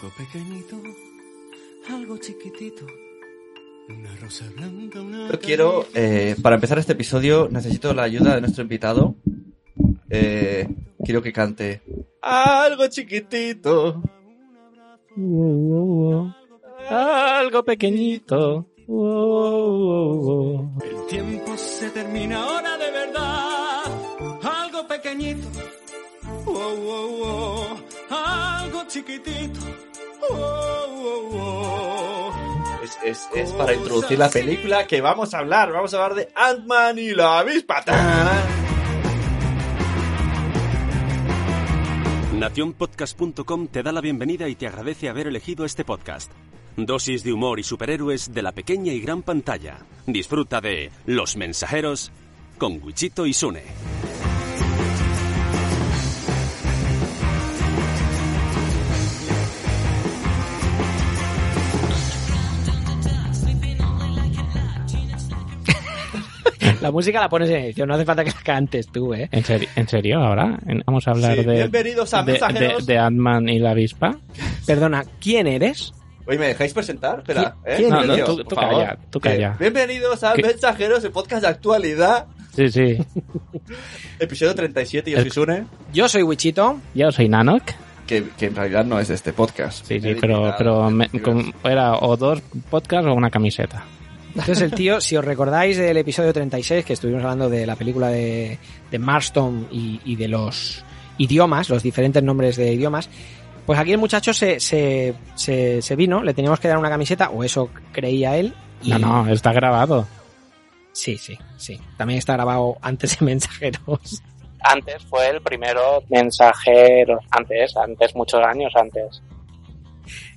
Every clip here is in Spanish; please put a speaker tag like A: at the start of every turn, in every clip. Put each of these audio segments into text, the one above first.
A: Algo pequeñito, algo chiquitito, una rosa blanca, una...
B: Yo quiero, eh, para empezar este episodio, necesito la ayuda de nuestro invitado. Eh, quiero que cante Algo chiquitito,
C: Algo pequeñito.
A: El tiempo se termina ahora de verdad. Algo pequeñito. Oh, oh, oh. Algo chiquitito. Oh, oh, oh.
B: Es, es- es para introducir la película que vamos a hablar. Vamos a hablar de Ant-Man y la avispa. ¡Tarán!
D: Nacionpodcast.com te da la bienvenida y te agradece haber elegido este podcast. Dosis de humor y superhéroes de la pequeña y gran pantalla. Disfruta de Los Mensajeros con Wichito y Sune.
C: La música la pones en edición, no hace falta que la cantes tú, ¿eh?
E: ¿En serio, ¿En serio ahora? ¿En- Vamos a hablar
B: Sí,
E: de,
B: bienvenidos a
E: de,
B: Mensajeros.
E: de- de Ant-Man y la avispa.
C: Perdona, ¿quién eres?
B: Oye, ¿me dejáis presentar? Espera,
C: ¿Qui-
B: ¿eh?
C: quién
B: Sergio,
E: eres? No, no, tú-
B: por
E: tú
B: favor.
E: calla, tú calla.
B: Eh, bienvenidos a
E: ¿Qué?
B: Mensajeros, el podcast de actualidad,
E: Sí, sí.
B: episodio 37. Yo soy
E: El-
B: Sune,
C: Yo soy Wichito.
E: Yo soy Nanok.
B: que, que en realidad no es de este podcast.
E: Sí, sí,
B: He
E: pero,
B: invitado
E: pero me-
B: diversos.
E: con- era o dos podcasts o una camiseta.
C: Entonces el tío, si os recordáis del episodio 36, que estuvimos hablando de la película de, de Marston y, y de los idiomas, los diferentes nombres de idiomas, pues aquí el muchacho se, se, se, se vino, le teníamos que dar una camiseta, o eso creía él. Y,
E: No, no, está grabado.
C: Sí, sí, sí. También está grabado antes de Mensajeros.
F: antes fue el primero mensajero, antes, antes, muchos años antes.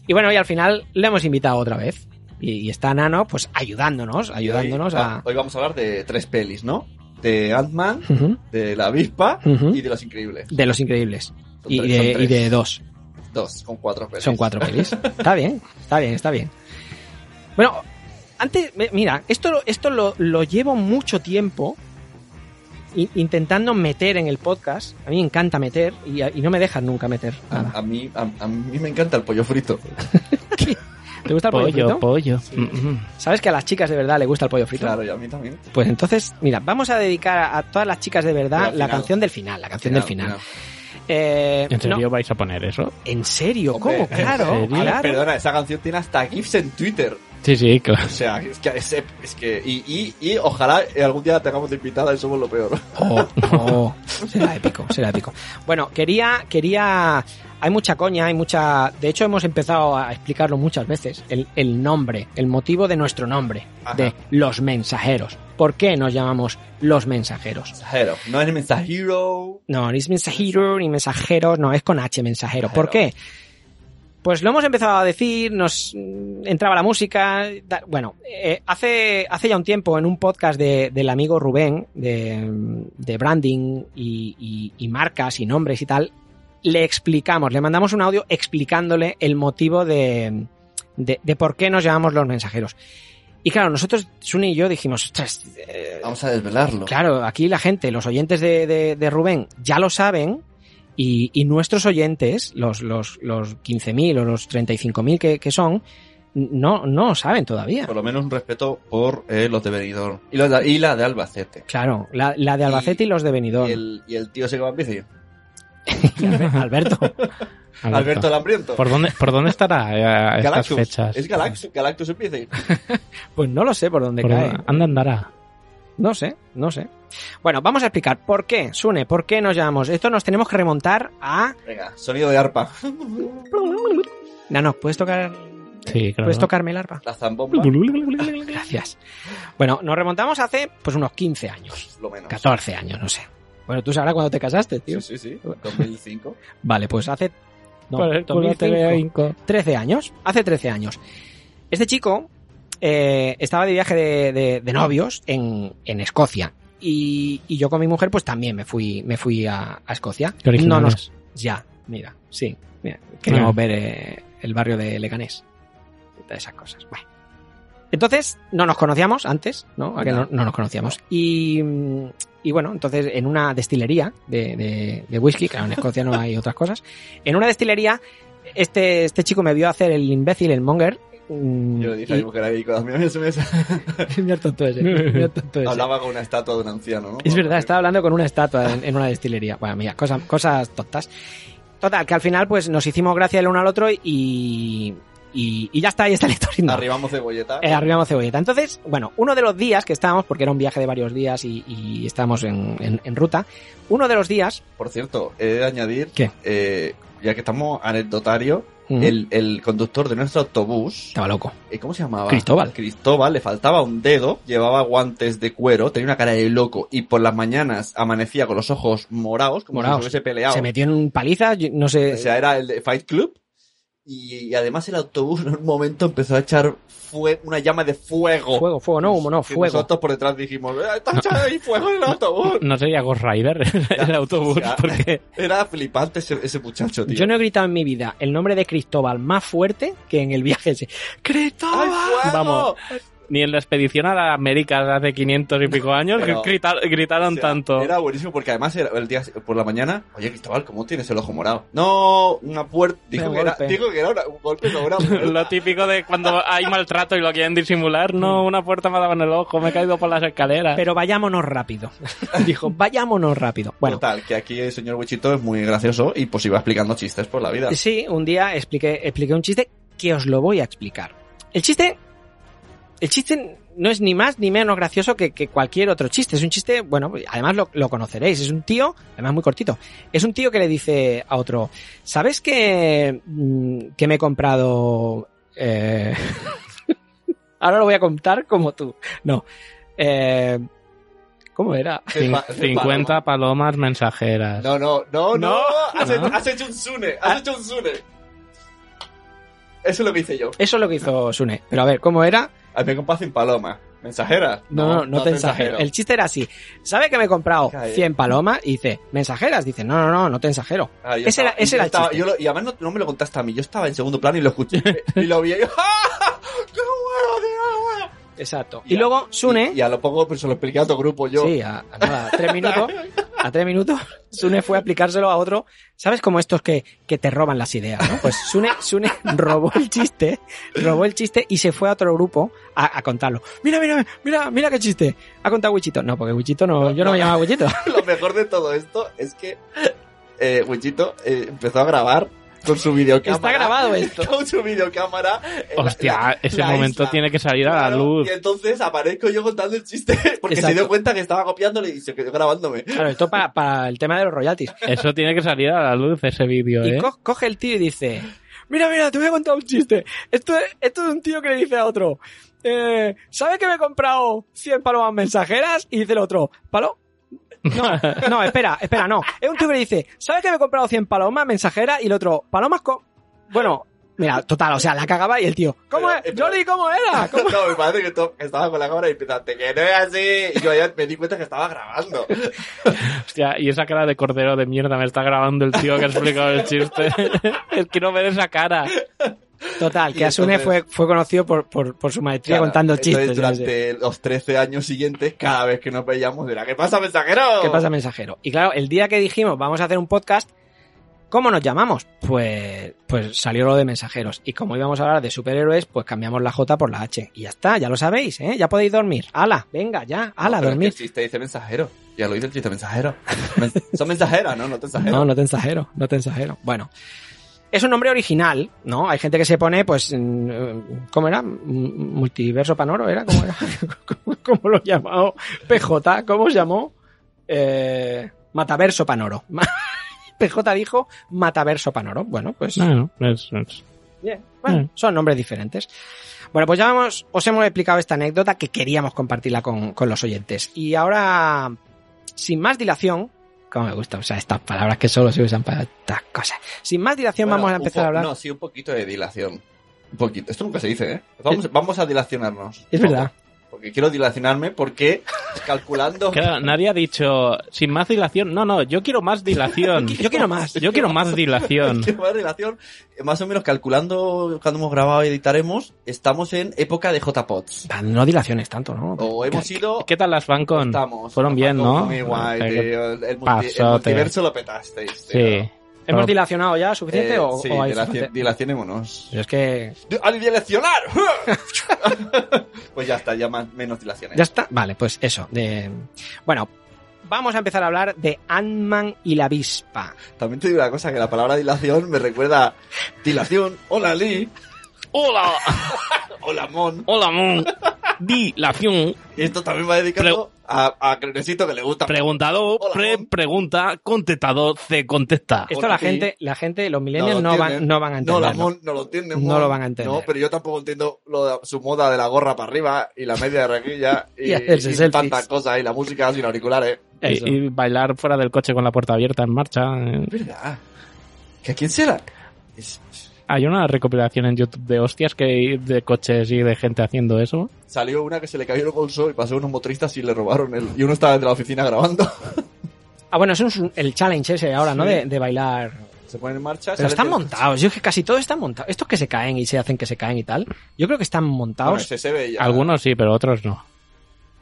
C: Y bueno, y al final le hemos invitado otra vez. Y, y está Nano, pues ayudándonos,
B: Y hoy-
C: ayudándonos
B: ah,
C: a...
B: Hoy vamos a hablar de tres pelis, ¿no? De Ant-Man,
C: Ujú.
B: de la avispa
C: Ujú.
B: y de los increíbles.
C: De los increíbles.
B: Son
C: Y
B: tres- son
C: de, y
B: tres.
C: de dos.
B: Dos, con cuatro pelis.
C: Son cuatro pelis. Está bien, está bien, está bien. Bueno, antes, me- mira, esto, esto lo, lo llevo mucho tiempo i- intentando meter en el podcast. A mí me encanta meter y, y no me dejan nunca meter nada.
B: A, a mí, a, a mí me encanta el pollo frito. Ah,
C: ¿Te gusta el pollo, frito?
E: Pollo, pollo. Mm, mm.
C: ¿Sabes que a las chicas de verdad le gusta el pollo frito?
B: Claro, y a mí también.
C: Pues entonces, mira, vamos a dedicar a, a todas las chicas de
B: Pero
C: verdad
B: al
C: la
B: final.
C: canción del final, la canción del final.
B: Mira,
C: Eh,
E: ¿En serio
C: no,
E: vais a poner eso?
C: ¿En serio?
B: Hombre,
C: ¿Cómo? Claro,
E: serio?
B: mira.
C: claro.
B: Perdona, esa canción tiene hasta GIFs en Twitter.
E: Sí, sí, claro.
B: O sea, es que, es, es que y, y, y ojalá algún día la tengamos de invitada y somos lo peor.
C: Oh, oh, será épico, será épico. Bueno, quería, quería, hay mucha coña, hay mucha, de hecho hemos empezado a explicarlo muchas veces, el, el nombre, el motivo de nuestro nombre,
B: Ajá.
C: de los mensajeros. ¿Por qué nos llamamos los mensajeros?
B: Mensajero. No es mensajero.
C: No, ni es mensajero, ni mensajeros, no, es con H mensajero. ¿Por
B: Mensajero.
C: qué? Pues lo hemos empezado a decir, nos mm, entraba la música. da- bueno, eh, hace, hace ya un tiempo en un podcast de- del amigo Rubén, de, mm, de branding y, y- y marcas y nombres y tal, le explicamos, le mandamos un audio explicándole el motivo de, de, de por qué nos llamamos los mensajeros. Y claro, nosotros, Suni y yo dijimos, ostras, eh,
B: Vamos a desvelarlo.
C: Claro, aquí la gente, los oyentes de, de- de Rubén ya lo saben y, y nuestros oyentes, los, los, los 15.000 o los 35.000 que, que son, no, no lo saben todavía.
B: Por lo menos un respeto por eh, los de Benidorm. Y, los de- y la de Albacete.
C: Claro, la, la de Albacete y, los de Benidorm.
B: Y el, y el tío se va en bici.
C: Y Albe- Alberto.
B: Alberto, el hambriento.
E: ¿Por dónde, ¿Por dónde estará eh, a estas
B: Galactus.
E: fechas?
B: Es Galactus, Galactus en bici.
C: Pues no lo sé por dónde
E: ¿Por
C: cae.
E: dónde- ¿Anda andará?
C: No sé, no sé. Bueno, vamos a explicar por qué, Sune, por qué nos llamamos. Esto nos tenemos que remontar a...
B: Venga, sonido de arpa.
C: No, no, ¿puedes tocar,
E: Sí, claro.
C: ¿puedes tocarme el arpa?
B: La zambomba,
C: Gracias. Bueno, nos remontamos hace pues unos 15 años.
B: lo menos.
C: 14 años, no sé. Bueno, tú sabrás cuándo te casaste, tío.
B: Sí, sí, sí. 2005.
C: Vale, pues hace. No,
E: Por el culo te
C: 2005.
E: veo, Inco.
C: 13 años, hace 13 años. Este chico eh, estaba de viaje de, de- de novios en, en Escocia. Y, y yo con mi mujer, pues también me fui, me fui a, a Escocia.
E: Qué originales.
C: No nos- Ya, mira, sí. mira, queríamos
E: Ah.
C: ver eh, el barrio de Leganés. Todas esas cosas. Bueno. Entonces, no nos conocíamos antes, ¿no? A que no, no nos conocíamos. Y, mm, y bueno, entonces en una destilería de, de- de whisky, claro, en Escocia no hay otras cosas. En una destilería, este, este chico me vio hacer el imbécil, el monger. mm,
B: Yo le dije
C: y-
B: a mi mujer ahí, cuando mira ese mes,
C: Mira el tonto ese, mira el tonto ese.
B: hablaba con una estatua de un anciano, ¿no?
C: eh, Es verdad, estaba hablando con una estatua en, en una destilería. Bueno, mira, cosas, cosas tontas. Total, que al final pues nos hicimos gracia el uno al otro y, y, y ya está, ahí está la historia. No.
B: Arribamos cebolleta.
C: Eh, arribamos cebolleta. Entonces, bueno, uno de los días que estábamos, porque era un viaje de varios días y, y estábamos en, en- en ruta, uno de los días...
B: Por cierto, he de añadir,
C: ¿Qué?
B: eh, ya que estamos anecdotario,
C: mm,
B: el, el conductor de nuestro autobús,
C: Estaba loco.
B: eh, ¿cómo se llamaba?
C: Cristóbal.
B: Cristóbal, le faltaba un dedo, llevaba guantes de cuero, tenía una cara de loco y por las mañanas amanecía con los ojos morados, como
C: Moraos.
B: si se hubiese peleado.
C: Se metió en un paliza, yo no sé...
B: O sea, era el de Fight Club. Y, y además el autobús en un momento empezó a echar fue una llama de fuego.
C: fuego, fuego, no, humo, no,
B: Que
C: fuego.
B: Nosotros por detrás dijimos, "Eh, está echando ahí fuego en el autobús.
E: No sería Ghost Rider el autobús,
B: ya.
E: porque
B: Era flipante ese, ese muchacho, tío.
C: Yo no he gritado en mi vida el nombre de Cristóbal más fuerte que en el viaje ese.
B: ¡Ay,
C: ¡Cristóbal!
B: fuego!
E: Vamos. ni en la expedición a las Américas hace 500 y pico años
B: Pero-
E: que grita- gritaron
B: O sea,
E: tanto.
B: Era buenísimo porque además era el día por la mañana, oye Cristóbal, ¿cómo tienes el ojo morado? No, una puerta. Dijo,
C: Un
B: que era-
C: golpe.
B: dijo que era una- un golpe, no una puerta.
E: Lo típico de cuando hay maltrato y lo quieren disimular.
B: Mm.
E: No, una puerta me ha dado en el ojo, me he caído por las escaleras.
C: Pero vayámonos rápido. Dijo, vayámonos rápido. Bueno,
B: Total, que aquí el señor Wichito es muy gracioso y pues iba explicando chistes por la vida.
C: Sí, un día expliqué, expliqué un chiste que os lo voy a explicar. El chiste. El chiste no es ni más ni menos gracioso que, que cualquier otro chiste. Es un chiste, bueno, además lo, lo conoceréis. Es un tío, además muy cortito. Es un tío que le dice a otro: ¿Sabes que, mm, que me he comprado. eh, Ahora lo voy a contar como tú. No. eh, ¿Cómo era?
B: Cin-
E: Cin- 50 palomas mensajeras.
B: No, no, no, no.
E: No.
B: Has,
E: No.
B: Hecho, has hecho un Sune,
C: Ah.
B: has hecho un Sune. Eso es lo que hice yo.
C: Eso es lo que hizo Sune. Pero a ver, ¿cómo era?
B: A mi compás sin paloma. ¿Mensajera?
C: No, no, no te
B: mensajero.
C: ensajero. El chiste era así. ¿Sabe que me he comprado
B: Cae.
C: 100 palomas? Y dice, ¿mensajeras? Dice, no, no, no, no te ensajero.
B: Ah, yo
C: Ese era- ese
B: yo
C: era el
B: estaba-
C: chiste.
B: yo lo- y además no, no me lo contaste a mí, yo estaba en segundo plano y lo escuché. y lo vi y yo, ¡ah! ¡Qué bueno, tío! bueno!
C: Exacto.
B: Y
C: Y,
B: a-
C: luego Sune...
B: Y, y a lo poco pues, se lo expliqué a otro grupo yo.
C: Sí, a, a nada, a tres minutos. A tres minutos, Sune fue a aplicárselo a otro. ¿Sabes como estos que, que te roban las ideas, no? Pues Sune, Sune robó el chiste, robó el chiste y se fue a otro grupo a, a contarlo. Mira, mira, mira, mira qué chiste. Ha contado Wichito. No, porque Wichito no, yo no me llamaba Wichito.
B: Lo mejor de todo esto es que eh, Wichito eh, empezó a grabar con su videocámara.
C: Está grabado esto.
B: Con su videocámara. en la-
E: Hostia,
B: la-
E: ese
B: la
E: momento
B: isla.
E: tiene que salir a la
B: Claro,
E: luz.
B: Y entonces aparezco yo contando el chiste porque se
C: Exacto.
B: dio cuenta que estaba copiándole y se quedó grabándome.
C: Claro, esto para, para el tema de los royalties.
E: Eso tiene que salir a la luz, ese vídeo,
C: Y
E: ¿eh?
C: co- coge el tío y dice, mira, mira, te voy a contar un chiste. Esto, es- esto es un tío que le dice a otro, eh, ¿sabe que me he comprado 100 palomas mensajeras? Y dice el otro, ¿palo? No, no, espera, espera, no. Es un tío que le dice, ¿sabe que me he comprado 100 palomas mensajeras? Y el otro, ¿palomas co...? Bueno, mira, total, o sea, la cagaba y el tío, ¿cómo
B: Pero,
C: es?
B: espera.
C: Jordi, ¿cómo era? Ah, ¿Cómo?
B: No, me parece que, to- que estaba con la cámara y pensaste que no es así. Y yo ya me di cuenta que estaba grabando.
E: Hostia, y esa cara de cordero de mierda me está grabando el tío que ha explicado el chiste. es que no ver esa cara.
C: Total,
B: Y
C: que Asune
B: entonces-
C: fue, fue conocido por, por, por su maestría
B: Claro,
C: contando
B: entonces,
C: chistes. yo qué sé.
B: Durante los 13 años siguientes, cada vez que nos veíamos, era ¿qué pasa, mensajero?
C: ¿Qué pasa, mensajero? Y claro, el día que dijimos vamos a hacer un podcast, ¿cómo nos llamamos? Pues, pues salió lo de mensajeros. Y como íbamos a hablar de superhéroes, pues cambiamos la J por la H. Y ya está, ya lo sabéis, ¿eh? Ya podéis dormir. ¡Hala! Venga, ya,
B: Pero
C: ¡hala!
B: es que
C: dormir.
B: El chiste dice mensajero. Ya lo dice el chiste mensajero. Men- Son mensajeras, ¿no? No te mensajeros.
C: No, no te ensajero, no te ensajero. Bueno. Es un nombre original, ¿no? Hay gente que se pone, pues, mm, ¿cómo era? Mm, Multiverso Panoro, ¿era? ¿Cómo, era? ¿Cómo- cómo lo llamó? PJ, ¿cómo os llamó? Eh, Mataverso Panoro. PJ dijo Mataverso Panoro. Bueno, pues...
E: No, no, es- es-
C: Bien, bueno,
E: Mm.
C: son nombres diferentes. Bueno, pues ya hemos- os hemos explicado esta anécdota que queríamos compartirla con, con los oyentes. Y ahora, sin más dilación, Cómo me gusta usar estas palabras que solo se usan para estas cosas. Sin más dilación,
B: Bueno,
C: vamos a
B: un
C: empezar
B: po-
C: a hablar.
B: No, sí, un poquito de dilación. Un poquito. Esto nunca se dice, ¿eh? Vamos, vamos a dilacionarnos.
C: es verdad.
B: Porque quiero dilacionarme porque calculando...
E: Claro, nadie ha dicho sin más dilación. No, no, yo quiero más dilación.
C: Yo quiero más.
E: Yo quiero más dilación.
B: Qué mala relación. Eh, Más o menos calculando cuando hemos grabado y editaremos, estamos en época de JPods.
C: Va, Ah, No dilaciones tanto, ¿no?
B: O hemos ido.
E: ¿Qué tal las Fancon?
B: Estamos.
E: Fueron bien, ¿no?
B: Muy guay,
E: Eh,
B: tío. El, el multi- el
E: pasote.
B: multiverso lo petasteis.
E: Sí.
C: ¿Hemos
E: Pero-
C: dilacionado ya suficiente
B: Eh,
C: o,
B: sí,
C: o hay
B: dilaci-
C: suficiente?
B: dilacionémonos.
C: Yo es que...
B: ¡Al dilacionar! pues ya está, ya más, menos dilaciones.
C: Ya está. Vale, pues eso. de- Bueno, vamos a empezar a hablar de Ant-Man y la avispa.
B: También te digo una cosa, que la palabra dilación me recuerda a dilación. Hola, Lee.
E: Hola,
B: Hola, Mon.
E: hola, mon. Dilación.
B: Esto también va dedicado a, a Crenecito que le gusta.
E: Preguntador,
B: Hola,
E: pre
B: mon.
E: pregunta, contestador, se contesta.
C: Esto
B: Hola,
C: la
B: sí.
C: gente, la gente, los millennials
B: lo
C: no, van,
B: entienden.
C: no van a
B: No,
C: entender.
B: la mon no lo entiende.
C: No
B: mon.
C: lo van a entender.
B: No, pero yo tampoco entiendo lo de- su moda de la gorra para arriba y la media de raquilla y,
C: Y hacerse
B: y
C: selfies. Eh.
B: tantas cosas y la música sin auriculares.
C: Eso.
E: Y, y bailar fuera del coche con la puerta abierta en marcha. eh.
B: Es verdad. ¿Que a quién será? Es-
E: Hay una recopilación en YouTube de hostias que de coches y de gente haciendo eso.
B: Salió una que se le cayó el bolso y pasó unos motoristas y le robaron el. Y uno estaba de la oficina grabando.
C: Ah, bueno, eso es un- el challenge ese ahora, ¿no? De, de bailar.
B: Se pone en marcha.
C: Pero
B: sale este-
C: están
B: del-
C: montados. Yo es que casi todo está montado. Estos que se caen y se hacen que se caen y tal. Yo creo que están
B: Bueno,
C: montados.
B: ese se ve ya.
E: Algunos sí, pero otros no.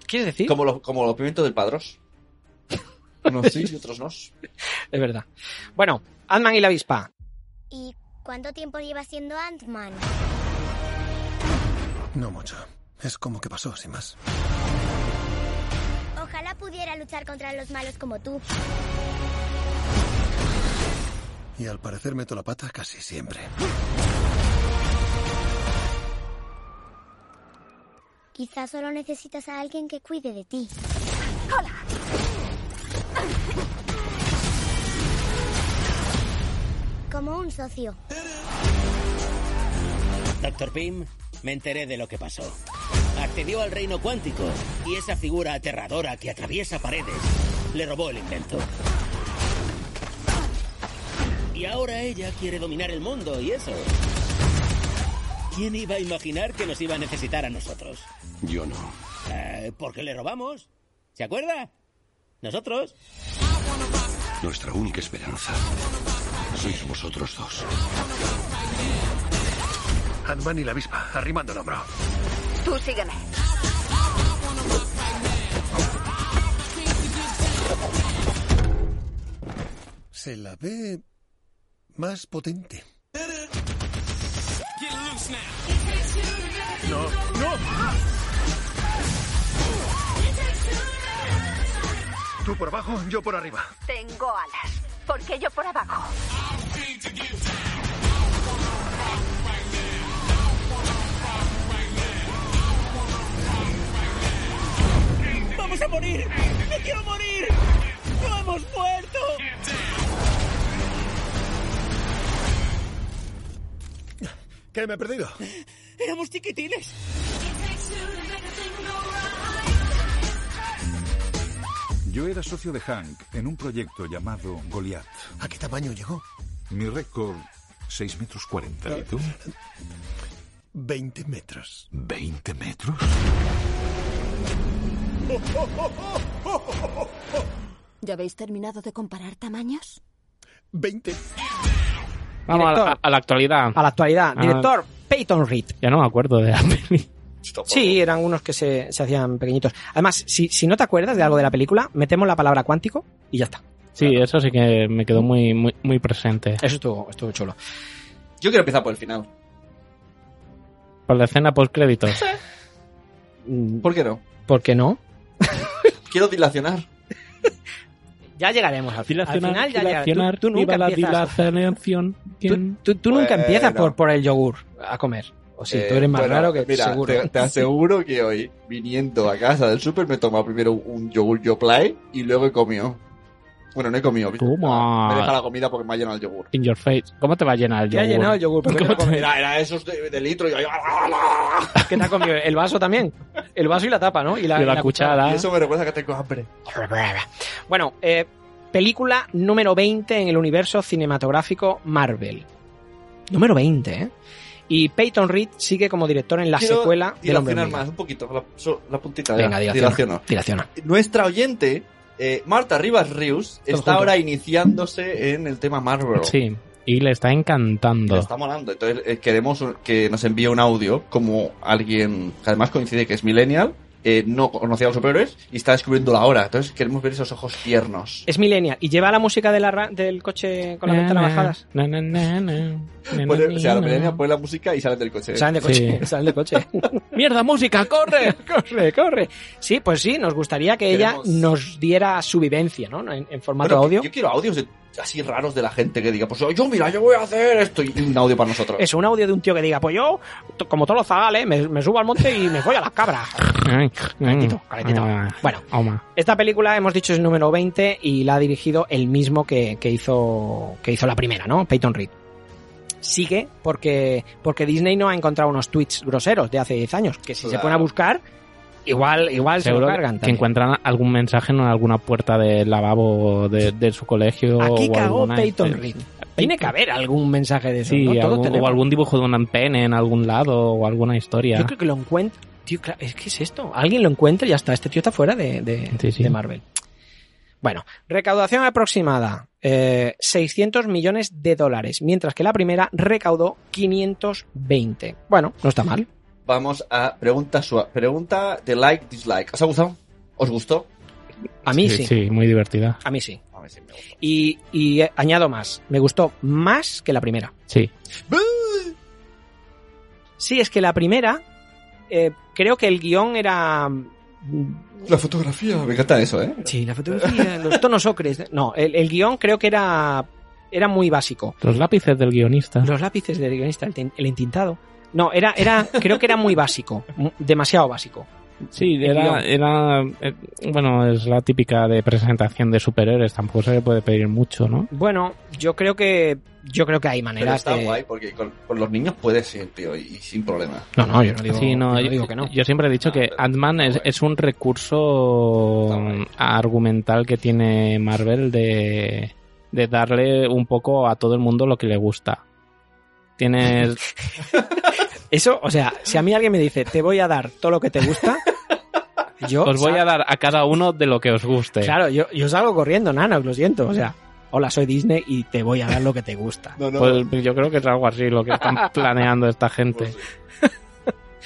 C: ¿Quieres decir?
B: Como los, como los pimientos del Padros. Unos sí y otros no.
C: Es verdad. Bueno, Ant-Man y la avispa.
G: ¿Y cuánto tiempo lleva siendo Ant-Man?
H: No mucho. Es como que pasó, sin más.
G: Ojalá pudiera luchar contra los malos como tú.
H: Y al parecer meto la pata casi siempre.
G: Quizás solo necesitas a alguien que cuide de ti. ¡Hola! Como un socio.
I: Doctor Pym, me enteré de lo que pasó. Accedió al reino cuántico y esa figura aterradora que atraviesa paredes le robó el invento. Y ahora ella quiere dominar el mundo y eso. ¿Quién iba a imaginar que nos iba a necesitar a nosotros?
J: Yo no.
I: Eh, porque le robamos. ¿Se acuerda? Nosotros.
H: Nuestra única esperanza. Sois vosotros dos. Ant-Man y la avispa, arrimando el hombro.
K: Tú sígueme.
H: Se la ve más potente. No, no. Tú por abajo, yo por arriba.
K: Tengo alas. Porque yo por abajo.
I: ¡Vamos a morir! ¡Me quiero morir! ¡No hemos muerto!
H: ¿Qué me he perdido?
I: ¡Éramos chiquitines!
A: Yo era socio de Hank en un proyecto llamado Goliath.
H: ¿A qué tamaño llegó?
A: Mi récord, 6 metros 40. ¿Y tú?
H: 20 metros.
A: ¿20 metros?
K: ¿Ya habéis terminado de comparar tamaños?
H: 20.
E: Vamos a la,
C: Director.
E: a la actualidad.
C: A la actualidad.
E: Ah.
C: Director Peyton Reed.
E: Ya no me acuerdo de la peli.
C: Sí, eran unos que se, se hacían pequeñitos. Además, si, si no te acuerdas de algo de la película, metemos la palabra cuántico y ya está.
E: Sí, eso sí que me quedó muy, muy, muy presente.
C: Eso estuvo, estuvo chulo.
B: Yo quiero empezar por el final.
E: Por la escena post créditos.
C: Mm, ¿Por,
B: ¿Por qué no?
C: por qué no?
B: Quiero dilacionar.
C: Ya llegaremos al, final. al final. Ya
E: dilacionar,
C: llegaremos. Tú, tú
E: viva
C: nunca
E: la
C: empiezas,
E: dilación.
C: tú, tú- tú nunca
B: Bueno.
C: empiezas por, por el yogur a comer. Eh, O sí, tú eres más
B: Eh, bueno,
C: raro que
B: mira,
C: seguro.
B: Te, te aseguro que hoy, viniendo a casa del súper, me he tomado primero un yogur Yoplait y luego he comido. Bueno, no he comido. Ah,
E: Toma.
B: Me deja la comida porque me ha llenado el yogur.
E: In your face. ¿Cómo te va a llenar el
C: Te ha
E: yogur?
C: llenado el yogur. pero ¿qué te ha comido?
B: Era, era esos de, de litro y yo... "Ah,
C: ¿Qué te ha comido? El vaso también. El vaso y la tapa, ¿no? Y la,
E: De
C: y
E: la cuchara.
B: Y eso me recuerda que tengo hambre.
C: Bueno, eh, Película número 20 en el universo cinematográfico Marvel. Número 20, ¿eh? Y Peyton Reed sigue como director en la
B: Quiero
C: secuela del Hombre
B: dilacionar Ah,
C: Hormiga.
B: más, un poquito, la, so- la puntita.
C: Venga,
B: ya,
C: dilaciona.
B: dilaciono.
C: Dilaciona.
B: Nuestra oyente, eh, Marta Rivas Rius, está
E: juntos.
B: ahora iniciándose en el tema Marvel.
E: Sí, y le está encantando.
B: Le está molando. Entonces eh, queremos que nos envíe un audio como alguien que además coincide que es millennial, eh, no conocía a los superhéroes y está descubriendo la hora. Entonces queremos ver esos ojos tiernos.
C: Es millennial. ¿Y lleva la música de la ra- del coche con las
E: Na,
C: ventanas
E: na,
C: bajadas?
E: na, na, na, na, na,
B: Pone-
E: na,
B: Pues, eh, o sea, los
E: na.
B: millennials ponen la música y salen del coche.
C: Salen de coche,
E: Sí.
C: salen de coche. ¡Mierda, música! ¡Corre! ¡Corre, corre! Sí, pues sí, nos gustaría que
B: Queremos-
C: ella nos diera su vivencia, ¿no? En, en formato
B: Bueno,
C: audio.
B: Yo quiero audios de- así raros de la gente que diga, pues yo mira, yo voy a hacer esto y un audio para nosotros.
C: Eso, un audio de un tío que diga, pues yo, to- como todos los zagales, me, me subo al monte y me voy a las cabras.
E: Ay,
C: Calentito,
E: ay,
C: calentito.
E: ay, ay.
C: Bueno.
E: Oma.
C: Esta película, hemos dicho, es número 20 y la ha dirigido el mismo que, que hizo, que hizo la primera, ¿no? Peyton Reed. Sigue porque, porque Disney no ha encontrado unos tweets groseros de hace 10 años, que si se
B: Claro.
C: pone a buscar, igual, igual se lo
E: Seguro
C: cargan.
E: que
C: también.
E: encuentran algún mensaje en alguna puerta del lavabo de, de su colegio.
C: Aquí
E: o
C: cagó
E: alguna-
C: Peyton Reed. Tiene que haber algún mensaje de eso,
E: Sí,
C: ¿no? Todos
E: algún- o
C: tenemos.
E: algún dibujo de un pene en algún lado o alguna historia.
C: Yo creo que lo encuentra. Tío, claro, es que es esto. Alguien lo encuentra y ya está. Este tío está fuera de, de-
E: Sí, sí.
C: de Marvel. Bueno, recaudación aproximada: eh, 600 millones de dólares. Mientras que la primera recaudó 520. Bueno, no está mal.
B: Vamos a pregunta suave. Pregunta de like, dislike. ¿Os ha gustado? ¿Os gustó?
C: A mí sí.
E: Sí, muy divertida.
C: A mí sí.
B: A ver si me gustó.
C: Y, y, eh, añado más: me gustó más que la primera.
E: Sí.
C: Sí, es que la primera. eh, creo que el guión era. mm,
B: La fotografía, me encanta eso, ¿eh?
C: Sí, la fotografía, los tonos ocres. ¿eh? No, el, el guión creo que era, era muy básico.
E: Los lápices del guionista.
C: Los lápices del guionista, el, tin- el entintado. No, era, era, creo que era muy básico, mu- demasiado básico.
E: Sí, era, era eh, bueno, es la típica de presentación de superhéroes, tampoco se le puede pedir mucho, ¿no?
C: Bueno, yo creo que, yo creo que hay
B: Pero
C: maneras
B: está
C: de...
B: guay porque con, con los niños puedes ir, tío, y, y sin problema.
C: No, no, yo no digo,
E: sí, no,
C: yo no
E: yo,
C: digo que no.
E: yo siempre he dicho que Ant-Man es, es un recurso argumental que tiene Marvel de, de darle un poco a todo el mundo lo que le gusta. Tienes.
C: Eso, o sea, si a mí alguien me dice, te voy a dar todo lo que te gusta, yo...
E: Os voy
C: sal-
E: a dar a cada uno de lo que os guste.
C: Claro, yo, yo salgo corriendo, nana, lo siento, o sea... Hola, soy Disney y te voy a dar lo que te gusta.
B: No, no. Pues
E: Pues yo creo que es algo así lo que están planeando esta gente.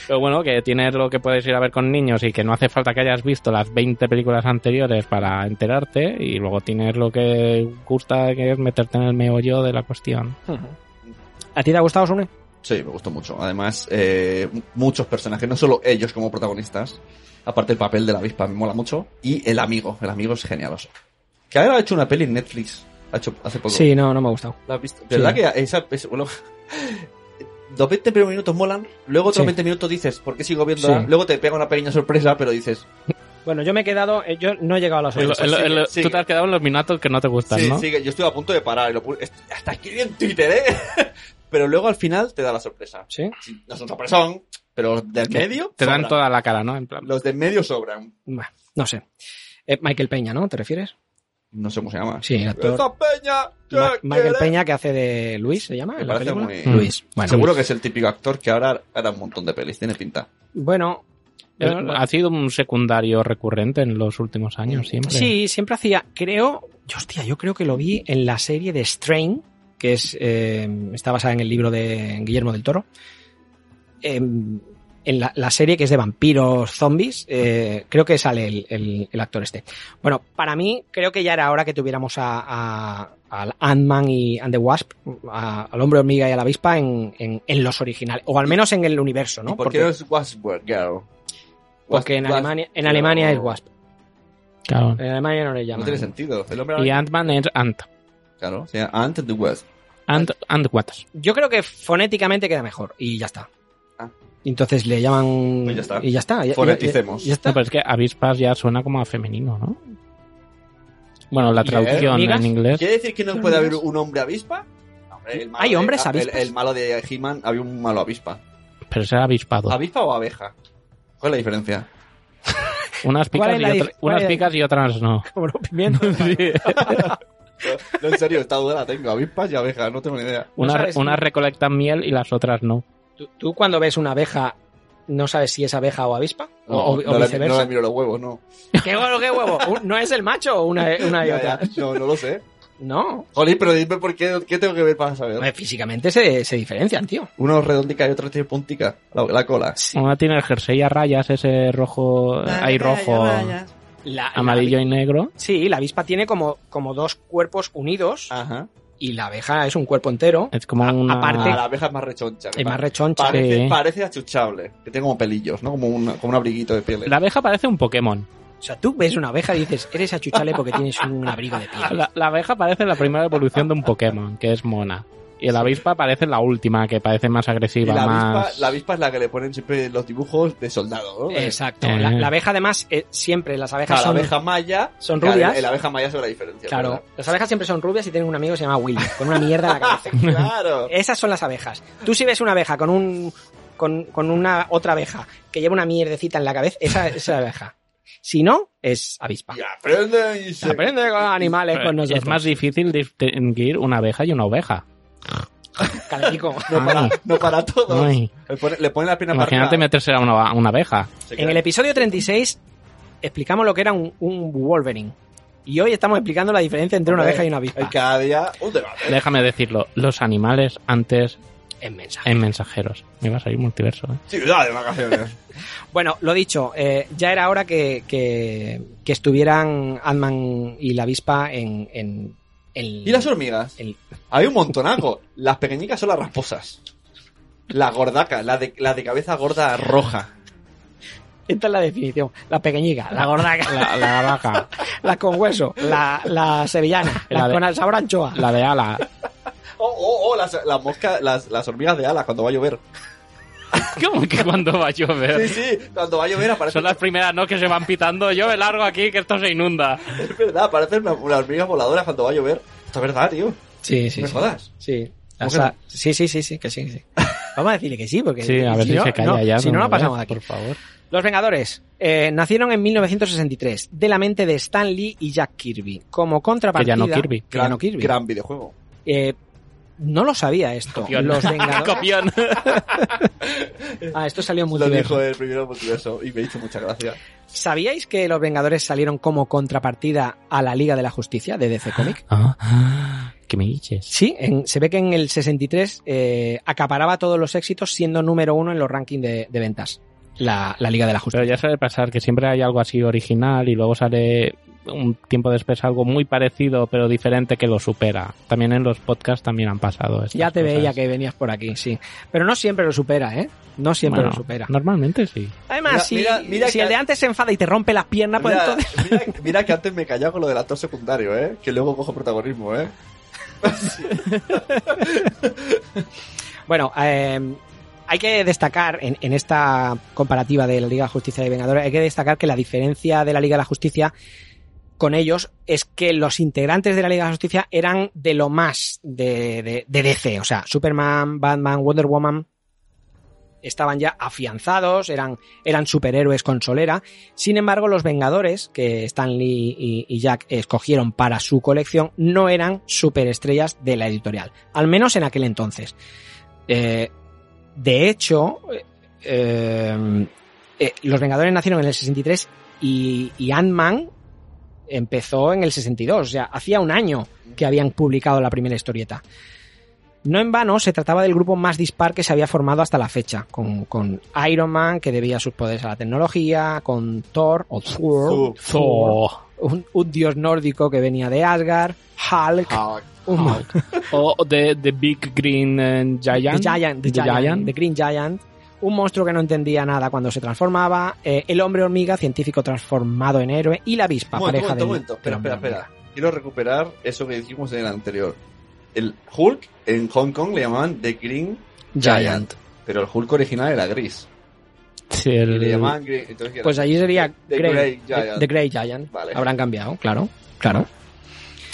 E: Pero bueno, que tienes lo que puedes ir a ver con niños y que no hace falta que hayas visto las 20 películas anteriores para enterarte y luego tienes lo que gusta que es meterte en el meollo de la cuestión.
C: ¿A ti te ha gustado, Sune?
B: Sí, me gustó mucho. Además, eh, m- muchos personajes, no solo ellos como protagonistas. Aparte el papel de la avispa me mola mucho. Y el amigo, el amigo es genialoso. Que ahora ha hecho una peli en Netflix. Ha hecho hace poco.
C: Sí, no, no me ha gustado.
B: ¿La has visto? ¿Verdad que esa, es- bueno, los 20 primeros minutos molan, luego otros
C: Sí.
B: 20 minutos dices, ¿por qué sigo viendo?
C: Sí.
B: la-?". Luego te pega una pequeña sorpresa, pero dices,
C: Bueno, yo me he quedado, eh, yo no he llegado a las
B: Pues
E: El-
C: ocho.
E: el- el-
B: sigue.
E: Tú te has quedado en los minatos que no te gustan,
B: sí,
E: ¿no?
B: sí, que yo estoy a punto de parar. Y lo pu- est- hasta escribí en Twitter, ¿eh? pero luego al final te da la sorpresa.
C: ¿Sí?
B: Sí, No es un sorpresón, pero los del medio
E: Te dan
B: sobran.
E: toda la cara, ¿no? En plan,
B: Los del medio sobran.
C: pues, Bah, no sé. Eh, Michael Peña, ¿no? ¿Te refieres?
B: No sé cómo se llama.
C: Sí, el actor.
B: ¡Esa peña! ¿qué
C: Ma- Michael
B: quiere?
C: Peña que hace de Luis, ¿se llama?
B: Me
C: en la
B: parece
C: película?
B: muy-
C: Luis. Bueno,
B: Seguro que es el típico actor que ahora hará un montón de pelis, tiene pinta.
C: Bueno,
E: eh,
C: yo no-
E: ha sido un secundario recurrente en los últimos años, siempre.
C: sí, siempre hacía, creo, yo, hostia, yo creo que lo vi en la serie de Strain, que es eh, está basada en el libro de Guillermo del Toro. Eh, en la, la serie que es de vampiros, zombies, eh, creo que sale el, el- el actor este. Bueno, para mí creo que ya era hora que tuviéramos a, a- al Ant-Man y and the Wasp, a- al hombre hormiga y a la avispa en, en- en los originales, o al menos en el universo,
B: ¿Y
C: ¿no?
B: ¿Por qué no es Westworld Girl?
C: porque en
B: Wasp-
C: Alemania, en Alemania es
B: Girl.
C: Wasp,
E: Claro.
B: Eh,
C: en Alemania no le llaman.
B: No tiene sentido. El hombre
E: Y Ant-Man es Ant.
B: Claro, se llama Ant and the West.
E: Ant, Ant Watts.
C: Yo creo que fonéticamente queda mejor y ya está.
B: Ah.
C: Y Entonces le llaman
B: Pues ya está.
C: y ya está. ya- ya-
B: Foneticemos.
C: Ya, ya está.
E: No, pero es que avispas ya suena como a femenino, ¿no? Bueno, la
C: ¿Y
E: traducción
C: hormigas?
E: en inglés.
B: ¿Quiere decir que no puede haber un hombre avispa? No, hombre, el malo
C: ¿Hay
B: de-
C: hombres
B: el-
C: avispas?
B: El, malo de He-Man había un malo avispa.
E: Pero será avispado.
B: ¿Avispa o abeja? ¿Cuál es la diferencia?
E: Unas
C: ¿Cuál
E: picas,
C: es
E: y,
C: la dif-
E: otra-
C: cuál
E: unas
C: es-
E: picas y otras no.
C: Como los pimientos.
B: No, en serio, esta duda la tengo. Avispas y abejas, no tengo ni idea.
E: Unas,
C: sabes tú.
E: unas recolectan miel y las otras no.
C: ¿Tú, tú cuando ves una abeja no sabes si es abeja o avispa?
B: No,
C: o, o
B: no le-
C: viceversa.
B: no le miro los huevos, no.
C: ¿Qué huevo, qué huevo? Un- ¿No es el macho o una, una y
B: Ya,
C: otra?
B: ya, No, no lo sé.
C: No.
B: Jolín, pero dime por qué, qué tengo que ver para saber.
C: Hombre, Físicamente se, se diferencian, tío.
B: Uno es redondica y otro tiene puntica. La, la cola.
E: Una tiene el jersey a rayas, ese rojo. hay rojo,
C: La-
E: amarillo y negro.
C: Sí, la avispa tiene como, como dos cuerpos unidos
B: Ajá.
C: y la abeja es un cuerpo entero.
E: Es como una.
C: aparte-
B: Ah, la abeja es más rechoncha.
C: Es más rechoncha.
B: Parece,
E: Sí.
B: parece achuchable. Que tiene como pelillos, ¿no? Como, una- como un abriguito de piel.
E: La abeja parece un Pokémon.
C: O sea, tú ves una abeja y dices, eres achuchale porque tienes un abrigo de piel.
E: La, la abeja parece la primera evolución de un Pokémon, que es mona. Y la avispa parece la última, que parece más
B: Y
E: agresiva,
B: la avispa,
E: más.
B: la avispa es la que le ponen siempre los dibujos de soldado, ¿no?
C: Exacto.
E: Eh.
C: La, la abeja, además, eh, siempre las
B: Claro,
C: abejas
B: la
C: son.
B: abeja eh, maya.
C: son
B: claro,
C: rubias.
B: El, el abeja maya se ve la diferencia.
C: claro,
B: ¿verdad?
C: las abejas siempre son rubias y tienen un amigo que se llama Willy, con una mierda en la cabeza.
B: Claro.
C: Esas son las abejas. Tú si ves una abeja con un con, con una otra abeja que lleva una mierdecita en la cabeza, esa es la abeja. Si no, es avispa.
B: Y aprende y se...
C: Aprende con los animales con nosotros.
E: Eh, es más difícil distinguir una abeja y una oveja.
C: Calentico.
B: No para, no para todos.
E: Ay.
B: Le pone, le pone la pierna
E: Imagínate
B: para arriba.
E: meterse a una, una abeja.
B: Se queda-
C: En el episodio 36 explicamos lo que era un, un Wolverine. Y hoy estamos explicando la diferencia entre una
B: Hombre,
C: abeja y una avispa.
B: hay cada día un debate.
E: Déjame decirlo, los animales antes
C: En mensaje.
E: en mensajeros. Me iba a salir multiverso. ¿eh?
B: Ciudad de vacaciones.
C: Bueno, lo dicho, eh, ya era hora que, que- que estuvieran Ant-Man y la avispa en, en, en-
B: ¿Y las hormigas?
C: en-
B: Hay un montonaco. Las pequeñicas son las rasposas. La gordaca, la de, la de cabeza gorda roja.
C: Esta es la definición. La pequeñica, la gordaca,
E: La, la vaca,
C: la con hueso, la, la sevillana, la,
E: La de-
C: con el sabor a anchoa.
E: la de ala.
B: Oh, oh, oh, las, las moscas, las, las hormigas de alas cuando va a llover.
E: ¿Cómo que cuando va a
B: Sí,
E: llover?
B: sí, cuando va a llover aparece.
E: Son las primeras, ¿no? Que se van pitando. Yo me largo aquí, que esto se inunda.
B: Es verdad, aparecen una- unas hormigas voladoras cuando va a llover. Esto es verdad, tío.
C: Sí, sí,
B: no me
C: sí.
B: jodas.
C: Sí.
B: ¿Cómo
C: O
B: que
C: sea,
B: no?
C: sí, sí, sí, sí, que sí, sí. Vamos a decirle que sí, porque
E: Sí, a ver si
C: no,
E: se calla
C: no,
E: ya.
C: Si no,
E: me
C: la pasamos de
E: veas,
C: aquí.
E: Por favor.
C: Los Vengadores eh, nacieron en 1963 de la mente de Stan Lee y Jack Kirby. Como
E: Que
C: contrapartida,
E: ya no Kirby.
C: que ya no Kirby.
B: gran videojuego.
C: Eh, no lo sabía esto.
E: Copión.
C: Los Vengadores.
E: Copión.
C: ah, esto salió en
B: Lo dijo
C: multiverso.
B: el primero multiverso y me hizo mucha gracia.
C: ¿Sabíais que los Vengadores salieron como contrapartida a la Liga de la Justicia de DC Comics?
E: Ah, ah, ¿Qué me dices?
C: Sí, en- se ve que en el 63 eh, acaparaba todos los éxitos siendo número uno en los rankings de, de ventas. La, la Liga de la
E: Pero
C: Justicia.
E: ya suele pasar que siempre hay algo así original y luego sale un tiempo después algo muy parecido pero diferente que lo supera. También en los podcasts también han pasado estas
C: Ya te
E: cosas.
C: veía que venías por aquí, sí. Pero no siempre lo supera, ¿eh? No siempre
E: Bueno,
C: lo supera.
E: Normalmente sí.
C: Además,
B: Mira,
C: si,
B: mira, mira
C: si
B: que-
C: el de antes se enfada y te rompe las piernas, pues
B: Mira,
C: entonces...
B: mira- mira que antes me callaba con lo del actor secundario, ¿eh? Que luego cojo protagonismo, ¿eh?
C: Bueno, eh, hay que destacar en, en esta comparativa de la Liga de la Justicia y Vengadores, hay que destacar que la diferencia de la Liga de la Justicia con ellos es que los integrantes de la Liga de la Justicia eran de lo más de, de- de DC, o sea, Superman, Batman, Wonder Woman estaban ya afianzados, eran, eran superhéroes con solera. Sin embargo, los Vengadores, que Stan Lee y, y Jack escogieron para su colección, no eran superestrellas de la editorial, al menos en aquel entonces. Eh, de hecho, eh, eh, eh, los Vengadores nacieron en el 63 y, y Ant-Man empezó en el 62. O sea, hacía un año que habían publicado la primera historieta. No en vano, se trataba del grupo más dispar que se había formado hasta la fecha, con, con Iron Man, que debía sus poderes a la tecnología, con Thor, o Thor,
E: Thor.
C: un, un dios nórdico que venía de Asgard, Hulk,
B: Ah,
C: un-
E: O The, the Big Green eh, Giant.
C: The Giant, The
E: The
C: Giant,
E: Giant.
C: The Green Giant. Un monstruo que no entendía nada cuando se transformaba. eh, el hombre hormiga, científico transformado en héroe. Y la avispa,
B: momento, momento,
C: pareja del-
B: momento.
C: del
B: Espera,
C: hombre
B: espera, espera. Quiero recuperar eso que dijimos en el anterior. El Hulk en Hong Kong le llamaban The Green
C: hormiga.
B: Giant. Pero el Hulk original era gris.
E: Sí,
B: Y
E: el-
B: le llamaban Green. Entonces,
C: Pues allí sería
B: The
C: Grey,
B: Grey
C: The-
B: Giant.
C: The Grey Giant.
B: Vale.
C: Habrán cambiado, claro. Claro.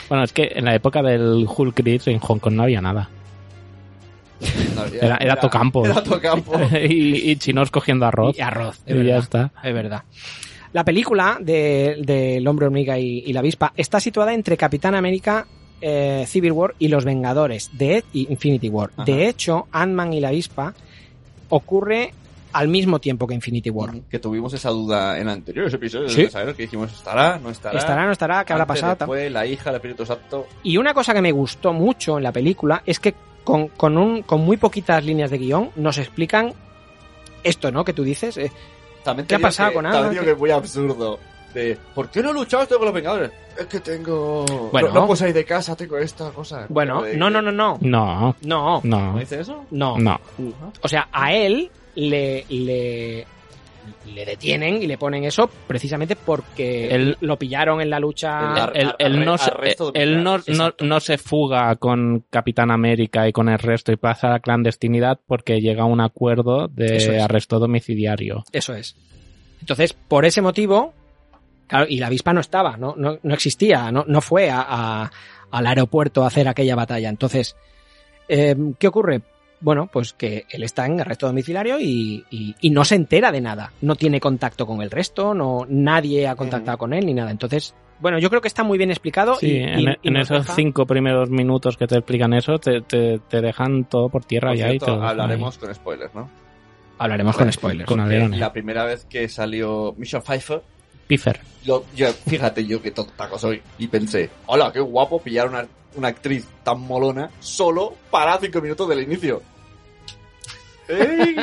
E: Bueno, es que en la época del Hulk Gris en Hong Kong no había nada.
B: no,
E: Era, era Tocampo.
B: Era Tocampo.
E: y, y chinos cogiendo arroz.
C: Y arroz, Oh. es
E: Y ya
C: verdad.
E: está.
C: Es verdad. La película del de, El hombre hormiga y, y la avispa está situada entre Capitán América eh, Civil War y Los Vengadores de e, y Infinity War.
B: Ajá.
C: De hecho, Ant-Man y la avispa ocurre al mismo tiempo que Infinity War.
B: Que tuvimos esa duda en anteriores episodios
C: Sí.
B: de saber que dijimos, ¿estará? ¿No estará?
C: Estará, no estará, ¿qué habrá
B: Antes,
C: pasado?
B: Después, la hija, el Espíritu Santo.
C: Y una cosa que me gustó mucho en la película es que con, con un, con muy poquitas líneas de guión nos explican esto, ¿no? Que tú dices. eh,
B: También te
C: ¿Qué ha
B: digo
C: pasado
B: que-
C: con
B: También
C: Ant-Man?
B: digo que es muy absurdo. De, ¿Por qué no luchaste con los Vengadores? Es que tengo...
C: Bueno.
B: no, no puedo salir de casa, tengo esta cosa.
C: Bueno,
B: De-
C: no, no, no, no.
E: No.
C: No.
E: No.
B: Pues ¿No dice eso?
C: No.
E: No.
C: O sea, a él le, le, le detienen y le ponen eso precisamente porque
E: Él-
C: lo pillaron en la lucha.
E: Él- él- él no se- él no- no- no se fuga con Capitán América y con el resto y pasa a la clandestinidad porque llega a un acuerdo de
C: Eso es.
E: arresto domiciliario.
C: Eso es. Entonces, por ese motivo, claro, y la avispa no estaba, no, no, no existía, no, no fue a- a- al aeropuerto a hacer aquella batalla. Entonces, eh, ¿qué ocurre? Bueno, pues que él está en arresto domiciliario y, y- y no se entera de nada. No tiene contacto con el resto, no, nadie ha contactado con él ni nada. Entonces, bueno, yo creo que está muy bien explicado.
E: Sí,
C: y, y-
E: en, e-,
C: y
E: en
C: nos
E: esos
C: deja-
E: cinco primeros minutos que te explican eso, te, te- te dejan todo por tierra
B: Por
E: ya y
B: cierto,
E: te lo dejan
B: hablaremos con spoilers, ¿no?
C: Hablaremos con spoilers.
E: Con
B: Porque
E: alerones.
B: la primera vez que salió Mission Pfeiffer,
E: ahí. Piffer.
B: yo, yo- fíjate yo qué tontaco soy. Y pensé, hola, qué guapo pillar una, una actriz tan molona solo para cinco minutos del inicio. ¡Ey!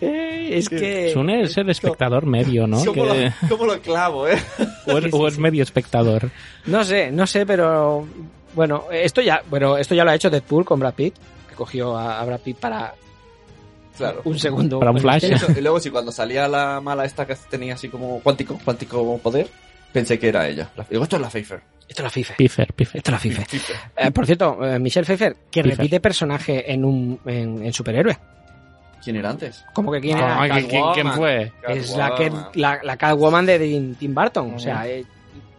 C: Eh, es que...
E: Sune es el espectador medio, ¿no?
B: ¿Cómo,
E: Que-
B: lo, cómo lo clavo, eh?
E: o, es, o es medio espectador.
C: No sé, no sé, pero bueno, esto ya, bueno, esto ya lo ha hecho Deadpool con Brad Pitt, que cogió a, a Brad Pitt para
B: Claro.
C: un segundo.
E: Para un flash.
B: Eso, y luego sí, cuando salía la mala esta que tenía así como cuántico, cuántico poder, pensé que era ella. La- Digo, esto es la Pfeiffer.
C: Esto es la FIFA.
E: Piffer, Piffer.
C: Esto es la FIFA. Eh, por cierto, eh, Michelle Pfeiffer, que
E: Pfeiffer.
C: repite personaje en un en, en superhéroe.
B: ¿Quién era antes?
C: Como que quién
E: No,
C: era?
E: ¿quién- quién-
B: Catwoman.
E: quién fue?
C: es la, que,
B: Catwoman.
C: la, la Catwoman de Tim- Tim Burton. O
B: Ujú.
C: sea, eh,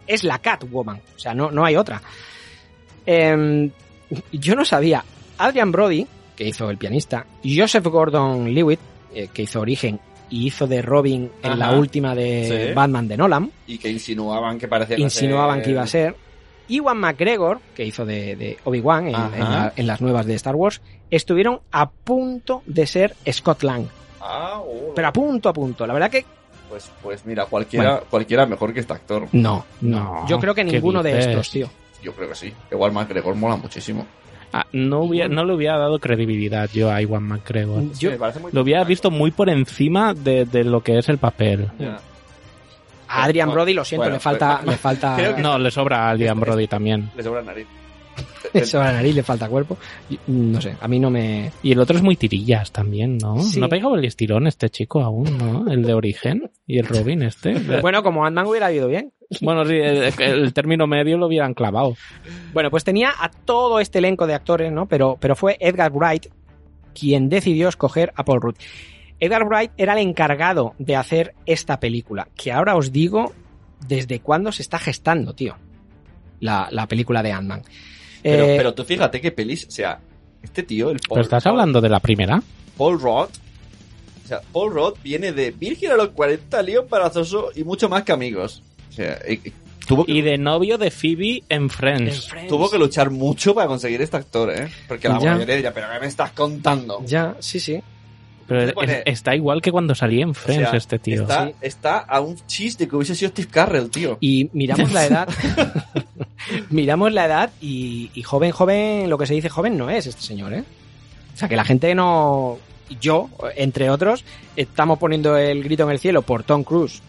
C: es la Catwoman. O sea, no, no hay otra. Em, yo no sabía. Adrian Brody, que hizo el pianista, Joseph Gordon Lewitt, eh, que hizo Origen y hizo de Robin en la
B: Ajá.
C: última de
B: Sí.
C: Batman de Nolan,
B: Y que insinuaban que parecía que
C: insinuaban
B: se-
C: que iba a ser. Iwan McGregor, que hizo de, de Obi-Wan en,
B: Ajá.
C: en la- en las nuevas de Star Wars, estuvieron a punto de ser Scott Lang.
B: Ah, oh,
C: Pero a punto, a punto. La verdad que
B: Pues, pues mira, cualquiera, cualquiera mejor que este actor.
C: No,
E: No,
B: Ah,
C: Yo creo que
E: ¿qué
C: ninguno de
E: dices?
C: estos, tío.
B: Yo creo que sí. Igual McGregor mola muchísimo.
E: Ah, no, hubiera- no le hubiera dado credibilidad yo a Iwan McGregor.
B: Sí,
C: Yo-
B: me parece muy
E: Lo hubiera
B: tontaco.
E: visto muy por encima de, de lo que es el papel.
B: Ya.
C: A Adrian
B: Bueno,
C: Brody, lo siento,
B: bueno,
C: le falta,
B: bueno.
C: le falta.
B: Creo que-
E: No, le sobra a Liam Brody también.
B: Le sobra nariz.
C: Sobre la nariz le falta cuerpo. Y- No sé, a mí no me.
E: Y el otro es muy tirillas también, ¿no?
C: Sí.
E: No ha pegado el estirón este chico aún, ¿no? El de origen y el Robin este.
C: Bueno, como Ant-Man hubiera ido bien.
E: Bueno, sí, el, el término medio lo hubieran clavado.
C: Bueno, pues tenía a todo este elenco de actores, ¿no? Pero, pero fue Edgar Wright quien decidió escoger a Paul Rudd. Edgar Wright era el encargado de hacer esta película, que ahora os digo desde cuándo se está gestando, tío. La, la película de Ant-Man.
B: Pero,
C: Eh,
B: pero tú fíjate qué pelis. O sea, este tío, el Paul.
E: ¿Pero estás hablando de la primera?
B: Paul Rudd. O sea, Paul Rudd viene de Virgen a los 40, lío embarazoso y mucho más que amigos. O sea, y- y tuvo que,
E: Y de novio de Phoebe en
C: en
E: Friends.
C: Friends.
B: tuvo que luchar mucho para conseguir este actor, ¿eh? Porque la
C: Ya.
B: mayoría diría, ¿pero qué me estás contando?
C: Ya, sí, sí.
E: Pero es-
B: Pone-
E: está igual que cuando salía en
B: O
E: Friends
B: sea,
E: este tío.
B: Está,
C: Sí.
B: está a un chiste que hubiese sido Steve Carrell, tío.
C: Y miramos la edad. miramos la edad y, y joven, joven, lo que se dice joven no es este señor, ¿eh? O sea, que la gente no. Yo, entre otros, estamos poniendo el grito en el cielo por Tom Cruise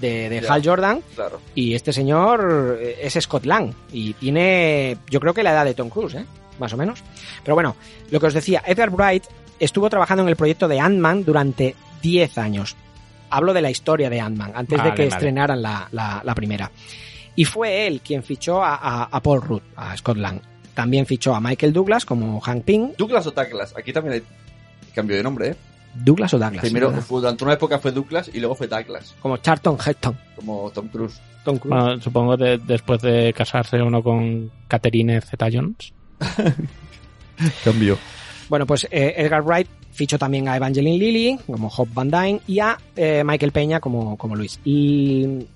C: de, de
B: Ya.
C: Hal Jordan
B: Claro.
C: y este señor eh, es Scott Lang y tiene, yo creo que la edad de Tom Cruise, ¿eh? Más o menos. Pero bueno, lo que os decía, Edgar Wright estuvo trabajando en el proyecto de Ant-Man durante 10 años. Hablo de la historia de Ant-Man, antes
E: Vale,
C: de que
E: vale.
C: estrenaran la, la- la primera. Y fue él quien fichó a, a- a Paul Rudd, a Scott Lang. También fichó a Michael Douglas como Hank Pym.
B: Douglas o Douglas. Aquí también hay cambio de nombre, ¿eh?
C: Douglas o Douglas.
B: Primero,
C: ¿verdad?
B: fue- durante una época fue Douglas y luego fue Douglas,
C: Como Charlton Heston.
B: como Tom Cruise.
C: Tom Cruise.
E: Bueno, supongo de- después de casarse uno con Catherine Zeta Jones.
B: Cambio.
C: Bueno, pues eh, Edgar Wright Fichó también a Evangeline Lilly como Hop Van Dyne y a eh, Michael Peña como, como Luis. Y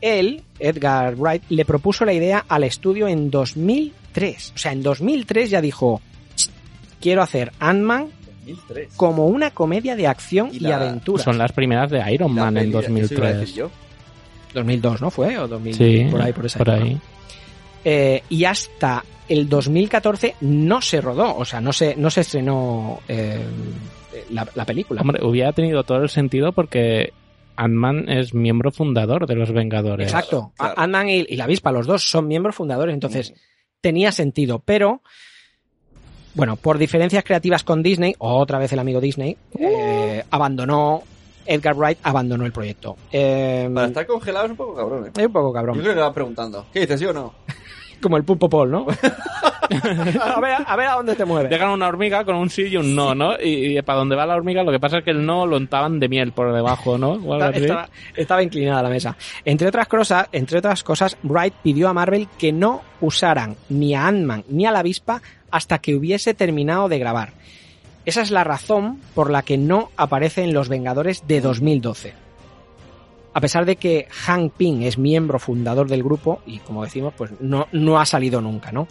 C: él, Edgar Wright, le propuso la idea al estudio en 2003. O sea, en 2003 ya dijo, "Ch, quiero hacer Ant-Man como una comedia de acción y,
E: la-
C: aventura.
E: pues Son las primeras de Iron Man en
B: Mira, eso iba a
E: 2003.
B: decir yo.
C: 2002, ¿no fue? O 2000,
E: Sí,
C: por ahí, por esa
E: por
C: época.
E: ahí.
C: Eh, y hasta el 2014 no se rodó, o sea, no se, no se estrenó eh, la, la película.
E: Hombre, hubiera tenido todo el sentido porque Ant-Man es miembro fundador de los Vengadores.
C: Exacto. A- Ant-Man y, y la avispa, los dos son miembros fundadores, entonces tenía sentido, pero bueno, por diferencias creativas con Disney, otra vez el amigo Disney, eh, abandonó, Edgar Wright abandonó el proyecto. Eh,
B: Para estar congelado es un poco cabrón, ¿eh?
C: es un poco
B: Yo
C: cabrón.
B: creo que le van preguntando. ¿Qué dices, sí o no?
C: Como el pulpo Paul, ¿no? a, ver, a ver a dónde te mueves.
E: Dejan una hormiga con un sí y un no, ¿no? Y, y para donde va la hormiga, lo que pasa es que el no lo untaban de miel por debajo, ¿no? O algo
C: Estaba,
E: así.
C: estaba- estaba inclinada la mesa. Entre otras cosas, entre otras cosas, Wright pidió a Marvel que no usaran ni a Ant-Man ni a la avispa hasta que hubiese terminado de grabar. Esa es la razón por la que no aparece en Los Vengadores de 2012. A pesar de que Hank Pym es miembro fundador del grupo y, como decimos, pues no, no ha salido nunca, ¿no?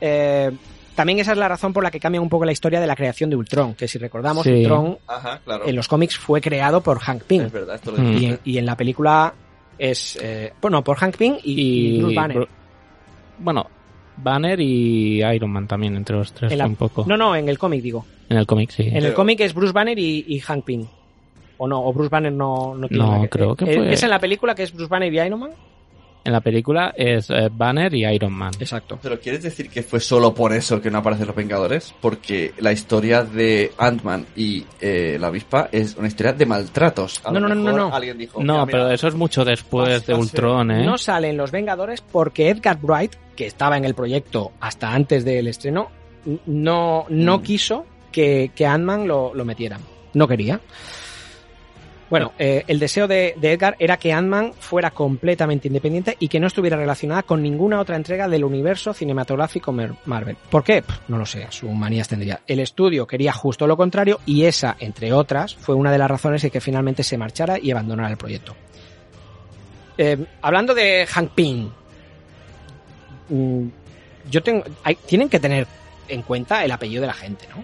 C: Eh, también esa es la razón por la que cambia un poco la historia de la creación de Ultron, que si recordamos,
E: Sí.
C: Ultron
B: Ajá, claro.
C: en los cómics fue creado por Hank Pym.
B: Es verdad, esto lo
E: Mm.
C: Y en, y en la película es. eh, bueno, por Hank Pym y, y Bruce Banner.
E: Bru- Bueno, Banner y Iron Man también, entre los tres,
C: En la-
E: un poco.
C: No, no, en el cómic digo.
E: En el cómic, sí.
C: En el
B: Pero-
C: cómic es Bruce Banner y, y Hank Pym. O no, o Bruce Banner no, no tiene
E: No,
C: nada
E: creo que
C: eh,
E: fue-
C: ¿Es en la película que es Bruce Banner y Iron Man?
E: En la película es eh, Banner y Iron Man.
C: Exacto.
B: ¿Pero quieres decir que fue solo por eso que no aparecen los Vengadores? Porque la historia de Ant-Man y eh, la avispa es una historia de maltratos. A
C: No,
B: lo
C: no, no,
B: mejor
C: no, no.
B: Alguien dijo,
E: No,
B: Oh, "Mira, mira,
E: pero eso es mucho después de
B: Basta, sí.
E: Ultron, ¿eh?
C: No salen los Vengadores porque Edgar Wright, que estaba en el proyecto hasta antes del estreno, n- no, no
B: Mm.
C: quiso que, que Ant-Man lo, lo metiera. No quería. Bueno, eh, el deseo de, de Edgar era que Ant-Man fuera completamente independiente y que no estuviera relacionada con ninguna otra entrega del universo cinematográfico Mer- Marvel. ¿Por qué? Pff, no lo sé, sus manías tendría. El estudio quería justo lo contrario y esa, entre otras, fue una de las razones de que finalmente se marchara y abandonara el proyecto. Eh, hablando de Hank Pym, mm, yo tengo, hay- tienen que tener en cuenta el apellido de la gente, ¿no?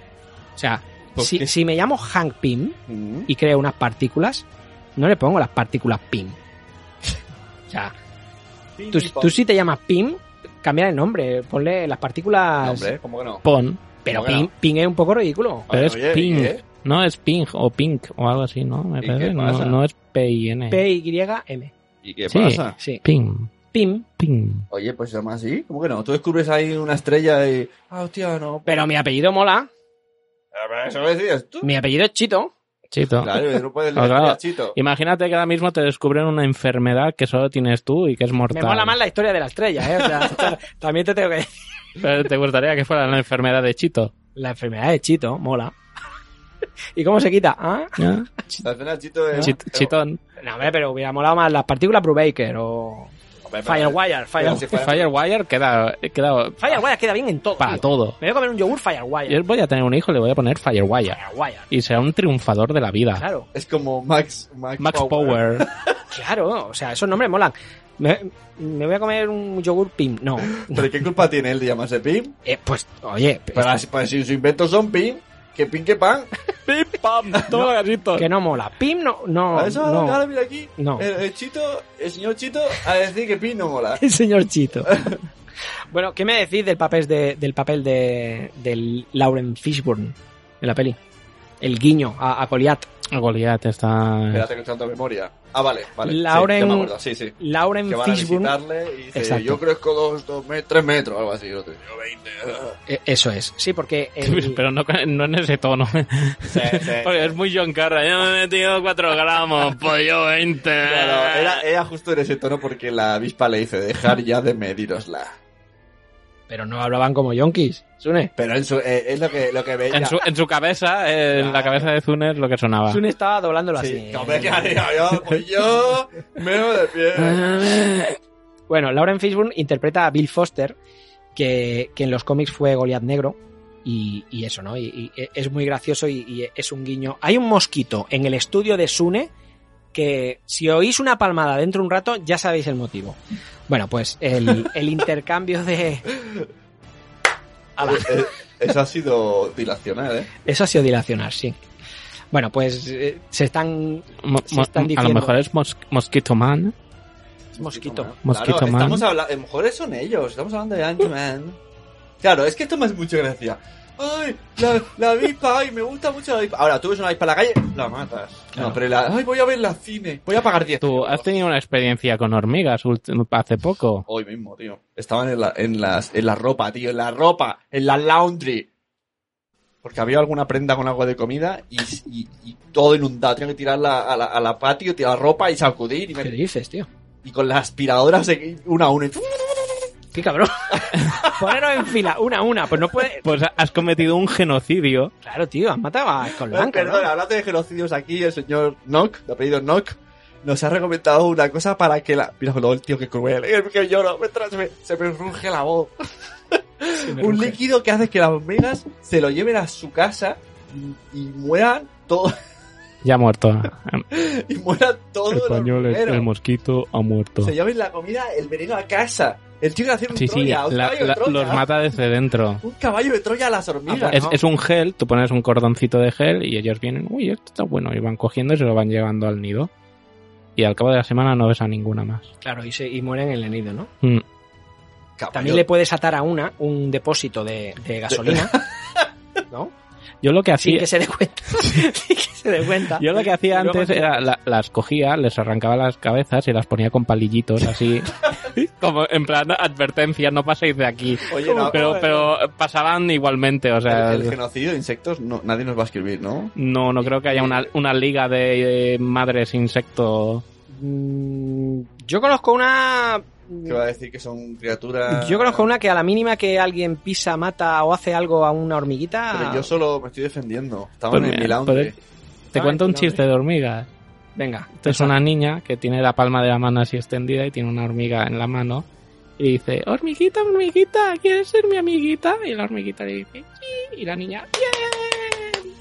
C: O sea,
B: ¿Por
C: si,
B: qué?
C: si me llamo Hank Pym
B: mm,
C: y creo unas partículas, no le pongo las partículas Pym. O sea,
B: pim,
C: tú,
B: pim, pom".
C: tú si te llamas Pym, cambia el nombre, ponle las partículas.
B: No, hombre, ¿eh? ¿cómo que no?
E: Pon.
C: pero
B: ¿cómo que
C: Pym,
B: no?
C: Pym es un poco ridículo.
E: Pero
B: Oye,
E: es
B: oye, ¿y
E: Pink.
B: qué?
E: No es Pink o Pink o algo así, ¿no? Me
B: ¿Y
E: parece.
B: qué
E: No,
B: pasa?
E: no es P-I-N.
B: Eh.
C: P-Y-M.
B: ¿Y qué
E: Sí.
B: pasa?
C: Sí.
E: Pim.
C: Pym.
E: Pim.
B: Oye, pues se llama así. ¿Cómo que no? Tú descubres ahí una estrella y... Ah, hostia, no.
C: Pero mi apellido mola.
B: Pero Eso lo decías tú.
C: Mi apellido es Chito.
E: Chito.
B: Claro, el grupo del
E: No, claro.
B: Chito.
E: Imagínate que ahora mismo te descubren una enfermedad que solo tienes tú y que es
C: Me
B: Pues
E: mortal.
C: mola más la historia de la estrella, ¿eh? O sea, ta- también te tengo que decir.
E: Pero Eh, te gustaría que fuera la enfermedad de Chito.
C: La enfermedad de Chito, mola. ¿Y cómo se quita? ¿Ah?
E: ¿eh?
B: La escena del Chito es...
E: Chit- chitón.
C: No, hombre, pero hubiera molado más las partículas Brubaker o.
B: Hombre, pero-
C: Firewire,
B: pero
C: Firewire.
B: si fuera-
E: Firewire queda, queda
C: Firewire queda bien en todo.
E: para
C: tío.
E: todo.
C: Me voy a comer un yogur Firewire.
E: Yo voy a tener un hijo y le voy a poner Firewire.
C: Firewire.
E: Y será un triunfador de la vida.
C: Claro,
B: Es como Max... Max,
E: Max Power.
C: claro. O sea, esos nombres molan. Me, me voy a comer un yogur Pim. No.
B: ¿Pero qué culpa tiene él de llamarse Pim?
C: Eh, pues, oye.
B: Para, para si sus inventos son Pim, que Pim, que pan.
E: ¡Pim, pam! Toma gasitos.
C: Que no mola. Pim no. No.
B: A eso
C: no.
B: ahora mira aquí.
C: No.
B: El, el Chito, el señor Chito, a decir que Pim no mola.
C: El señor Chito. bueno, ¿qué me decís del papel de, del papel de del Lauren Fishburne en la peli? El guiño a, a Goliath.
E: Goliath está...
B: Espérate que estoy dando memoria. Ah, vale, vale.
C: Lauren-
B: Sí, ya me acuerdo, sí, sí.
C: Lauren
B: Que van a
C: Fishburne.
B: visitarle y dice,
C: Exacto.
B: yo crezco dos, dos met- tres metros, algo así. Yo, te- yo 20.
C: eh, Eso es. Sí, porque. el-
E: Pero no, no en ese tono.
B: Sí, sí.
E: Porque es muy John Carra. Yo me he metido 4 gramos, pues yo 20. Ah.
B: Claro, era, era justo en ese tono porque la avispa le dice, dejar ya de medirosla.
C: pero no hablaban como yonkis. Sune.
B: Pero en su- eh, es lo que, lo que veía.
E: En su, en su cabeza, eh, en la cabeza de Zuner, lo que sonaba.
C: Sune estaba doblándolo
B: Ah. Sí,
C: así. ¿eh?
B: no, hombre, que haría yo, pues yo me voy de pie.
C: Bueno, Lauren Fishburne interpreta a Bill Foster, que, que en los cómics fue Goliath Negro. Y, y eso, ¿no? Y, y es muy gracioso y, y es un guiño. Hay un mosquito en el estudio de Sune que si oís una palmada dentro de un rato ya sabéis el motivo. Bueno, pues el, el intercambio de... Ala.
B: Eh, Eso ha sido dilacional, ¿eh?
C: Eso ha sido dilacionar, sí. Bueno, pues eh, se están,
E: Mo-
C: se
E: mo-
C: están
E: a
C: diciendo...
E: lo mejor es mos- Mosquito Man.
C: Mosquito.
E: Mosquito
B: claro,
E: Man.
B: Estamos hablando, a lo mejor son ellos, estamos hablando de Ant-Man. Claro, es que esto me hace mucha gracia. Ay, la, la avispa, ay, me gusta mucho la avispa. Ahora, tú ves una avispa en la calle, la matas. No, pero la, ay, voy a ver la cine, voy a pagar 10.
E: Tú has tenido una experiencia con hormigas ulti- hace poco.
B: Hoy mismo, tío. Estaban en la, en, las, en la ropa, tío, en la ropa, en la laundry. Porque había alguna prenda con agua de comida y, y- y todo inundado. Tenía que tirarla a la, a la patio, tirar ropa y sacudir. Y,
C: ¿Qué
B: me-
C: dices, tío?
B: y con la aspiradora se- una a una. y-
C: ¡Qué cabrón! Poneros en fila, una a una. Pues no puede...
E: Pues has cometido un genocidio.
C: Claro, tío, has matado a con
B: Perdón, hablando de genocidios aquí, el señor Nock, de apellido Nock, nos ha recomendado una cosa para que la... Mira, el tío, que cruel, eh, que lloro, mientras me- se me ruge la voz. Un líquido que hace que las hormigas se lo lleven a su casa y, y mueran todo,
E: Ya ha muerto.
B: y mueran todos los
E: Españoles,
B: hormigueros.
E: el mosquito ha muerto.
B: Se lleven la comida, el veneno a casa. El tío que hacer un
E: Sí, sí,
B: Troya, un
E: la-
B: caballo
E: la-
B: de Troya.
E: los mata desde dentro.
B: Un caballo de Troya a las hormigas.
E: Es, es un gel, tú pones un cordoncito de gel y ellos vienen, uy, esto está bueno, y van cogiendo y se lo van llevando al nido. Y al cabo de la semana no ves a ninguna más.
C: Claro, y, se, y mueren en el nido, ¿no?
E: Mm.
B: Caballo-
C: También le puedes atar a una un depósito de, de gasolina, ¿no?
E: Yo lo que
C: Sin
E: hacía,
C: que se dé cuenta. Sin que se dé cuenta.
E: yo lo que hacía
C: Y luego-
E: antes era la- las cogía, les arrancaba las cabezas y las ponía con palillitos así, como en plan advertencia, no paséis de aquí.
B: Oye, no,
E: pero, pero pasaban igualmente, o sea,
B: el, el genocidio de insectos no- nadie nos va a escribir, ¿no?
E: no, no creo que haya una, una liga de eh, madres insecto.
C: Mm, Yo conozco una.
B: Que va a decir que son criaturas...
C: Yo conozco una que a la mínima que alguien pisa, mata o hace algo a una hormiguita.
B: Pero yo solo me estoy defendiendo. Estaban
E: Pues
B: en
E: mira,
B: mi laundry.
E: pues- Te
C: Ay,
E: cuento un
C: no,
E: chiste de hormigas.
C: Venga.
E: Entonces una niña que tiene la palma de la mano así extendida y tiene una hormiga en la mano y dice, hormiguita, hormiguita, ¿quieres ser mi amiguita? Y la hormiguita le dice, sí, y la niña, bien.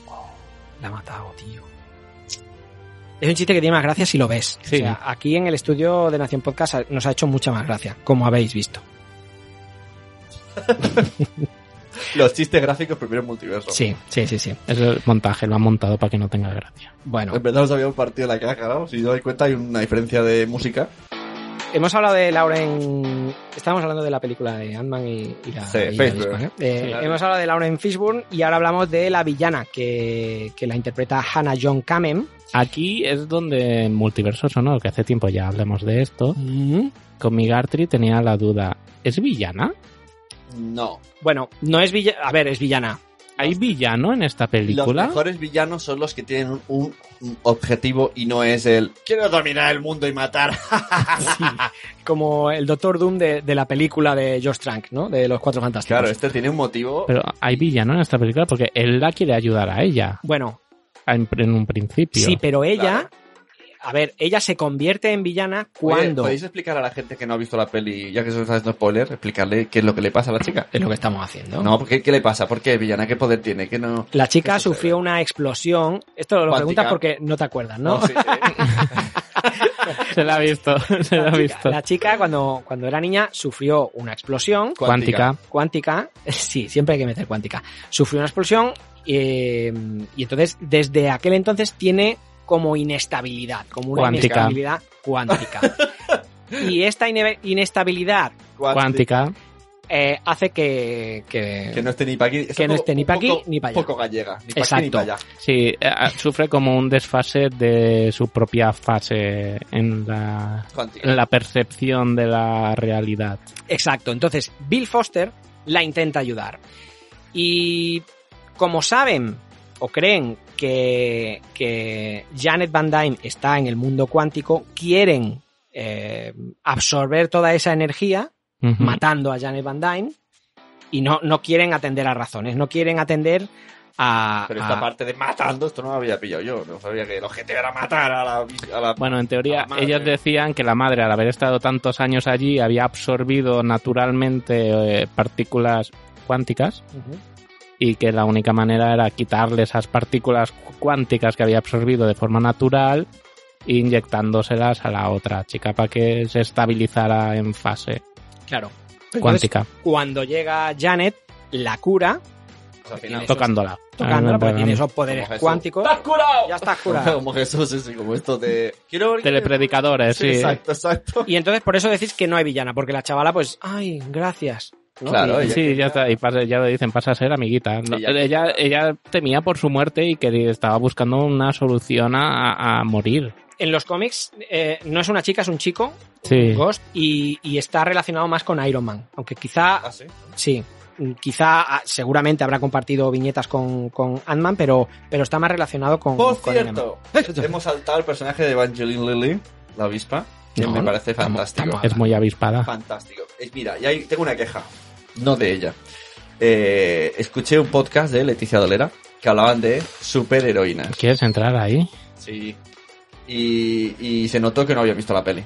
C: La ha matado, tío. Es un chiste que tiene más gracia si lo ves.
E: Sí.
C: O sea, aquí en el estudio de Nación Podcast nos ha hecho mucha más gracia, como habéis visto.
B: Los chistes gráficos primero en multiverso.
C: Sí, sí, sí, sí.
E: Es el montaje, lo han montado para que no tenga gracia.
C: Bueno,
B: En verdad nos habíamos partido la caja, ¿no? Si os dais cuenta hay una diferencia de música.
C: Hemos hablado de Lauren. Estábamos hablando de la película de Ant-Man y, y la.
B: Sí,
C: y la
B: Facebook.
C: avispa, ¿eh? Eh,
B: Sí, claro.
C: Hemos hablado de Lauren Fishburne y ahora hablamos de la villana que, que la interpreta Hannah John Kamen.
E: Aquí es donde en Multiverso Sonoro, que hace tiempo ya hablamos de esto, con mi Gartry tenía la duda, ¿es villana?
B: No.
C: Bueno, no es villana. A ver, es villana.
E: ¿Hay villano en esta
B: Los
E: película?
B: mejores villanos son los que tienen un, un- un objetivo y no es el quiero dominar el mundo y matar.
C: Sí. Como el Doctor Doom de, de la película de Josh Trank, ¿no? De los Cuatro Fantásticos.
B: Claro, este tiene un motivo.
E: Pero hay villano en esta película porque él la quiere ayudar a ella
C: Bueno,
E: en, en un principio.
C: sí, pero ella.
B: Claro.
C: A ver, ella se convierte en villana
B: Oye, pues
C: cuando.
B: ¿Podéis explicar a la gente que no ha visto la peli, ya que se está haciendo spoiler, explicarle qué es lo que le pasa a la chica?
C: Es lo que estamos haciendo.
B: No, porque ¿qué le pasa? ¿Por qué villana? ¿Qué poder tiene? ¿Qué no?
C: La chica
B: Eso se
C: sufrió
B: ve.
C: una explosión. Esto lo
B: Cuántica.
C: preguntas porque no te acuerdas, ¿no?
B: sí, eh.
E: Se la ha visto, se la ha
C: chica-
E: visto.
C: la chica, cuando, cuando era niña, sufrió una explosión
E: Cuántica.
C: cuántica. Sí, siempre hay que meter cuántica. Sufrió una explosión eh, y entonces, desde aquel entonces, tiene como inestabilidad, como una
E: Cuántica.
C: inestabilidad cuántica. y esta ine- inestabilidad
E: Cuántica.
C: eh, hace que, que-
B: Que no esté ni para aquí.
C: Que no esté ni pa' aquí ni pa' allá.
B: Poco gallega. Ni pa' aquí ni
C: Exacto.
B: pa' allá.
E: Sí, eh, sufre como un desfase de su propia fase en la,
B: Cuántica.
E: en la percepción de la realidad.
C: Exacto. Entonces, Bill Foster la intenta ayudar. Y como saben o creen que, que Janet Van Dyne está en el mundo cuántico, quieren eh, absorber toda esa energía
E: Ujú.
C: matando a Janet Van Dyne y no, no quieren atender a razones, no quieren atender a...
B: Pero esta
C: a-
B: parte de matando, esto no lo había pillado yo. No sabía que el objetivo era matar a la. A la...
E: Bueno, en
B: A
E: teoría,
B: la madre.
E: ellos decían que la madre, al haber estado tantos años allí, había absorbido naturalmente eh, partículas cuánticas
C: Ujú.
E: y que la única manera era quitarle esas partículas cuánticas que había absorbido de forma natural e inyectándoselas a la otra chica para que se estabilizara en fase
C: Claro.
E: cuántica.
C: Cuando llega Janet, la cura. porque tiene esos-
E: Tocándola.
C: Tocándola
E: Ah,
C: porque tiene esos
B: Como
C: poderes
B: Jesús.
C: cuánticos. Ya está curado.
B: como Jesús, sí, sí, como esto de... Quiero...
E: Telepredicadores, sí.
B: Exacto, exacto.
C: Y entonces por eso decís que no hay villana, porque la chavala, pues, ay, gracias. ¿no?
B: Claro, eh.
C: Y-
B: ella-
E: Sí, ya está, y pasa- ya le dicen, pasa a ser amiguita. No,
B: Ella-
E: ella, ella, temía por su muerte y que estaba buscando una solución a, a morir.
C: En los cómics eh, no es una chica, es un chico,
E: Sí.
C: Ghost, y, y está relacionado más con Iron Man. Aunque quizá,
B: Ah, sí.
C: sí, quizá ah, seguramente habrá compartido viñetas con, con Ant-Man, pero, pero está más relacionado con...
B: Por
C: con Iron
B: cierto, hemos saltado el personaje de Evangeline Lilly, la avispa, que
E: No,
B: me parece fantástico.
E: Es muy avispada.
B: Fantástico. Es- Mira, y ahí tengo una queja, no de ella. Eh, escuché un podcast de Leticia Dolera que hablaban de superheroínas.
E: ¿Quieres entrar ahí?
B: Sí. Y, y se notó que no había visto la peli.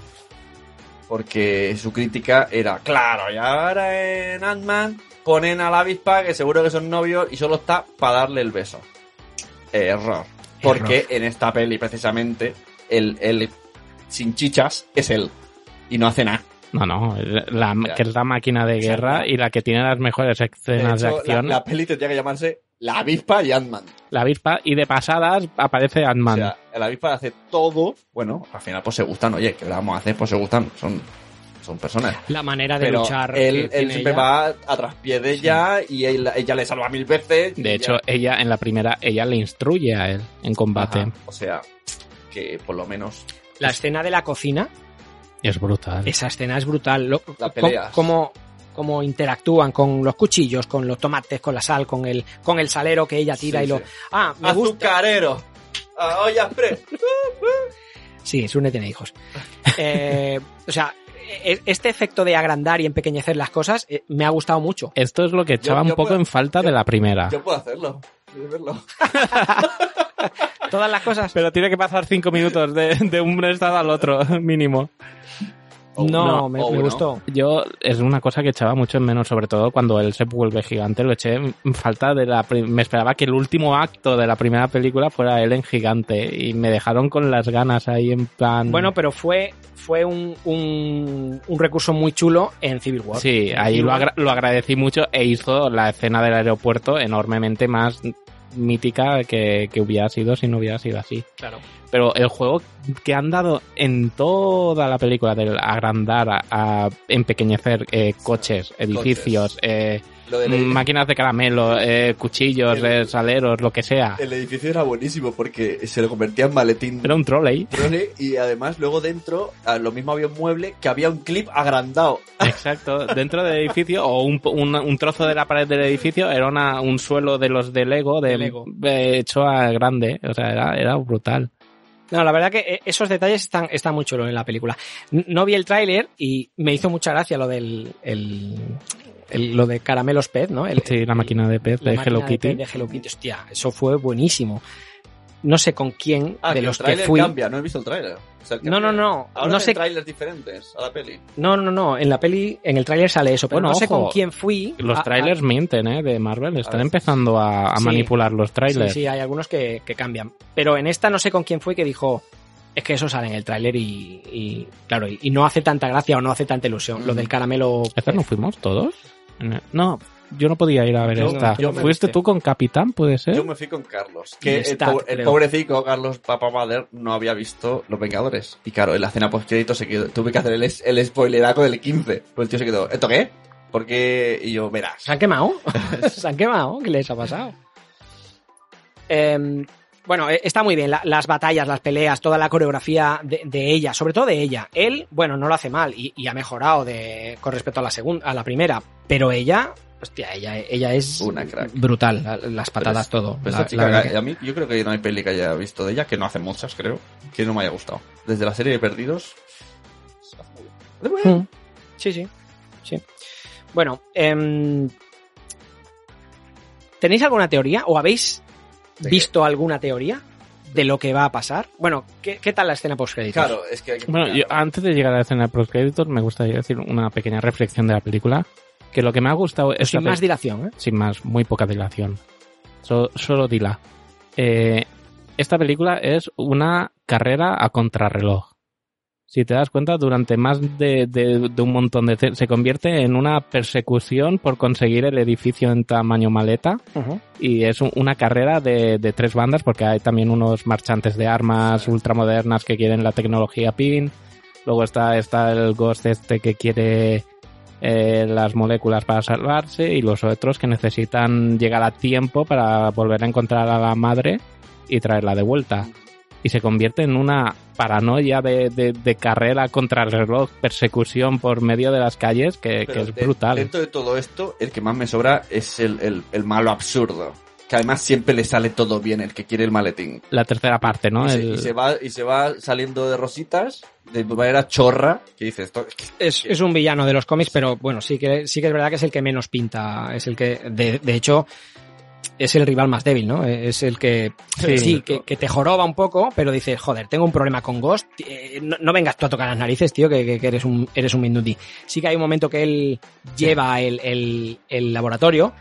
B: Porque su crítica era, claro, y ahora en Ant-Man ponen a la avispa que seguro que son novios y solo está para darle el beso. Error. Porque en esta peli, precisamente, el, el sin chichas es él. Y no hace nada.
E: No, no, la,
B: Mira.
E: que es la máquina de guerra y la que tiene las mejores
B: De
E: escenas de,
B: hecho,
E: acción.
B: La,
E: La,
B: la peli tendría que llamarse La avispa y Ant-Man.
E: avispa, y de pasadas aparece
B: O
E: Ant-Man.
B: sea, la avispa hace todo. Bueno, al final pues se gustan. Oye, ¿qué le vamos a hacer? Pues se gustan. Son, son personas.
C: Man. La manera de
B: Pero
C: luchar. que
B: él, él
C: tiene
B: siempre
C: ella.
B: va a traspié de ella y él- ella le salva mil veces.
E: de
B: y
E: hecho,
B: ya-
E: ella en la primera, ella le instruye a él en combate.
B: Ajá, o sea, que por lo menos
C: La escena de la cocina,
E: Es brutal.
C: esa escena es brutal. Lo-
B: La
C: cómo-
B: pelea.
C: Cómo, cómo interactúan con los cuchillos, con los tomates, con la sal, con el, con el salero que ella tira
B: Sí,
C: y lo...
B: sí.
C: Ah, me gusta.
B: azucarero. Ah, oye, pre.
C: Sí, Sune tiene hijos. Eh, o sea, e- este efecto de agrandar y empequeñecer las cosas eh, me ha gustado mucho.
E: Esto es lo que echaba
B: yo
E: un poco
B: puedo-
E: en falta
B: yo-
E: de la
C: Ah.
E: primera.
B: Yo puedo hacerlo. ¿Quieres verlo?
C: Todas las cosas.
E: Pero tiene que pasar cinco minutos de, de un estado al otro, mínimo.
C: No,
E: Oh, no,
C: me,
B: o
C: me
B: no.
C: gustó.
E: Yo es una cosa que echaba mucho en menos, sobre todo cuando él se vuelve gigante, lo eché en falta de la... pri- Me esperaba que el último acto de la primera película fuera él en gigante y me dejaron con las ganas ahí en plan...
C: Bueno, pero fue, fue un, un, un recurso muy chulo en Civil War.
E: Sí, ahí lo, agra- lo agradecí mucho e hizo la escena del aeropuerto enormemente más mítica que, que hubiera sido si no hubiera sido así.
C: Claro.
E: Pero el juego que han dado en toda la película del agrandar, a, a empequeñecer eh, coches, edificios, eh,
B: Lo del-
C: Mm,
E: máquinas de caramelo, eh, cuchillos,
B: El-
E: eh, saleros, lo que sea.
B: El edificio era buenísimo porque se lo convertía en maletín.
E: Era un trolley.
B: Trone, y además luego dentro a lo mismo había un mueble que había un clip agrandado
E: Exacto, dentro del edificio o un, un- un trozo de la pared del edificio era una- un suelo de los de Lego, de,
C: De Lego.
E: eh, hecho a grande, o sea, era, era brutal.
C: No, la verdad que eh, esos detalles están, están muy chulos en la película. N- No vi el tráiler y me hizo mucha gracia lo del... el- el- lo de caramelos pez, ¿no? El,
E: Sí, la máquina de pez
C: la
E: de
C: máquina
E: Hello Kitty.
C: pez de Hello Kitty. Hostia, eso fue buenísimo. No sé con quién
B: Ah,
C: de
B: que
C: los
B: el
C: que
B: tráiler
C: fui.
B: cambia, no he visto el tráiler. O sea, que-
C: No, no, no.
B: Ahora
C: no
B: hacen
C: sé
B: trailers diferentes a la peli.
C: No, no, no. En la peli, en el tráiler sale eso, pero
E: Bueno,
C: no sé
E: ojo,
C: con quién fui.
E: Los
C: Ah, ah,
E: trailers mienten, ¿eh? De Marvel. Están
B: ver.
E: empezando a, a
C: Sí.
E: manipular los
C: Sí,
E: trailers.
C: sí, hay algunos que, que cambian. Pero en esta no sé con quién fui que dijo, es que eso sale en el tráiler y, y, claro, y, y no hace tanta gracia o no hace tanta ilusión. Lo del caramelo.
E: ¿Estas no fuimos todos? No, yo no podía ir a ver
B: Yo-
E: esta.
B: yo me
E: ¿Fuiste
C: metí.
E: tú con Capitán, puede ser?
B: Yo me fui con Carlos, que el,
C: Lestat,
B: po- el
C: ¿Eh? creo.
B: pobrecito Carlos Papá Mader no había visto Los Vengadores. Y claro, en la escena post crédito se quedó, tuve que hacer el, es- el spoileraco del 15. Pues el tío se quedó, ¿esto qué? Porque y yo, verás.
C: ¿Se han quemado? ¿Se han quemado? ¿Qué les ha pasado? Em, bueno, eh, está muy bien. la- las batallas, las peleas, toda la coreografía de, de ella, sobre todo de ella. Él, bueno, no lo hace mal y, y ha mejorado de, con respecto a la segunda, a la primera. Pero ella, hostia, ella, ella es
B: Una crack.
C: brutal. la- las patadas,
B: Pero es-
C: todo.
B: pero esta
C: la- Pues la
B: chica,
C: verdad que-
B: a mí, yo creo que no hay peli que haya visto de ella, que no hace muchas, creo, que no me haya gustado. Desde la serie de Perdidos.
C: Mm. Sí, sí. sí. Bueno, em, ¿tenéis alguna teoría o habéis
B: ¿De qué?
C: visto alguna teoría de lo que va a pasar? Bueno, ¿qué, qué tal la escena post
B: Claro, es que hay que
E: Bueno, yo, antes de llegar a la escena de los créditos, me gustaría decir una pequeña reflexión de la película. que lo que me ha gustado es...
C: sin
E: la pe-
C: más dilación, ¿eh?
E: Sin más, muy poca dilación. So- solo dila. Eh, esta película es una carrera a contrarreloj. Si te das cuenta, durante más de, de- de un montón de... te- Se convierte en una persecución por conseguir el edificio en tamaño maleta y es un- una carrera de, de tres bandas porque hay también unos marchantes de armas ultramodernas que quieren la tecnología PIN. Luego está, está el Ghost este que quiere eh, las moléculas para salvarse y los otros que necesitan llegar a tiempo para volver a encontrar a la madre y traerla de vuelta. Y se convierte en una paranoia de, de- de carrera contra el reloj, persecución por medio de las calles que, que
B: Pero
E: es
B: de-
E: brutal.
B: Dentro de todo esto, el que más me sobra es el, el- el malo absurdo. Que además siempre le sale todo bien el que quiere el maletín.
E: La tercera parte, ¿no?
B: Y, se,
E: El-
B: y se va, y se va saliendo de rositas de manera chorra. Que dice esto.
C: es, es un villano de los cómics, pero bueno, sí que, sí que es verdad que es el que menos pinta. Es el que, de, de hecho, es el rival más débil, ¿no? Es el que,
E: Sí.
C: sí, que, que te joroba un poco, pero dices, joder, tengo un problema con Ghost. eh, no, no vengas tú a tocar las narices, tío, que, que- que eres un, eres un mindundi. Sí que hay un momento que él lleva el, el- el laboratorio,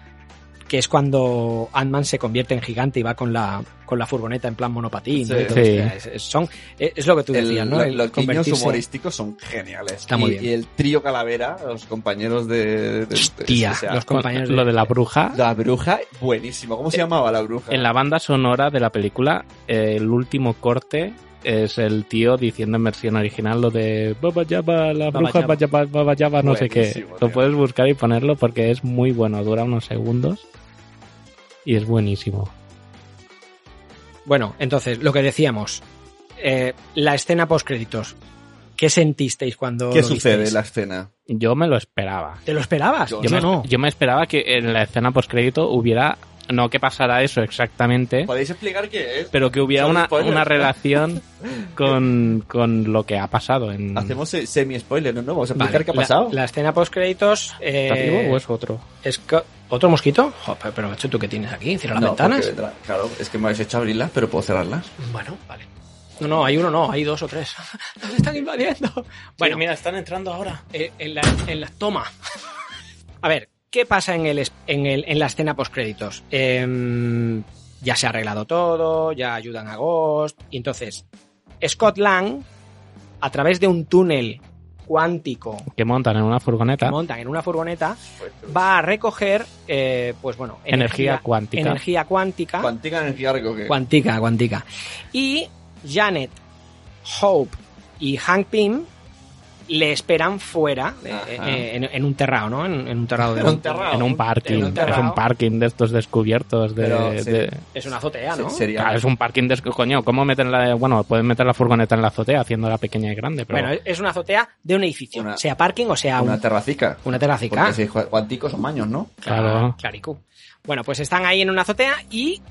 C: que es cuando Ant-Man se convierte en gigante y va con la, con la furgoneta en plan monopatín. ¿no?
B: Sí.
C: Entonces,
E: Sí.
C: o sea, es, es- son, e, es- es lo que tú
B: El-
C: decías, ¿no?
B: lo-
C: El
B: los guiños
C: convertirse-
B: humorísticos son geniales.
C: Está muy
B: y,
C: bien.
B: y el trío calavera, los compañeros de. de- de-
C: Tía,
B: o sea,
C: los compañeros Eh,
E: lo de la bruja.
B: La bruja, buenísimo. ¿Cómo se llamaba la bruja?
E: En la banda sonora de la película, eh, el último corte es el tío diciendo en versión original lo de Baba Yaga, la
C: Baba
E: bruja
C: Yaga.
E: Baba Yaga, Baba Yaga", no sé qué.
B: Buenísimo,
E: Lo
B: tío.
E: puedes buscar y ponerlo porque es muy bueno, dura unos segundos y es buenísimo.
C: Bueno, entonces, lo que decíamos, eh, la escena post créditos. ¿Qué sentisteis cuando
B: ¿Qué
C: lo
B: sucede
C: visteis?
B: en la escena?
E: Yo me lo esperaba.
C: ¿Te lo esperabas?
B: Yo-
C: Yo,
E: Yo me,
C: no.
E: yo me esperaba que en la escena postcrédito hubiera, no que pasara eso
C: ¿Eh?
E: exactamente,
B: ¿Podéis explicar qué es?
E: pero que hubiera
B: Son
E: una,
B: spoilers.
E: una relación con, con lo que ha pasado en...
B: Hacemos se- semi-spoiler, ¿no? Vamos a
C: mm. Vale,
B: explicar qué ha pasado.
C: La, la escena post créditos
E: ¿Está
C: Eh,
E: vivo o es otro?
C: ¿Otro mosquito? Jo, pero, pero, macho, ¿tú qué tienes aquí? ¿Cierra las
B: Ah, No, porque
C: ventanas?
B: vendrá- Claro, es que me habéis hecho abrirlas, pero puedo cerrarlas.
C: Bueno, vale. No, no, hay uno no, hay dos o tres. ¡Nos están invadiendo! Bueno,
F: mira, están entrando ahora.
C: eh, en, la, en la toma. A ver, ¿qué pasa en, el, es- en, el- en la escena postcréditos? Eh, ya se ha arreglado todo, ya ayudan a Ghost. Y entonces, Scott Lang, a través de un túnel cuántico
E: Que montan en una furgoneta.
C: que montan en una furgoneta,
B: Pues,
C: va a recoger, eh, pues bueno,
E: Energía cuántica.
C: Energía cuántica.
B: Cuántica energía recoge.
C: Cuantica, cuantica. Y Janet, Hope y Hank Pym le esperan fuera, eh,
B: Ajá.
C: eh, en, en un terrado, ¿no? En, en un terrado de
B: En un terrao.
E: en un parking.
C: en un
E: es
C: terrao.
E: un parking de estos descubiertos. De,
B: Pero, sí.
E: de-
C: Es una azotea, ¿no?
B: Sí, sería.
E: Claro, es un parking de coño. ¿Cómo meten la bueno? Pueden meter la furgoneta en la azotea haciéndola pequeña y grande, pero
C: Bueno, es una azotea de un edificio,
B: Una-
C: sea parking o sea
B: Una
C: un-
B: terracica.
C: una terracica.
B: Porque si es cua- cuánticos son maños, ¿no?
E: Claro.
C: Claricú. Bueno, pues están ahí en una azotea y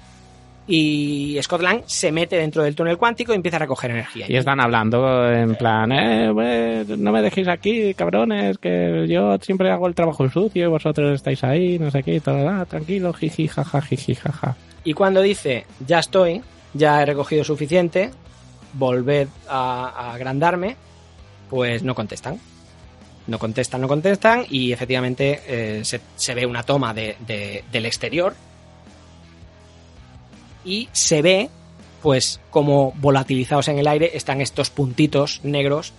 C: y Scott Lang se mete dentro del túnel cuántico y empieza a recoger energía.
E: y están hablando en plan, eh, güey, no me dejéis aquí, cabrones, que yo siempre hago el trabajo sucio y vosotros estáis ahí, no sé qué, y todo, ah, tranquilo, jiji, jaja, jiji, jaja.
C: Y cuando dice, ya estoy, ya he recogido suficiente, volved a, a agrandarme, pues no contestan. No contestan, no contestan, y efectivamente eh, se, se ve una toma de- de- del exterior. Y se ve, pues, como volatilizados en el aire están estos puntitos negros,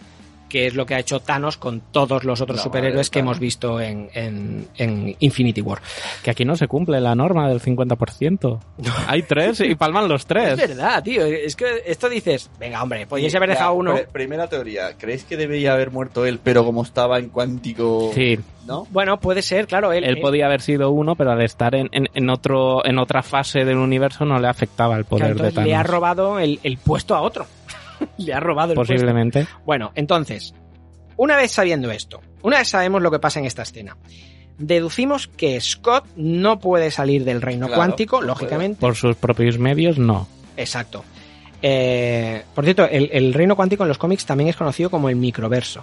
C: que es lo que ha hecho Thanos con todos los otros
B: La madre
C: superhéroes
B: de
C: que
B: Thanos.
C: hemos visto en, en- en Infinity War.
E: Que aquí no se cumple la norma del 50%. Hay tres y palman los tres.
C: Es verdad, tío. Es que esto dices, venga, hombre, podíais haber
B: Ya,
C: dejado uno.
B: pre- primera teoría. ¿Creéis que debería haber muerto él, pero como estaba en cuántico.
E: Sí,
B: ¿No?
C: Bueno, puede ser, claro. Él, eh,
E: él podía haber sido uno, pero al estar en, en- en otro en otra fase del universo no le afectaba el
C: claro,
E: poder de
C: entonces
E: Thanos.
C: le ha robado el, el puesto a otro. le ha robado el puesto.
E: posiblemente.
C: Bueno, entonces, una vez sabiendo esto, una vez sabemos lo que pasa en esta escena, deducimos que Scott no puede salir del reino
B: Claro,
C: cuántico,
B: no
C: lógicamente.
E: Por sus propios medios, no.
C: Exacto. Eh, por cierto, el, el reino cuántico en los cómics también es conocido como el microverso.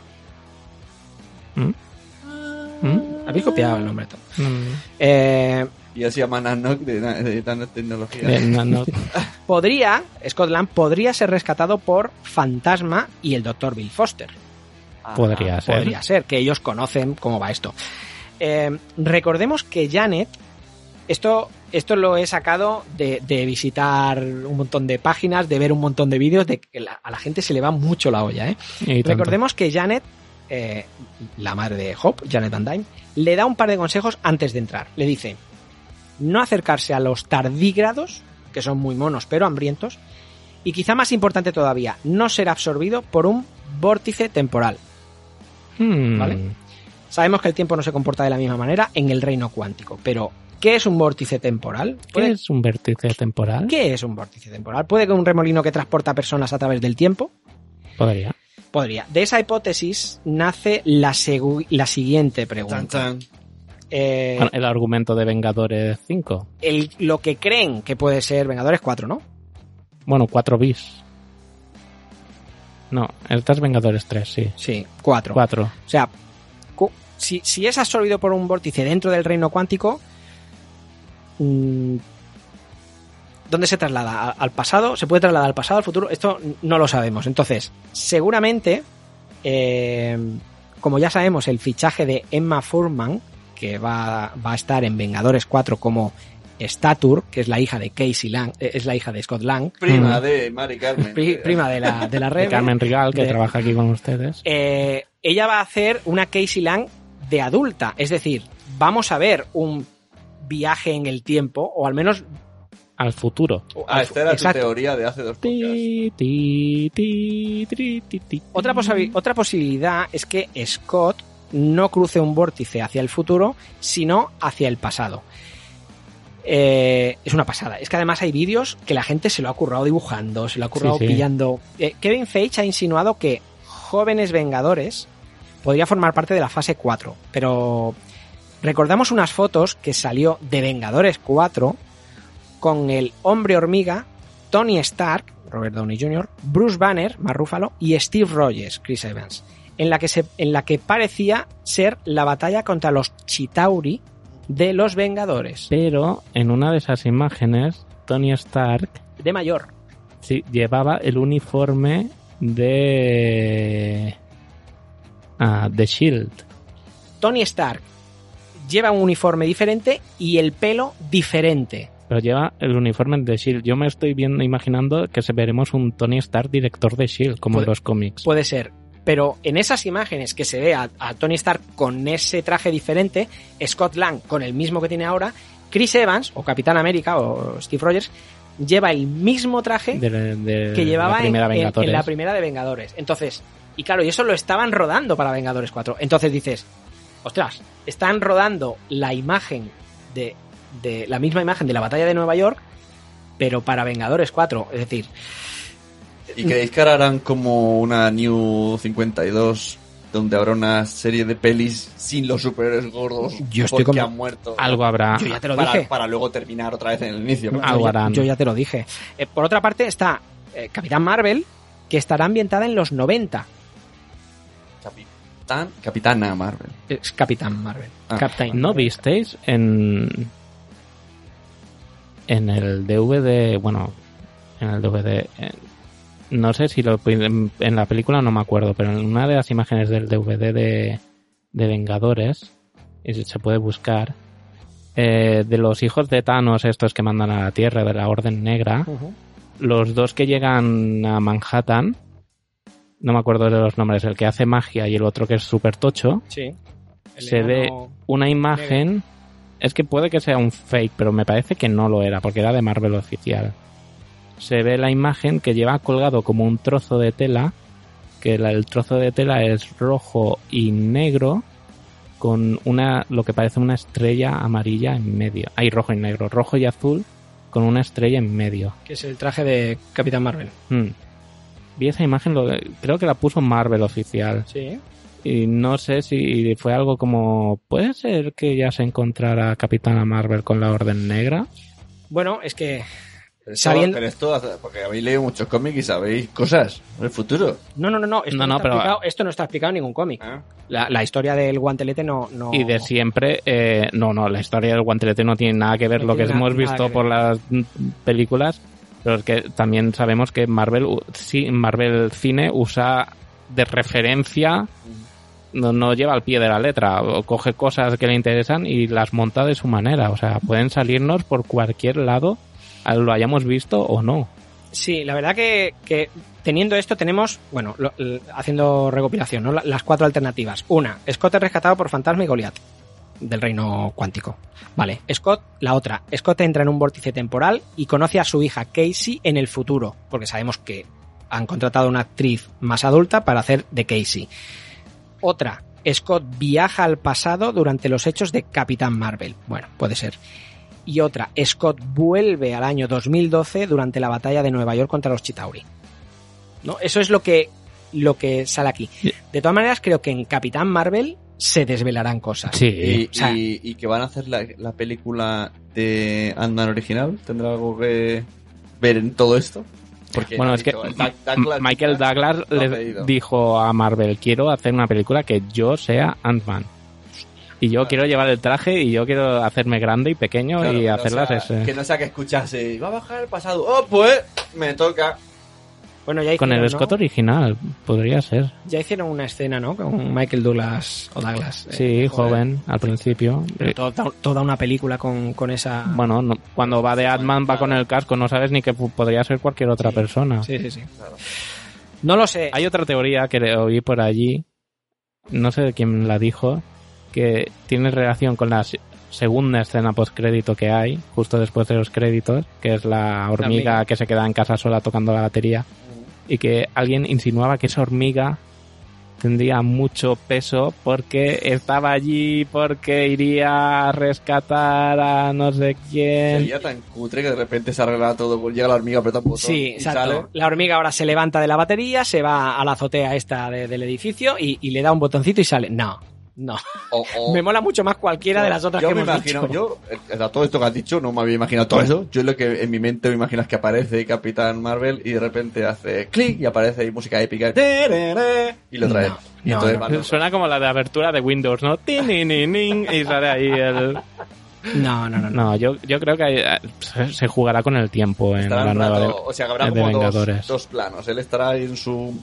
E: ¿Mm? ¿Mm?
C: Habéis copiado el nombre. tú?
E: Mm.
C: Eh,
B: Y así llaman a Nock de, de nanotecnología.
E: Eh, no, no.
C: podría, Scotland podría ser rescatado por Fantasma y el Dr. Bill Foster. Ah,
E: Podría ser.
C: Podría ser, que ellos conocen cómo va esto. Eh, recordemos que Janet, esto, esto lo he sacado de, de visitar un montón de páginas, de ver un montón de vídeos, de que la- a la gente se le va mucho la olla. ¿eh?
E: Y tanto.
C: Recordemos que Janet, eh, la madre de Hop, Janet Andine, le da un par de consejos antes de entrar. Le dice, no acercarse a los tardígrados, que son muy monos pero hambrientos, y quizá más importante todavía, no ser absorbido por un vórtice temporal.
E: Hmm,
C: ¿Vale? Sabemos que el tiempo no se comporta de la misma manera en el reino cuántico, pero ¿qué es un vórtice temporal?
E: ¿Qué
C: Puede-
E: es un vértice temporal?
C: Pues, ¿Qué es un vórtice temporal? ¿Puede que un remolino que transporta personas a través del tiempo?
E: Podría.
C: Eh, Podría. De esa hipótesis nace la, segu- la siguiente pregunta. Eh,
E: Bueno, el argumento de Vengadores 5.
C: el- lo que creen que puede ser Vengadores 4, ¿no?
E: Bueno, 4 bis. No, esta es Vengadores 3, sí.
C: Sí, 4.
E: 4.
C: O sea, cu- si, si es absorbido por un vórtice dentro del reino cuántico, mm, ¿dónde se traslada? ¿A- ¿Al pasado? ¿Se puede trasladar al pasado, al futuro? Esto no lo sabemos. Entonces, seguramente, eh, como ya sabemos, el fichaje de Emma Furman, que va, va a estar en Vengadores 4 como Statur, que es la hija de Casey Lang, eh, es la hija de Scott Lang,
B: Prima de Mari Carmen.
C: Mm. pri- prima de la, de la
E: De
C: red.
E: Carmen Rigal, que
C: de-
E: trabaja aquí con ustedes.
C: eh, ella va a hacer una Casey Lang de adulta. Es decir, vamos a ver un viaje en el tiempo, o al menos.
E: Al futuro.
B: Ah, esta era
C: Exacto.
B: tu teoría de hace dos
E: Ti, ti, ti, tri, ti, ti.
C: Otra,
E: Mm.
C: posabi- otra posibilidad es que Scott no cruce un vórtice hacia el futuro, sino hacia el pasado. Eh, es una pasada. Es que además hay vídeos que la gente se lo ha currado dibujando, se lo ha currado
E: sí.
C: pillando. Eh, Kevin Feige ha insinuado que Jóvenes Vengadores podría formar parte de la fase 4, pero recordamos unas fotos que salió de Vengadores 4 con el hombre hormiga, Tony Stark, Robert Downey Jr., Bruce Banner, Mark Ruffalo, y Steve Rogers, Chris Evans, en la que, se, en la que parecía ser la batalla contra los Chitauri de los Vengadores,
E: Pero en una de esas imágenes, Tony Stark
C: de mayor.
E: sí, llevaba el uniforme de. Ah, de Shield.
C: Tony Stark lleva un uniforme diferente y el pelo diferente.
E: Pero lleva el uniforme de Shield. E Yo me estoy viendo, imaginando que se veremos un Tony Stark director de Shield, E como en
C: Puede-
E: los cómics.
C: Puede ser. Pero en esas imágenes que se ve a, a Tony Stark con ese traje diferente, Scott Lang con el mismo que tiene ahora, Chris Evans, o Capitán América, o Steve Rogers, lleva el mismo traje
E: De, de
C: que llevaba
E: la
C: en-
E: primera
C: en, en
E: Vengadores.
C: la primera de Vengadores. Entonces, y claro, y eso lo estaban rodando para Vengadores 4. Entonces dices, ostras, están rodando la imagen de, de la misma imagen de la batalla de Nueva York, pero para Vengadores 4. Es decir,
B: ¿Y creéis que ahora harán como una New 52 donde habrá una serie de pelis sin los superhéroes gordos
C: Yo estoy
B: porque
C: como-
B: han muerto?
E: Algo habrá.
C: Yo ya te lo
B: para,
C: dije.
B: Para luego terminar otra vez en el inicio.
C: yo-
E: Algo
C: yo-
E: harán.
C: Ah, yo ya te lo dije. Eh, por otra parte está eh, Capitán Marvel, que estará ambientada en los 90.
B: Capitán, Capitana Marvel.
C: Es Capitán Marvel.
B: Ah.
C: Captain.
E: ¿No visteis en. En el DVD. Bueno, en el DVD. eh, no sé si lo. pu- En, en la película no me acuerdo, pero en una de las imágenes del DVD de, de Vengadores. Y si se puede buscar. eh, de los hijos de Thanos, estos que mandan a la Tierra, de la Orden Negra.
C: Ujú.
E: Los dos que llegan a Manhattan. No me acuerdo de los nombres, el que hace magia y el otro que es súper tocho
C: Sí. El
E: se ve
C: enano-
E: una imagen. Es que puede que sea un fake, pero me parece que no lo era, porque era de Marvel oficial. Se ve la imagen que lleva colgado como un trozo de tela, que la- el trozo de tela es rojo y negro, con una lo que parece una estrella amarilla en medio. Hay rojo y negro, rojo y azul, con una estrella en medio.
C: que es el traje de Capitán Marvel.
E: Mm. Vi esa imagen, lo- creo que la puso Marvel oficial.
C: Sí.
E: Y no sé si fue algo como. ¿Puede ser que ya se encontrara Capitana Marvel con la Orden Negra?
C: Bueno, es que
B: Pero esto,
C: Sabiendo-
B: pero esto hace- porque habéis leído muchos cómics y sabéis cosas del futuro.
C: No, no, no, no. Esto no,
E: No, no,
C: está,
E: pero-
C: explicado, esto no está explicado en ningún cómic. La, la historia del guantelete no. no-
E: Y de siempre. eh, no, no, la historia del guantelete no tiene nada que ver
C: No
E: lo que
C: tiene
E: hemos
C: nada- nada
E: visto
C: que
E: por las mm, películas. Pero es que también sabemos que Marvel, u- sí, Marvel Cine usa de referencia no, no lleva al pie de la letra, o coge cosas que le interesan y las monta de su manera. O sea, pueden salirnos por cualquier lado, lo hayamos visto o no.
C: Sí, la verdad que, que teniendo esto tenemos, bueno, lo- l- haciendo recopilación, ¿no? La- las cuatro alternativas. Una, Scott es rescatado por Fantasma y Goliath del reino cuántico. Vale, Scott, la otra. Scott entra en un vórtice temporal y conoce a su hija Casey en el futuro, porque sabemos que han contratado a una actriz más adulta para hacer de Casey. Otra, Scott viaja al pasado durante los hechos de Capitán Marvel. Bueno, puede ser. Y otra, Scott vuelve al año 2012 durante la batalla de Nueva York contra los Chitauri. ¿No? Eso es lo que, lo que sale aquí. De todas maneras, creo que en Capitán Marvel se desvelarán cosas.
B: Y,
C: O sea,
B: y- y que van a hacer la, la película de Ant-Man original. ¿Tendrá algo que ver en todo esto? Porque
E: bueno,
B: ha
E: es que
B: dicho, el
E: Ma-
B: Doug- Douglas-
E: Michael Douglas
B: lo ha
E: le
B: pedido.
E: dijo a Marvel, quiero hacer una película que yo sea Ant-Man. Y yo quiero llevar el traje y yo quiero hacerme grande y pequeño
B: Claro,
E: y
B: no
E: hacerlas... eh,
B: sea-
E: ese-
B: Que no sea que escuchase. Va a bajar el pasado. ¡Oh, pues! Me toca.
C: bueno, ya
E: Con el
C: hicieron, ¿no?
E: Scott original, podría ser.
C: Ya hicieron una escena, ¿no? Con Michael Douglas o Douglas. eh,
E: Sí, joven, al principio.
C: pero
E: Eh,
C: toda, toda una película con, con esa.
E: Bueno, no- cuando va de Ant-Man va con el casco, no sabes ni que pu- podría ser cualquier otra persona.
C: Sí, sí, sí. No lo sé.
E: Hay otra teoría que le oí por allí, no sé quién la dijo, que tiene relación con la se- segunda escena postcrédito que hay, justo después de los créditos, que es la hormiga
C: hormiga.
E: que se queda en casa sola tocando la batería, y que alguien insinuaba que esa hormiga tendría mucho peso porque estaba allí, porque iría a rescatar a no sé
C: Eh.
E: quién.
B: Sería tan cutre que de repente se arregla todo. pues, Llega la hormiga, aprieta un botón. y
C: Sí, exacto.
B: sale.
C: La hormiga ahora se levanta de la batería, se va a la azotea esta de- del edificio y, y le da un botoncito y sale. No, no.
B: O- o-
C: Me mola mucho más cualquiera de las otras
B: Oh. yo
C: que
B: me
C: hemos
B: imagino,
C: dicho.
B: Yo, eh, a todo esto que has dicho, no me había imaginado todo eso. Yo lo que en mi mente me imagino es que aparece Capitán Marvel y de repente hace clic y aparece ahí música épica. tereré, Y lo trae.
C: No,
B: y
C: no,
B: entonces
C: no.
B: van los-
E: Suena como la de apertura de Windows, ¿no? Tininining, Y sale ahí el...
C: No, no, no, no.
E: No, yo, yo creo que eh, se se jugará con el tiempo en
B: estará
E: la
B: un
E: nueva
B: rato-
E: de-
B: o sea, que habrá
E: de
B: como
E: Vengadores.
B: dos, dos planos. Él estará ahí en su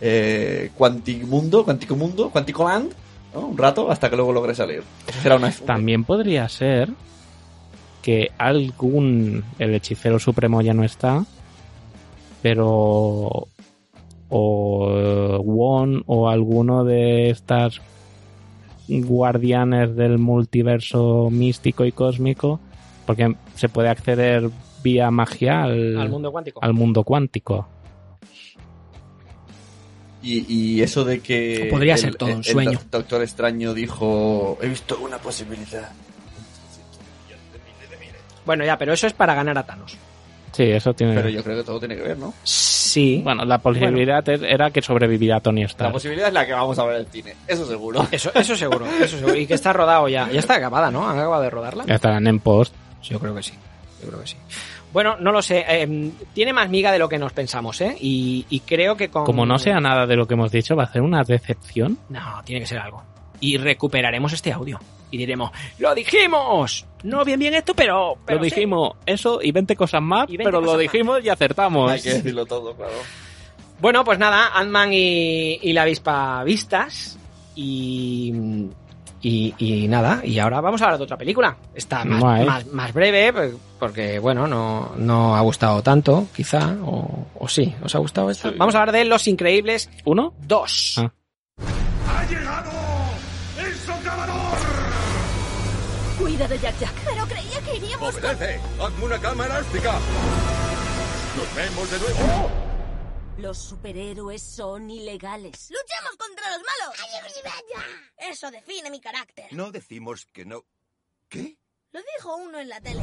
B: eh, Quantimundo, Quanticomundo, Quanticoland, ¿no? un rato hasta que luego logre salir. Eso será una.
E: También podría ser que algún el hechicero supremo ya no está, pero o Won o alguno de estas guardianes del multiverso místico y cósmico, porque se puede acceder vía magia al,
C: Al mundo cuántico.
E: al mundo cuántico.
B: Y, y eso de que.
C: Podría ser todo un sueño.
B: doc- Doctor Extraño dijo: He visto una posibilidad.
C: Bueno, ya, pero eso es para ganar a Thanos.
E: Sí, eso tiene.
B: Pero yo creo que todo tiene que ver, ¿no?
C: Sí.
E: Bueno, la posibilidad es- era que sobreviviera Tony
B: La
E: Stark.
B: posibilidad es la que vamos a ver en el cine, eso seguro.
C: Eso, eso seguro, eso seguro. Y que está rodado ya. Ya está acabada, ¿no? Han acabado de rodarla.
E: Ya Estarán en post.
C: Yo creo que sí. Yo creo que sí. Bueno, no lo sé. eh, tiene más miga de lo que nos pensamos, ¿eh? Y, y creo que con.
E: Como no sea nada de lo que hemos dicho, va a ser una decepción.
C: No, tiene que ser algo. Y recuperaremos este audio. Y diremos, ¡lo dijimos! No bien bien esto, pero. pero
E: lo
C: sí".
E: dijimos eso y 20 cosas más,
C: Y 20
E: pero lo
C: cosas
E: dijimos y
B: Hay
E: acertamos.
B: que decirlo todo, claro.
C: Bueno, pues nada, Ant-Man y, y la avispa vistas. Y, y. y nada, y ahora vamos a hablar de otra película. Está más,
E: Vale.
C: más, más breve, pues, porque bueno, no, no ha gustado tanto, quizá. O, o sí, ¿os ha gustado esta? Vamos a hablar de Los Increíbles
E: ¿Uno?
C: 2.
E: Ah.
L: Cuida de Jack Jack.
M: Pero creía que iríamos.
A: Obedece, hazme una cama elástica. Nos vemos de nuevo.
L: Los superhéroes son ilegales.
M: ¡Luchamos contra los malos! Eso define mi carácter.
A: No decimos que no. ¿Qué?
M: Lo dijo uno en la tele.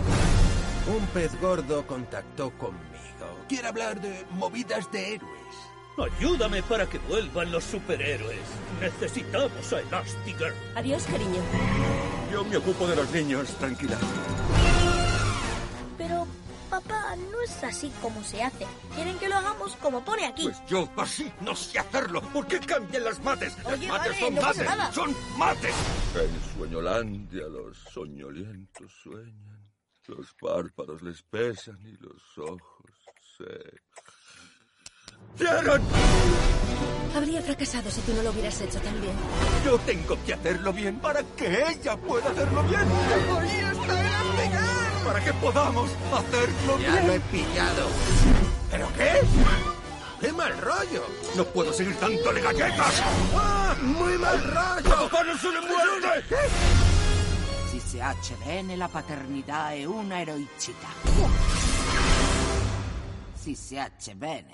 A: Un pez gordo contactó conmigo. Quiere hablar de movidas de héroes.
H: Ayúdame para que vuelvan los superhéroes. Necesitamos a Elastigirl.
L: Adiós, cariño.
A: Yo me ocupo de los niños, tranquila.
M: Pero, papá, no es así como se hace. Quieren que lo hagamos como pone aquí.
H: Pues yo así no sé hacerlo. ¿Por qué cambian las mates? Las
M: Oye,
H: mates
M: vale,
H: son
M: no pasa
H: mates.
M: nada.
H: Son mates.
A: En Sueñolandia los soñolientos sueñan, los párpados les pesan y los ojos se...
H: ¡Sharon!
L: Pues- Habría fracasado si tú no lo hubieras hecho tan bien.
H: Yo tengo que hacerlo bien para que ella pueda hacerlo bien. Ahí está el final. Para que podamos hacerlo
A: Ya
H: bien.
A: lo he pillado.
H: ¿Pero qué? ¡Qué mal rollo! No puedo seguir dándole galletas. ¡Ah, muy mal rollo! ¡Para se le muerde!
N: Si si CHDN la paternità è una eroicità. Si si bene.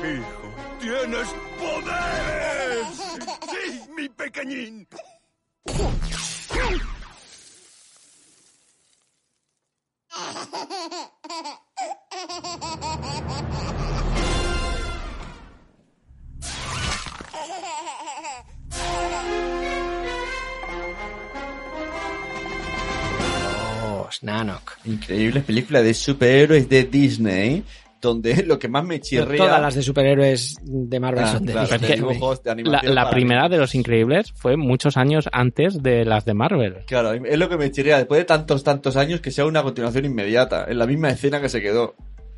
H: Hijo, tienes poderes. Sí, mi pequeñín.
C: Nanok.
B: Increíble película de superhéroes de Disney, donde lo que más me chirría...
C: Todas las de superhéroes de Marvel
B: Ah,
C: son de
B: claro,
C: Disney.
B: de dibujos, de
E: La,
B: animación
E: la
B: para-
E: primera de Los Increíbles fue muchos años antes de las de Marvel.
B: Claro, es lo que me chirría, después de tantos, tantos años, que sea una continuación inmediata, en la misma escena que se quedó.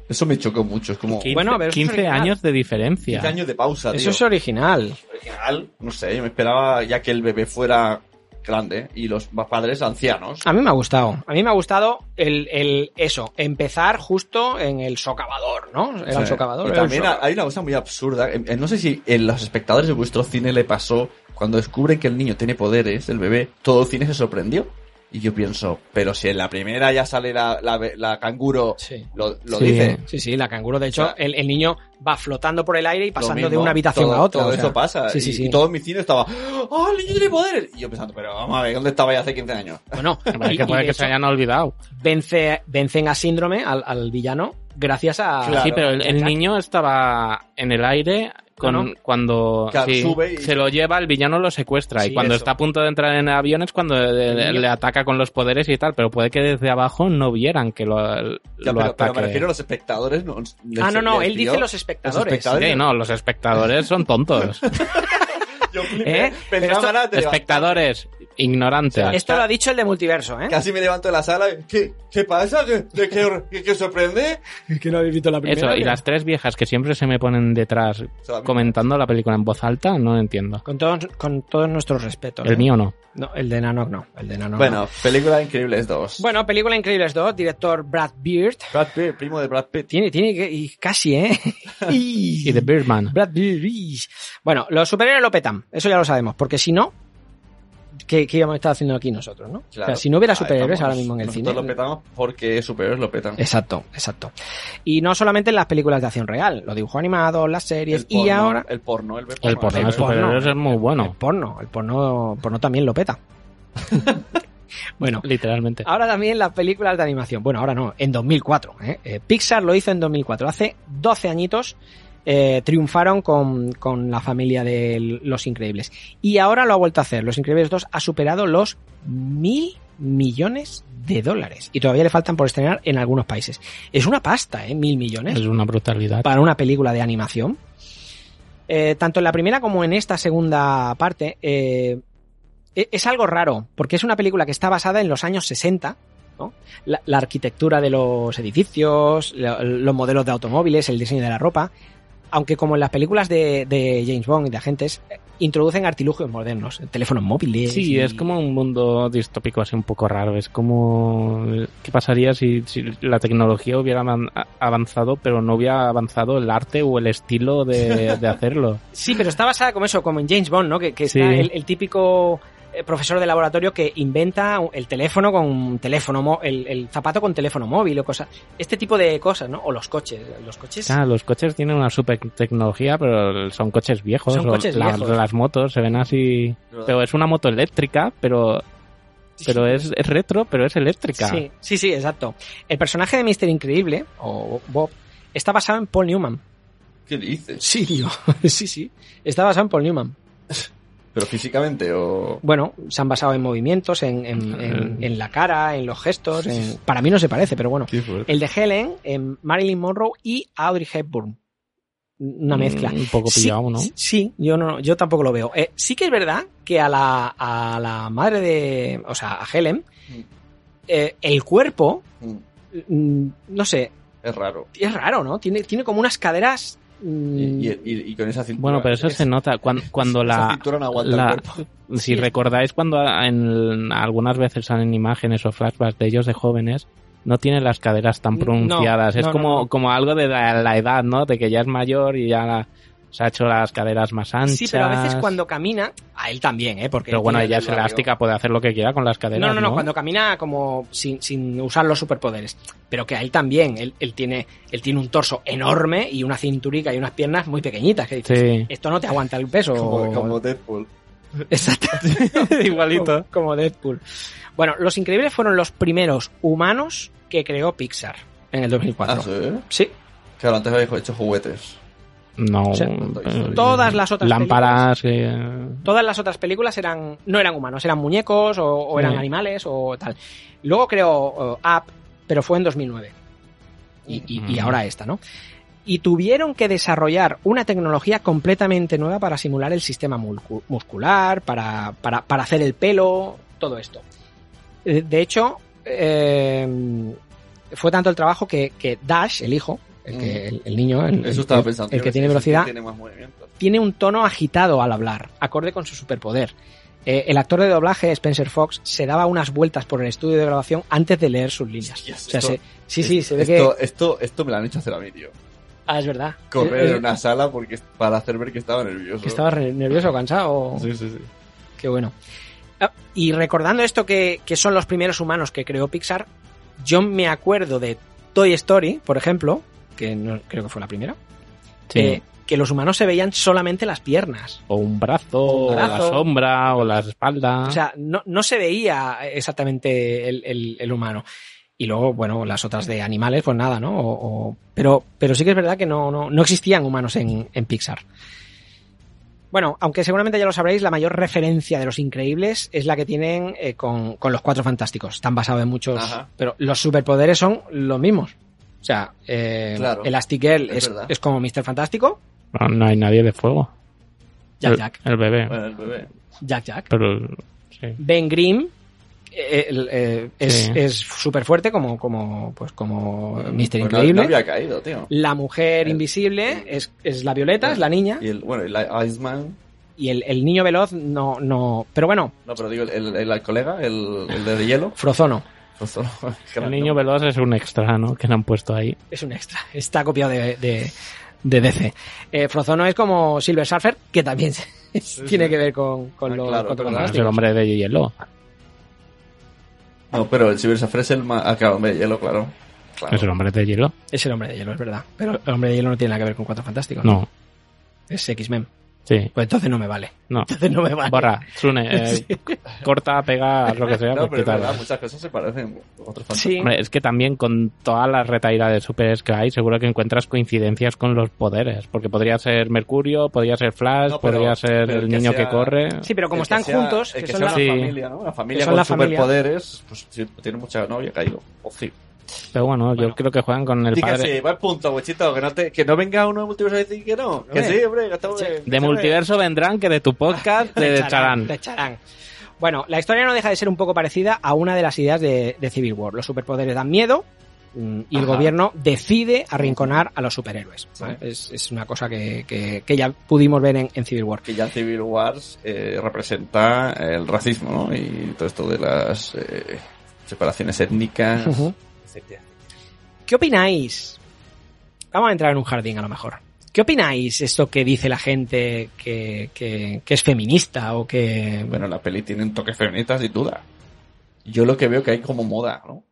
B: Eso me chocó mucho, es como...
E: 15, años de diferencia.
B: 15 años de pausa,
E: Eso
B: tío.
E: es original.
B: original, no sé, yo me esperaba ya que el bebé fuera grande y los padres ancianos.
C: A mí me ha gustado. A mí me ha gustado el, el- eso, empezar justo en el socavador, ¿no? Era un
B: Sí.
C: socavador.
B: Y
C: era un
B: también
C: socavador.
B: hay una cosa muy absurda. eh, eh, No sé si en los espectadores de vuestro cine le pasó cuando descubren que el niño tiene poderes, el bebé, todo el cine se sorprendió. Y yo pienso, pero si en la primera ya sale la, la, la canguro, lo, lo
C: Sí.
B: dice.
C: Sí, sí, la canguro. De hecho,
B: O sea,
C: el, el niño va flotando por el aire y pasando
B: Lo
C: de
B: mismo,
C: una habitación
B: todo-
C: a otra.
B: Todo
C: o sea.
B: eso pasa.
C: Sí, sí,
B: y,
C: sí.
B: y todo mi cine estaba, ¡oh, el niño tiene poderes! Y yo pensando, pero vamos a ver, ¿dónde estaba ya hace 15 años?
C: Bueno,
E: Es que puede que se hayan olvidado.
C: vence, vencen a Síndrome, al, al villano, gracias a...
E: sí, pero el, el niño estaba en el aire con,
C: Claro.
E: cuando
C: Claro,
E: sí,
C: sube y-
E: se lo lleva, el villano lo secuestra.
C: Sí,
E: y cuando
C: eso.
E: está a punto de entrar en el avión es cuando le,
C: niño-
E: le ataca con los poderes y tal. Pero puede que desde abajo no vieran que lo, lo
B: Ya, pero, pero
E: ataque.
B: me refiero a los espectadores. No,
C: Ah, no, no,
B: les
C: él dice
B: dio-
C: los espectadores.
E: Sí, no, los espectadores son tontos.
C: ¿Eh? Pero esto-
E: espectadores ignorantes.
C: Esto lo ha dicho el de multiverso, ¿eh?
B: Casi me levanto de la sala. y, ¿Qué, qué pasa? ¿Qué, de qué, qué- qué sorprende?
C: que no habéis visto la
E: Eso, y las tres viejas que siempre se me ponen detrás
B: Solamente.
E: comentando la película en voz alta, no entiendo.
C: Con todos, con todos nuestros respetos.
E: El
C: ¿eh?
E: mío no.
C: No, el de Nanok no. El de Nanok
B: bueno,
C: no.
B: película Increíbles 2.
C: Bueno, película Increíbles 2, director Brad Beard.
B: Brad Pitt, primo de Brad Pitt.
C: Tiene, tiene que, y casi, ¿eh? Y-
E: Y The Birdman.
C: Brad Beard. y- Bueno, los superhéroes lo petan, eso ya lo sabemos, porque si no, ¿qué, qué íbamos a estar haciendo aquí nosotros, no? O sea, si no hubiera
B: Ahí
C: superhéroes
B: Ah, estamos.
C: ahora mismo en el
B: Nosotros
C: cine.
B: lo petamos porque superhéroes lo petan.
C: Exacto, exacto. Y no solamente en las películas de acción real, los dibujos animados, las series,
B: El
C: y
B: porno,
C: ahora
B: El porno, el,
E: El porno de superhéroes es muy bueno.
C: porno, el porno, porno también lo peta. bueno,
E: literalmente.
C: Ahora también las películas de animación. Bueno, ahora no, en 2004. ¿eh? Eh, Pixar lo hizo en 2004. Hace 12 añitos eh, triunfaron con, con la familia de Los Increíbles. Y ahora lo ha vuelto a hacer. Los Increíbles 2 ha superado los mil millones de dólares. Y todavía le faltan por estrenar en algunos países. Es una pasta, ¿eh? Mil millones
E: Es una brutalidad.
C: para una película de animación. Eh, tanto en la primera como en esta segunda parte, eh, e- es algo raro, porque es una película que está basada en los años 60, ¿no? la, la arquitectura de los edificios, lo- los modelos de automóviles, el diseño de la ropa, aunque como en las películas de, de James Bond y de agentes, eh, introducen artilugios modernos, teléfonos móviles.
E: Sí,
C: y-
E: es como un mundo distópico así un poco raro. Es como... ¿Qué pasaría si, si la tecnología hubiera avan- avanzado pero no hubiera avanzado el arte o el estilo de, de hacerlo?
C: Sí, pero está basada como eso, como en James Bond, ¿no? Que, que está
E: Sí.
C: el, el típico eh, profesor de laboratorio que inventa el teléfono con teléfono, mo- el, el zapato con teléfono móvil o cosas. Este tipo de cosas, ¿no? O los coches. Los coches.
E: Ah, los coches tienen una super tecnología, pero son coches viejos.
C: Son
E: o
C: coches
E: la-
C: viejos.
E: Las motos se ven así. Pero es una moto eléctrica, pero. Pero es, es retro, pero es eléctrica.
C: Sí, sí, sí, exacto. El personaje de Mister Increíble, o Bob, está basado en Paul Newman.
B: ¿Qué dices?
C: Sí, tío. sí, sí. Está basado en Paul Newman.
B: ¿Pero físicamente o...?
C: Bueno, se han basado en movimientos, en, en-
E: Ah, eh.
C: en- en la cara, en los gestos. en- Para mí no se parece, pero bueno. El de Helen, en Marilyn Monroe y Audrey Hepburn. Una
E: Mm,
C: mezcla.
E: un poco
C: Sí,
E: pillado, ¿no?
C: Sí, yo no, yo tampoco lo veo. Eh, sí que es verdad que a la, a la madre de. O sea, a Helen,
E: Mm.
C: eh, el cuerpo, mm, no sé,
B: Es raro.
C: es raro, ¿no? Tiene, tiene como unas caderas. mm,
B: Y, y- y con esa cintura...
E: Bueno, pero eso se nota cuando, cuando
B: esa
E: la...
B: cintura no aguanta el
E: la-
B: cuerpo.
E: Si recordáis cuando a- en, algunas veces salen imágenes o flashbacks de ellos de jóvenes, no tienen las caderas tan
C: No,
E: pronunciadas. es
C: no, no,
E: como,
C: no.
E: como algo de la, la edad, ¿no? De que ya es mayor y ya la- se ha hecho las caderas más anchas.
C: Sí, pero a veces cuando camina, a él también, ¿eh? Porque
E: Pero bueno,
C: tiene
E: ella
C: el
E: es
C: labio-
E: elástica, puede hacer lo que quiera con las caderas,
C: No,
E: ¿no?
C: no, no, cuando camina como sin, sin usar los superpoderes. Pero que a él también, él, él tiene, él tiene un torso enorme y una cinturica y unas piernas muy pequeñitas. Que dices,
E: Sí.
C: Esto no te aguanta el peso.
B: Como, como Deadpool.
C: Exacto. Igualito. Como, como Deadpool. Bueno, Los Increíbles fueron los primeros humanos que creó Pixar en el 2004.
B: Ah, ¿sí?
C: Sí.
B: Claro, antes habéis hecho juguetes.
E: No.
C: O sea,
E: eh,
C: todas las otras
E: Lámparas... eh,
C: Todas las otras películas eran no eran humanos, eran muñecos o, o eran
E: Sí.
C: animales o tal. Luego creó eh, Up, pero fue en 2009. Y, y- y
E: Mm.
C: ahora esta, ¿no? Y tuvieron que desarrollar una tecnología completamente nueva para simular el sistema mulcu- muscular, para, para, para hacer el pelo, todo esto. Eh, De hecho, eh, fue tanto el trabajo que, que Dash, el hijo, el, que- el- el niño, el,
B: Eso estaba
C: el-
B: pensando.
C: el
B: yo,
C: que
B: es
C: tiene
B: es el
C: velocidad,
B: tiene más movimiento.
C: tiene un tono agitado al hablar, acorde con su superpoder. Eh, el actor de doblaje, Spencer Fox, se daba unas vueltas por el estudio de grabación antes de leer sus líneas. o sea,
B: esto-
C: se- sí, sí, se ve
B: esto,
C: que...
B: esto, esto me lo han hecho hacer a mí, tío.
C: Ah, es verdad.
B: Correr
C: Es-
B: en
C: es-
B: una sala porque, para hacer ver que estaba nervioso.
C: que estaba re- nervioso, cansado.
B: Sí, sí, sí.
C: Qué bueno. Ah, Y recordando esto que, que son los primeros humanos que creó Pixar, yo me acuerdo de Toy Story, por ejemplo, que no, creo que fue la primera,
E: Sí.
C: eh, que los humanos se veían solamente las piernas.
E: o un brazo,
C: Un
E: o la
C: brazo.
E: sombra, o la espalda.
C: O sea, no, no se veía exactamente el, el- el humano. Y luego, bueno, las otras de animales, pues nada, ¿no? O- o- pero, pero sí que es verdad que no, no, no existían humanos en, en Pixar. Bueno, aunque seguramente ya lo sabréis, la mayor referencia de los increíbles es la que tienen eh, con, con los cuatro fantásticos. Están basados en muchos.
B: Ajá.
C: Pero los superpoderes son los mismos. O sea, eh,
B: Claro.
C: Elastigirl
B: Es
C: es,
B: verdad.
C: es como Mr. Fantástico,
E: No, no hay nadie de fuego.
C: Jack
E: el,
C: Jack.
E: el bebé.
B: Bueno, el bebé.
C: Jack Jack.
E: Pero sí.
C: Ben Grimm eh, el, eh, es
E: Sí.
C: súper fuerte como, como, pues como Mr.
B: Pues no-
C: Increíble.
B: No, había caído, tío.
C: La mujer invisible es, es la Violeta, es la niña.
B: Y el, bueno, y la Iceman.
C: Y el, el niño veloz no, no. Pero bueno,
B: No, pero digo, el, el, el colega, el, el de hielo. Pues,
C: Frozono
B: Frozono.
E: El niño veloz es un extra, ¿no? Que le han puesto ahí.
C: es un extra. Está copiado de, de, de DC. Eh, Frozono es como Silver Surfer, que también se- tiene que ver con, con los
B: Ah, claro, claro.
C: cuatro
E: Bueno, es
C: fantásticos.
E: el hombre de hielo.
B: Ah, No, pero el Cyber Safra es el más. Ah, claro, hombre, hielo, claro. Claro.
E: Es el hombre de hielo.
C: Es el hombre de hielo, es verdad. Pero el hombre de hielo no tiene nada que ver con cuatro fantásticos.
E: No,
C: Es X-Men.
E: sí.
C: Pues entonces no me vale.
E: No.
C: Entonces no me vale.
E: Borra, Tsune, eh,
C: Sí.
E: corta, pega, lo que sea.
B: No,
E: pues,
B: pero es
E: quítalo.
B: verdad, muchas cosas se parecen. Otros
C: Sí.
E: Hombre, es que también con todas las retaídas de superhéroes que hay, seguro que encuentras coincidencias con los poderes. Porque podría ser Mercurio, podría ser Flash,
B: No, pero-
E: podría ser
B: pero
E: el
B: que
E: niño que
B: sea-
E: corre.
C: Sí, pero como
B: El que
C: están
B: sea-
C: juntos,
B: el
C: que
B: que
C: son
B: sea
C: la-
E: Sí.
B: una familia, ¿no? Una familia
C: Que son
B: con
C: la familia.
B: superpoderes, pues si tiene mucha novia, caído. O sí.
E: Pero bueno, yo creo que juegan con el
B: Di que
E: padre.
B: sí, va al punto, buchito, que no, te, que no venga uno de multiverso a decir que no. Que
C: Hombre.
B: sí, hombre, que estamos bien, que
E: De
B: se ve.
E: multiverso vendrán que de tu podcast te echarán.
C: Te echarán. Bueno, la historia no deja de ser un poco parecida a una de las ideas de, de Civil War. Los superpoderes dan miedo mm, y el
B: Ajá.
C: gobierno decide arrinconar a los superhéroes. ¿no?
B: Sí.
C: Es, es una cosa que, que- que ya pudimos ver en, en Civil War.
B: Que ya Civil Wars eh, representa el racismo, ¿no? Y todo esto de las eh, separaciones étnicas.
C: Ujú.
B: etcétera.
C: ¿Qué opináis? Vamos a entrar en un jardín a lo mejor. ¿Qué opináis esto que dice la gente que, que- que es feminista o que...
B: Bueno, la peli tiene un toque feminista, sin duda. Yo lo que veo que hay como moda, ¿no?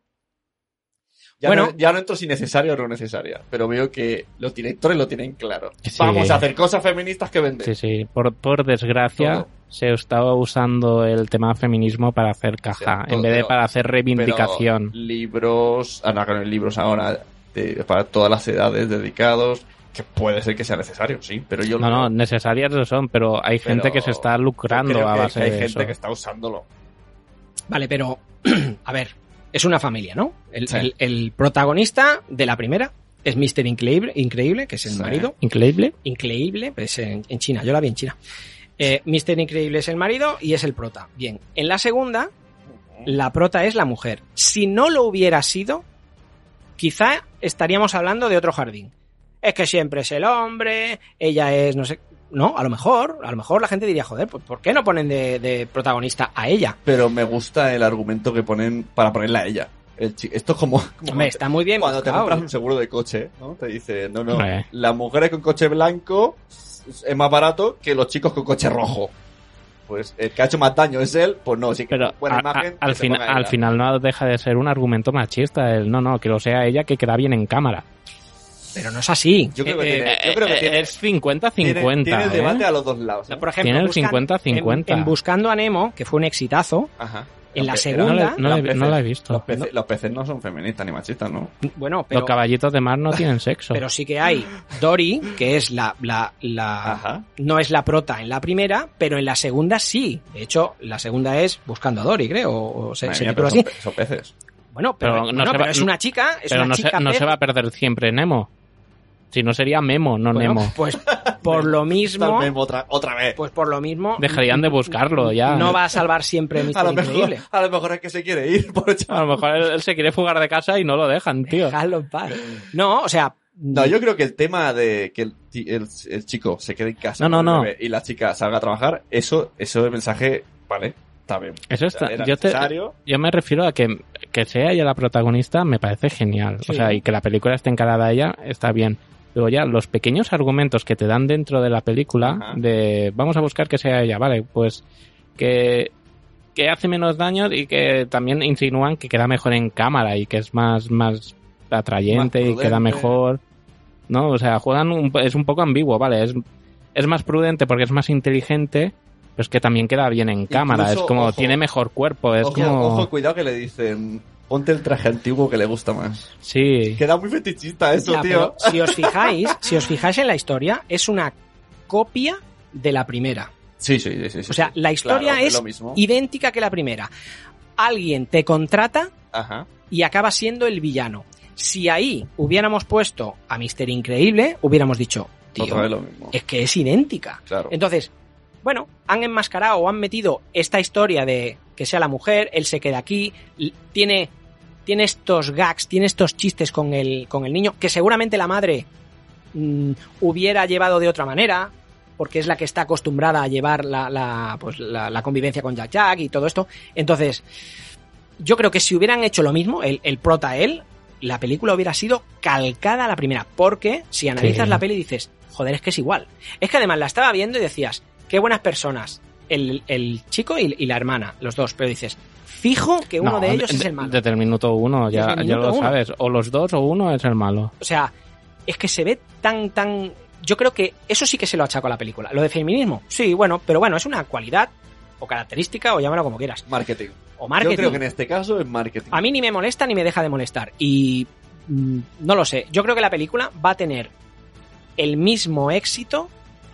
B: Ya,
C: Bueno.
B: no, ya no entro si necesaria o no necesaria, pero veo que los directores lo tienen claro.
E: Sí.
B: Vamos a hacer cosas feministas que venden.
E: Sí, sí. Por, por desgracia,
B: Todo.
E: se estaba usando el tema feminismo para hacer
B: O sea,
E: caja,
B: todo,
E: en vez de
B: pero-
E: para hacer
B: pero ah,
E: reivindicación.
B: libros, ahora con libros ahora, de- para todas las edades dedicados, que puede ser que sea necesario, sí, pero yo
E: No,
B: lo-
E: no, necesarias no son, pero hay gente
B: Pero
E: que se está lucrando
B: creo
E: a
B: que-
E: base
B: que hay
E: de
B: gente
E: eso.
B: que está usándolo.
C: Vale, pero a ver, es una familia, ¿no? El,
B: Sí.
C: el- el protagonista de la primera es Mr. Increíble, Increíble que es el
E: Sí.
C: marido.
E: Increíble.
C: Increíble, pues en, en China, yo la vi en China. Eh, Mr. Increíble es el marido y es el prota. Bien, en la segunda, la prota es la mujer. Si no lo hubiera sido, quizá estaríamos hablando de otro jardín. Es que siempre es el hombre, ella es, no sé, no, a lo mejor, a lo mejor la gente diría, joder, pues ¿por qué no ponen de- de protagonista a ella?
B: Pero me gusta el argumento que ponen para ponerla a ella. El chi- esto es como, como
C: Hombre, está muy bien
B: cuando te
C: buscado, ¿eh?
B: compras
C: ¿no?
B: un seguro de coche, ¿no? Te dice, no, no,
E: ¿eh? Hombre.
B: las mujeres con coche blanco es más barato que los chicos con coche rojo. Pues el que ha hecho más daño es él, pues no, sí que
E: Pero
B: buena
E: a- a-
B: imagen.
E: al,
B: que se
E: fina-
B: ponga
E: al
B: ella.
E: final no deja de ser un argumento machista. El, no, no, que lo sea ella que queda bien en cámara.
C: Pero no es así.
B: Yo creo que tiene- yo creo que tiene-
E: Eh, es 50-50.
B: Tiene, tiene el
E: ¿eh?
B: debate a los dos lados. ¿no?
C: Por ejemplo,
E: Tiene el
C: buscan-
E: 50-50.
C: En, en Buscando a Nemo, que fue un exitazo,
B: Ajá.
C: en la
B: Los pe-
C: segunda,
E: No la he-
B: los
E: no la he
B: peces-
E: visto.
B: Los peces, los peces no son feministas ni machistas, ¿no?
C: bueno,
E: los
C: pero,
E: caballitos de mar no tienen sexo.
C: pero sí que hay Dory, que es la, la, la- no es la prota en la primera, pero en la segunda sí. De hecho, la segunda es Buscando a Dory, creo, o se,
B: Madre
C: se
B: mía, pero
C: titula
B: son,
C: así.
B: pe- son peces.
C: Bueno, pero,
E: Pero no
C: bueno,
E: se
C: pero
E: va-
C: es una chica, es
E: Pero
C: una
E: no,
C: chica
E: se, no se
C: pez.
E: va a perder siempre Nemo. Si no sería Memo, no
C: Bueno,
E: Nemo.
C: Pues por lo mismo,
A: ¿Ah?
B: Tal vez otra, otra vez.
C: pues por lo mismo,
E: Dejarían de buscarlo ya.
C: no va a salvar siempre
B: a,
C: Mr.
B: lo mejor,
C: Increíble.
B: a lo mejor es que se quiere ir, por
E: A lo mejor él, él se quiere fugar de casa y no lo dejan, tío.
C: Dejadlo en paz. No, o sea,
B: No, yo creo que el tema de que el, ti- el- el chico se quede en casa
E: No, no,
B: con el
E: no.
B: bebé y la chica salga a trabajar, eso, eso de mensaje, vale, está bien.
E: Eso está,
B: Era
E: yo, te-
B: necesario.
E: yo me refiero a que, que sea ella la protagonista me parece genial. O
C: Sí.
E: sea, y que la película esté encarada a ella está bien. Luego ya, los pequeños argumentos que te dan dentro de la película,
B: Ajá.
E: de vamos a buscar que sea ella, vale, pues que, que hace menos daño y que también insinúan que queda mejor en cámara y que es más, más atrayente
B: Más
E: y queda
B: prudente.
E: mejor. ¿No? O sea, juegan un, es un poco ambiguo, vale, es, es más prudente porque es más inteligente, pero es que también queda bien en cámara,
B: Incluso,
E: es como
B: ojo,
E: tiene mejor cuerpo, es
B: ojo,
E: como...
B: ojo, cuidado que le dicen, ponte el traje antiguo que le gusta más.
E: Sí,
B: Queda muy fetichista eso,
C: Ya,
B: tío.
C: pero si os fijáis, si os fijáis en la historia, es una copia de la primera.
B: Sí, sí, sí, sí, sí.
C: O sea, la historia
B: Claro,
C: es
B: lo mismo.
C: idéntica que la primera. Alguien te contrata
B: Ajá.
C: y acaba siendo el villano. Si ahí hubiéramos puesto a Mister Increíble, hubiéramos dicho, tío,
B: Otra vez lo mismo.
C: es que es idéntica.
B: Claro.
C: Entonces, bueno, han enmascarado o han metido esta historia de que sea la mujer, él se queda aquí, l- tiene, tiene estos gags, tiene estos chistes con el, con el niño, que seguramente la madre mm, hubiera llevado de otra manera, porque es la que está acostumbrada a llevar la, la, pues, la, la convivencia con Jack Jack y todo esto. Entonces, yo creo que si hubieran hecho lo mismo, el, el prota él, la película hubiera sido calcada a la primera, porque si analizas
E: Sí.
C: la peli dices, joder, es que es igual. Es que además la estaba viendo y decías, qué buenas personas, el, el chico y, y la hermana, los dos, pero dices, fijo que uno
E: No,
C: de ellos
E: de-
C: es el malo.
E: Desde el minuto uno, ya,
C: Desde el
E: ya
C: minuto
E: lo
C: uno.
E: sabes. O los dos o uno es el malo.
C: O sea, es que se ve tan, tan. Yo creo que eso sí que se lo achaco a la película. Lo de feminismo, sí, bueno, pero bueno, es una cualidad o característica o llámalo como quieras.
B: Marketing.
C: O marketing.
B: Yo creo que en este caso es marketing.
C: A mí ni me molesta ni me deja de molestar. Y mm, no lo sé. Yo creo que la película va a tener el mismo éxito.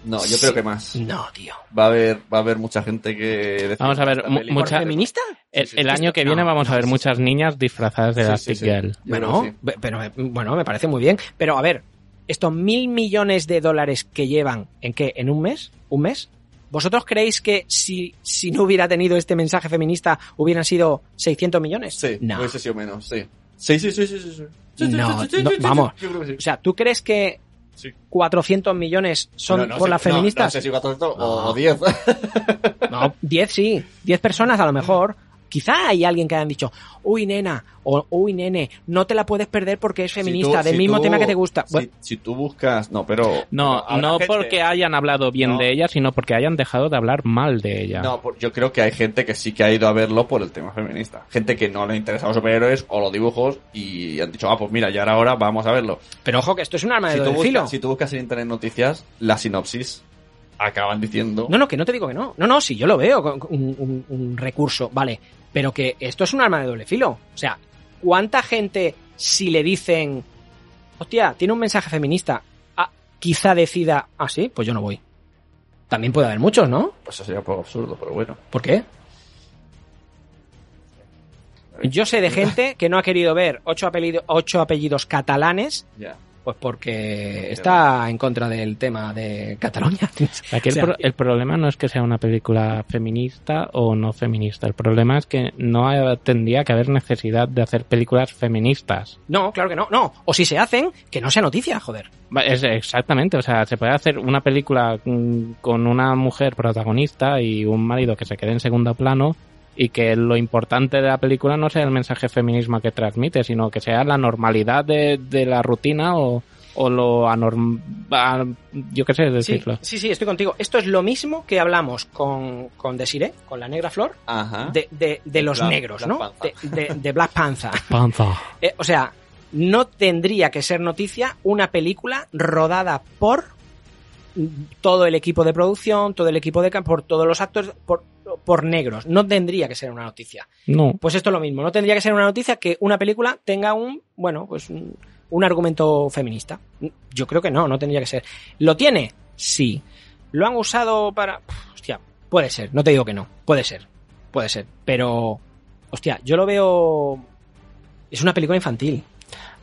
B: No, yo
C: Sí.
B: creo que más.
C: No, tío.
B: Va a haber, va a haber mucha gente que... decir,
E: Vamos a ver,
B: "Esta
E: mu-
B: peli-
E: mucha-
C: ¿Feminista?
E: El, el año que
C: No,
E: viene vamos a ver muchas niñas disfrazadas de
B: Sí,
E: la
B: sí, sí. Yo
E: Girl.
B: creo
C: Bueno,
B: que sí.
C: ve- pero me- bueno, me parece muy bien. Pero a ver, estos mil millones de dólares que llevan, ¿en qué? ¿En un mes? ¿Un mes? ¿Vosotros creéis que si, si no hubiera tenido este mensaje feminista hubieran sido 600 millones?
B: Sí, pues
C: No.
B: hubiese sido menos, sí. Sí, sí, sí, sí, sí. sí. Sí, sí,
C: No,
B: sí, sí,
C: no,
B: sí, sí,
C: vamos.
B: sí, yo creo que sí.
C: O sea, ¿tú crees que
B: Sí.
C: 400 millones son
B: No, no
C: por
B: sé-
C: las
B: no,
C: feministas?
B: No, sé si 14
C: No.
B: o 10.
C: No, 10 sí, 10 personas a lo mejor. Quizá hay alguien que hayan dicho, uy nena, o uy nene, no te la puedes perder porque es
B: Si
C: feminista,
B: tú-
C: del
B: si
C: mismo
B: tú-
C: tema que te gusta.
B: Si,
C: Bueno,
B: si tú buscas. No, pero.
E: No,
B: habrá
E: no
B: gente-
E: porque hayan hablado bien
B: No.
E: de ella, sino porque hayan dejado de hablar mal de ella.
B: No, por- yo creo que hay gente que sí que ha ido a verlo por el tema feminista. Gente que no le interesan los superhéroes o los dibujos y han dicho, ah, pues mira, ya era hora, vamos a verlo.
C: Pero ojo que esto es un arma
B: Si
C: de
B: tú,
C: doble filo.
B: buscas, si tú buscas en internet noticias, la sinopsis acaban diciendo.
C: No, no, que no te digo que no. No, no, sí, yo lo veo con- con un, un- un recurso, vale. Pero que esto es un arma de doble filo. O sea, ¿cuánta gente si le dicen hostia, tiene un mensaje feminista. Ah, quizá decida, ah, sí, pues yo no voy. También puede haber muchos, ¿no?
B: Pues eso sería un poco absurdo, pero bueno.
C: ¿Por qué? Yo sé de gente que no ha querido ver ocho, apellido- ocho apellidos catalanes
B: Ya.
C: pues porque está en contra del tema de Cataluña.
E: Aquí el,
C: O sea,
E: pro- el problema no es que sea una película feminista o no feminista. El problema es que no ha- tendría que haber necesidad de hacer películas feministas.
C: No, claro que no, no. O si se hacen, que no sea noticia, joder.
E: Va, es- exactamente, o sea, se puede hacer una película mm, con una mujer protagonista y un marido que se quede en segundo plano y que lo importante de la película no sea el mensaje feminismo que transmite, sino que sea la normalidad de, de la rutina o, o lo anorm... a- yo qué sé
C: Sí,
E: decirlo.
C: sí, sí, estoy contigo. Esto es lo mismo que hablamos con, con Desiree, con la negra flor,
B: Ajá.
C: de, de- de los
B: Ah. Black-
C: negros,
B: Black
C: ¿no? De, de- de Black Panther.
E: Panza.
C: Eh, o sea, no tendría que ser noticia una película rodada por todo el equipo de producción, todo el equipo de cam- por todos los actores, por, por negros. No tendría que ser una noticia.
E: No.
C: Pues esto es lo mismo. No tendría que ser una noticia que una película tenga un, bueno, pues un, un argumento feminista. Yo creo que no, no tendría que ser. ¿Lo tiene? Sí. ¿Lo han usado para...? Pff, hostia, puede ser. No te digo que no. Puede ser. Puede ser. Pero... Hostia, yo lo veo... Es una película infantil.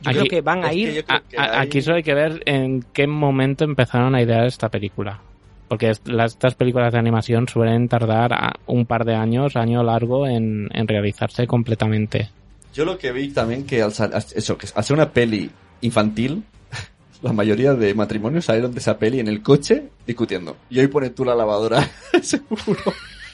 C: Yo
E: Aquí-
C: creo que van a
B: es que
C: ir...
B: yo creo que
E: A-
B: hay-
E: Aquí solo hay que ver en qué momento empezaron a idear esta película. Porque est- las- estas películas de animación suelen tardar a- un par de años, año largo, en, en realizarse completamente.
B: Yo lo que vi también que al sal- eso, que hacer una peli infantil, la mayoría de matrimonios salieron de esa peli en el coche discutiendo. Y hoy pones tú la lavadora. seguro.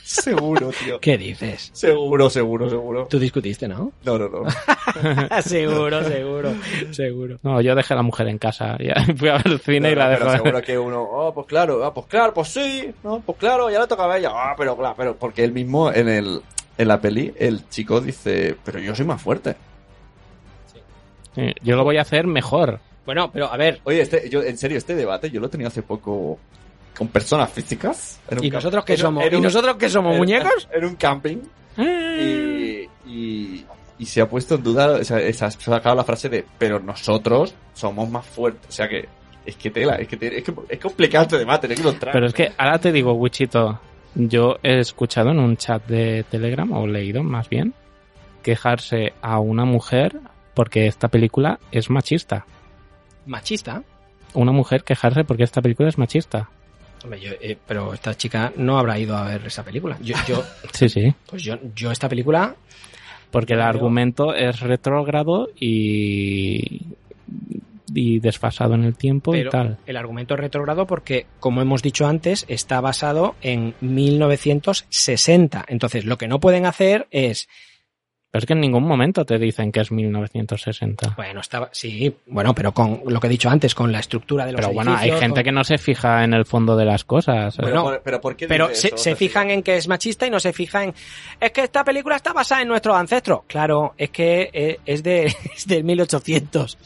B: Seguro, tío.
C: ¿Qué dices?
B: Seguro, seguro, seguro.
C: Tú discutiste, ¿no?
B: No, no, no.
C: seguro, seguro, seguro.
E: No, yo dejé a la mujer en casa. Ya fui a ver el cine y
B: No,
E: la
B: no,
E: dejé.
B: pero seguro que uno, oh, pues claro, ah, pues claro, pues sí, no, pues claro, ya lo tocaba a ella, ah, pero claro, pero porque él mismo en el en la peli el chico dice, pero yo soy más fuerte.
E: Sí, Yo lo voy a hacer mejor.
C: Bueno, pero a ver,
B: Oye, este, yo en serio este debate yo lo he tenido hace poco con personas físicas. en un
C: ¿Y
B: camp-
C: nosotros qué
B: en un-
C: somos?
B: en
C: ¿Y
B: un-
C: nosotros qué somos?
B: en-
C: ¿Muñecos?
B: En un camping y, y- y se ha puesto en duda, o sea, se ha sacado la frase de, pero nosotros somos más fuertes, o sea que es que tela, es que te- es, que, es complicado este debate, no quiero entrar.
E: Pero es que ahora te digo, Wichito, yo he escuchado en un chat de Telegram, o leído más bien, quejarse a una mujer porque esta película es machista.
C: Machista.
E: Una mujer quejarse porque esta película es machista.
C: Hombre, yo, eh, pero esta chica no habrá ido a ver esa película. Yo, yo,
E: Sí, sí.
C: pues yo, yo esta película
E: Porque el
C: Pero-
E: argumento es retrógrado y, y desfasado en el tiempo y
C: Pero
E: tal.
C: el argumento es retrógrado porque, como hemos dicho antes, está basado en 1960. Entonces, lo que no pueden hacer es,
E: Pero es que en ningún momento te dicen que es 1960.
C: bueno, estaba, sí, bueno, pero con lo que he dicho antes, con la estructura de los
E: Pero bueno, hay
C: edificios,
E: gente
C: con-
E: que no se fija en el fondo de las cosas. Eh,
C: Bueno,
B: por- pero ¿por qué
C: pero
B: dice
C: se,
B: eso? O
C: se
B: sea,
C: fijan en que es machista y no se fijan en... Es que esta película está basada en nuestros ancestros. Claro, es que eh, es de, es del 1800.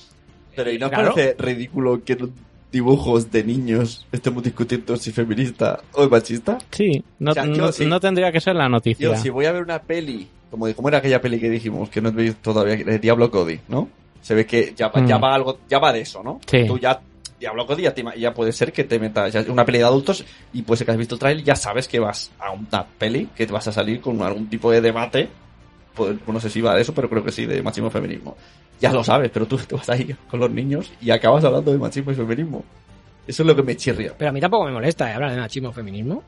B: Pero ¿y no
C: Claro.
B: parece ridículo que en dibujos de niños estemos discutiendo si feminista o es machista?
E: Sí, no,
B: O sea, yo
E: no-
B: sí.
E: no tendría que ser la noticia.
B: Yo, si voy a ver una peli, como ¿cómo era aquella peli que dijimos que no veis todavía, de Diablo Cody, ¿no? Se ve que ya, va-
E: Mm.
B: ya va algo, ya va de eso, ¿no?
E: Sí.
B: Tú ya, Diablo Cody ya, te ima- ya puede ser que te metas, ya- una peli de adultos y puede ser que has visto el trailer, ya sabes que vas a una peli, que te vas a salir con algún tipo de debate, pues, no sé si va de eso, pero creo que sí, de machismo y feminismo. Ya lo sabes, pero tú te vas ahí con los niños y acabas hablando de machismo y feminismo. Eso es lo que me chirría.
C: Pero a mí tampoco me molesta eh, hablar de machismo o feminismo.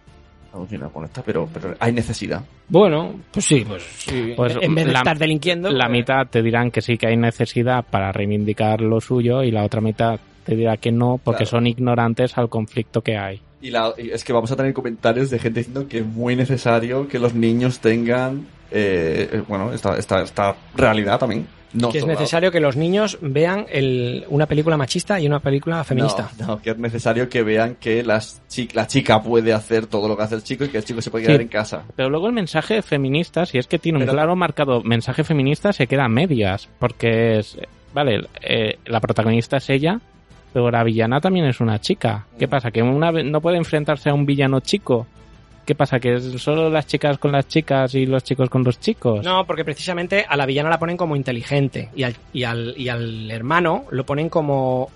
B: Alucina con esta, pero, pero hay necesidad.
C: Bueno, pues sí, pues sí.
E: Pues,
C: en vez de
E: la-
C: estar delinquiendo...
E: La
C: pues-
E: mitad te dirán que sí que hay necesidad para reivindicar lo suyo y la otra mitad te dirá que no porque
B: Claro.
E: son ignorantes al conflicto que hay.
B: Y, la, y es que vamos a tener comentarios de gente diciendo que es muy necesario que los niños tengan, eh, eh, bueno, esta, esta, esta realidad también. No
C: que es
B: solo-
C: necesario que los niños vean el- una película machista y una película feminista.
B: No, no, que es necesario que vean que las chi- la chica puede hacer todo lo que hace el chico y que el chico se puede
E: Sí.
B: quedar en casa.
E: Pero luego el mensaje feminista, si es que tiene un
B: Pero-
E: claro marcado mensaje feminista, se queda a medias. Porque es. Vale, eh, la protagonista es ella, pero la villana también es una chica. ¿Qué pasa? ¿Que una ve- no puede enfrentarse a un villano chico? ¿Qué pasa? ¿Que solo las chicas con las chicas y los chicos con los chicos?
C: No, porque precisamente a la villana la ponen como inteligente y al, y al, y al hermano lo ponen como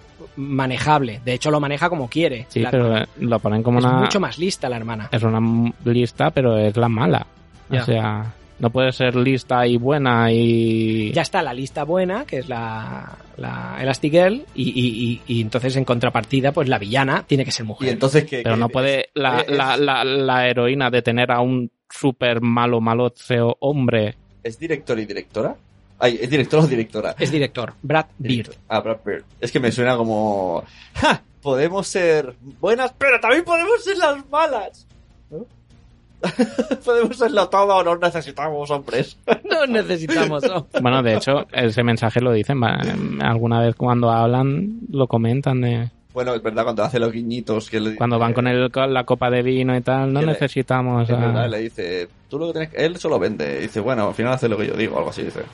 C: manejable. De hecho, lo maneja como quiere.
E: sí,
C: la
E: pero
C: hermana.
E: eh, lo ponen como
C: es
E: una...
C: mucho más lista la hermana.
E: Es una m- lista, pero es la mala.
C: Ya.
E: O sea, no puede ser lista y buena y...
C: Ya está la lista buena, que es la, la Elastigirl, y, y, y, y entonces en contrapartida, pues la villana tiene que ser mujer.
B: Y entonces que...
E: Pero no puede la, la, la, la heroína detener a un súper malo, maloceo hombre.
B: ¿Es director y directora? Ay, ¿es director o directora?
C: Es director, Brad Beard.
B: Ah, Brad Bird. Es que me suena como... ¡Ja! Podemos ser buenas, pero también podemos ser las malas. ¿No? podemos serlo todo, no necesitamos hombres.
C: no necesitamos
E: Bueno, de hecho, ese mensaje lo dicen va, em, alguna vez cuando hablan, lo comentan. eh,
B: Bueno, es verdad, cuando hace los guiñitos que le
E: Cuando van con, el, con la copa de vino y tal, no
B: Que le-
E: necesitamos.
B: eh, Es
E: a-
B: verdad, le dice, tú lo que tienes que... Él solo vende. Dice, bueno, al final hace lo que yo digo, algo así dice.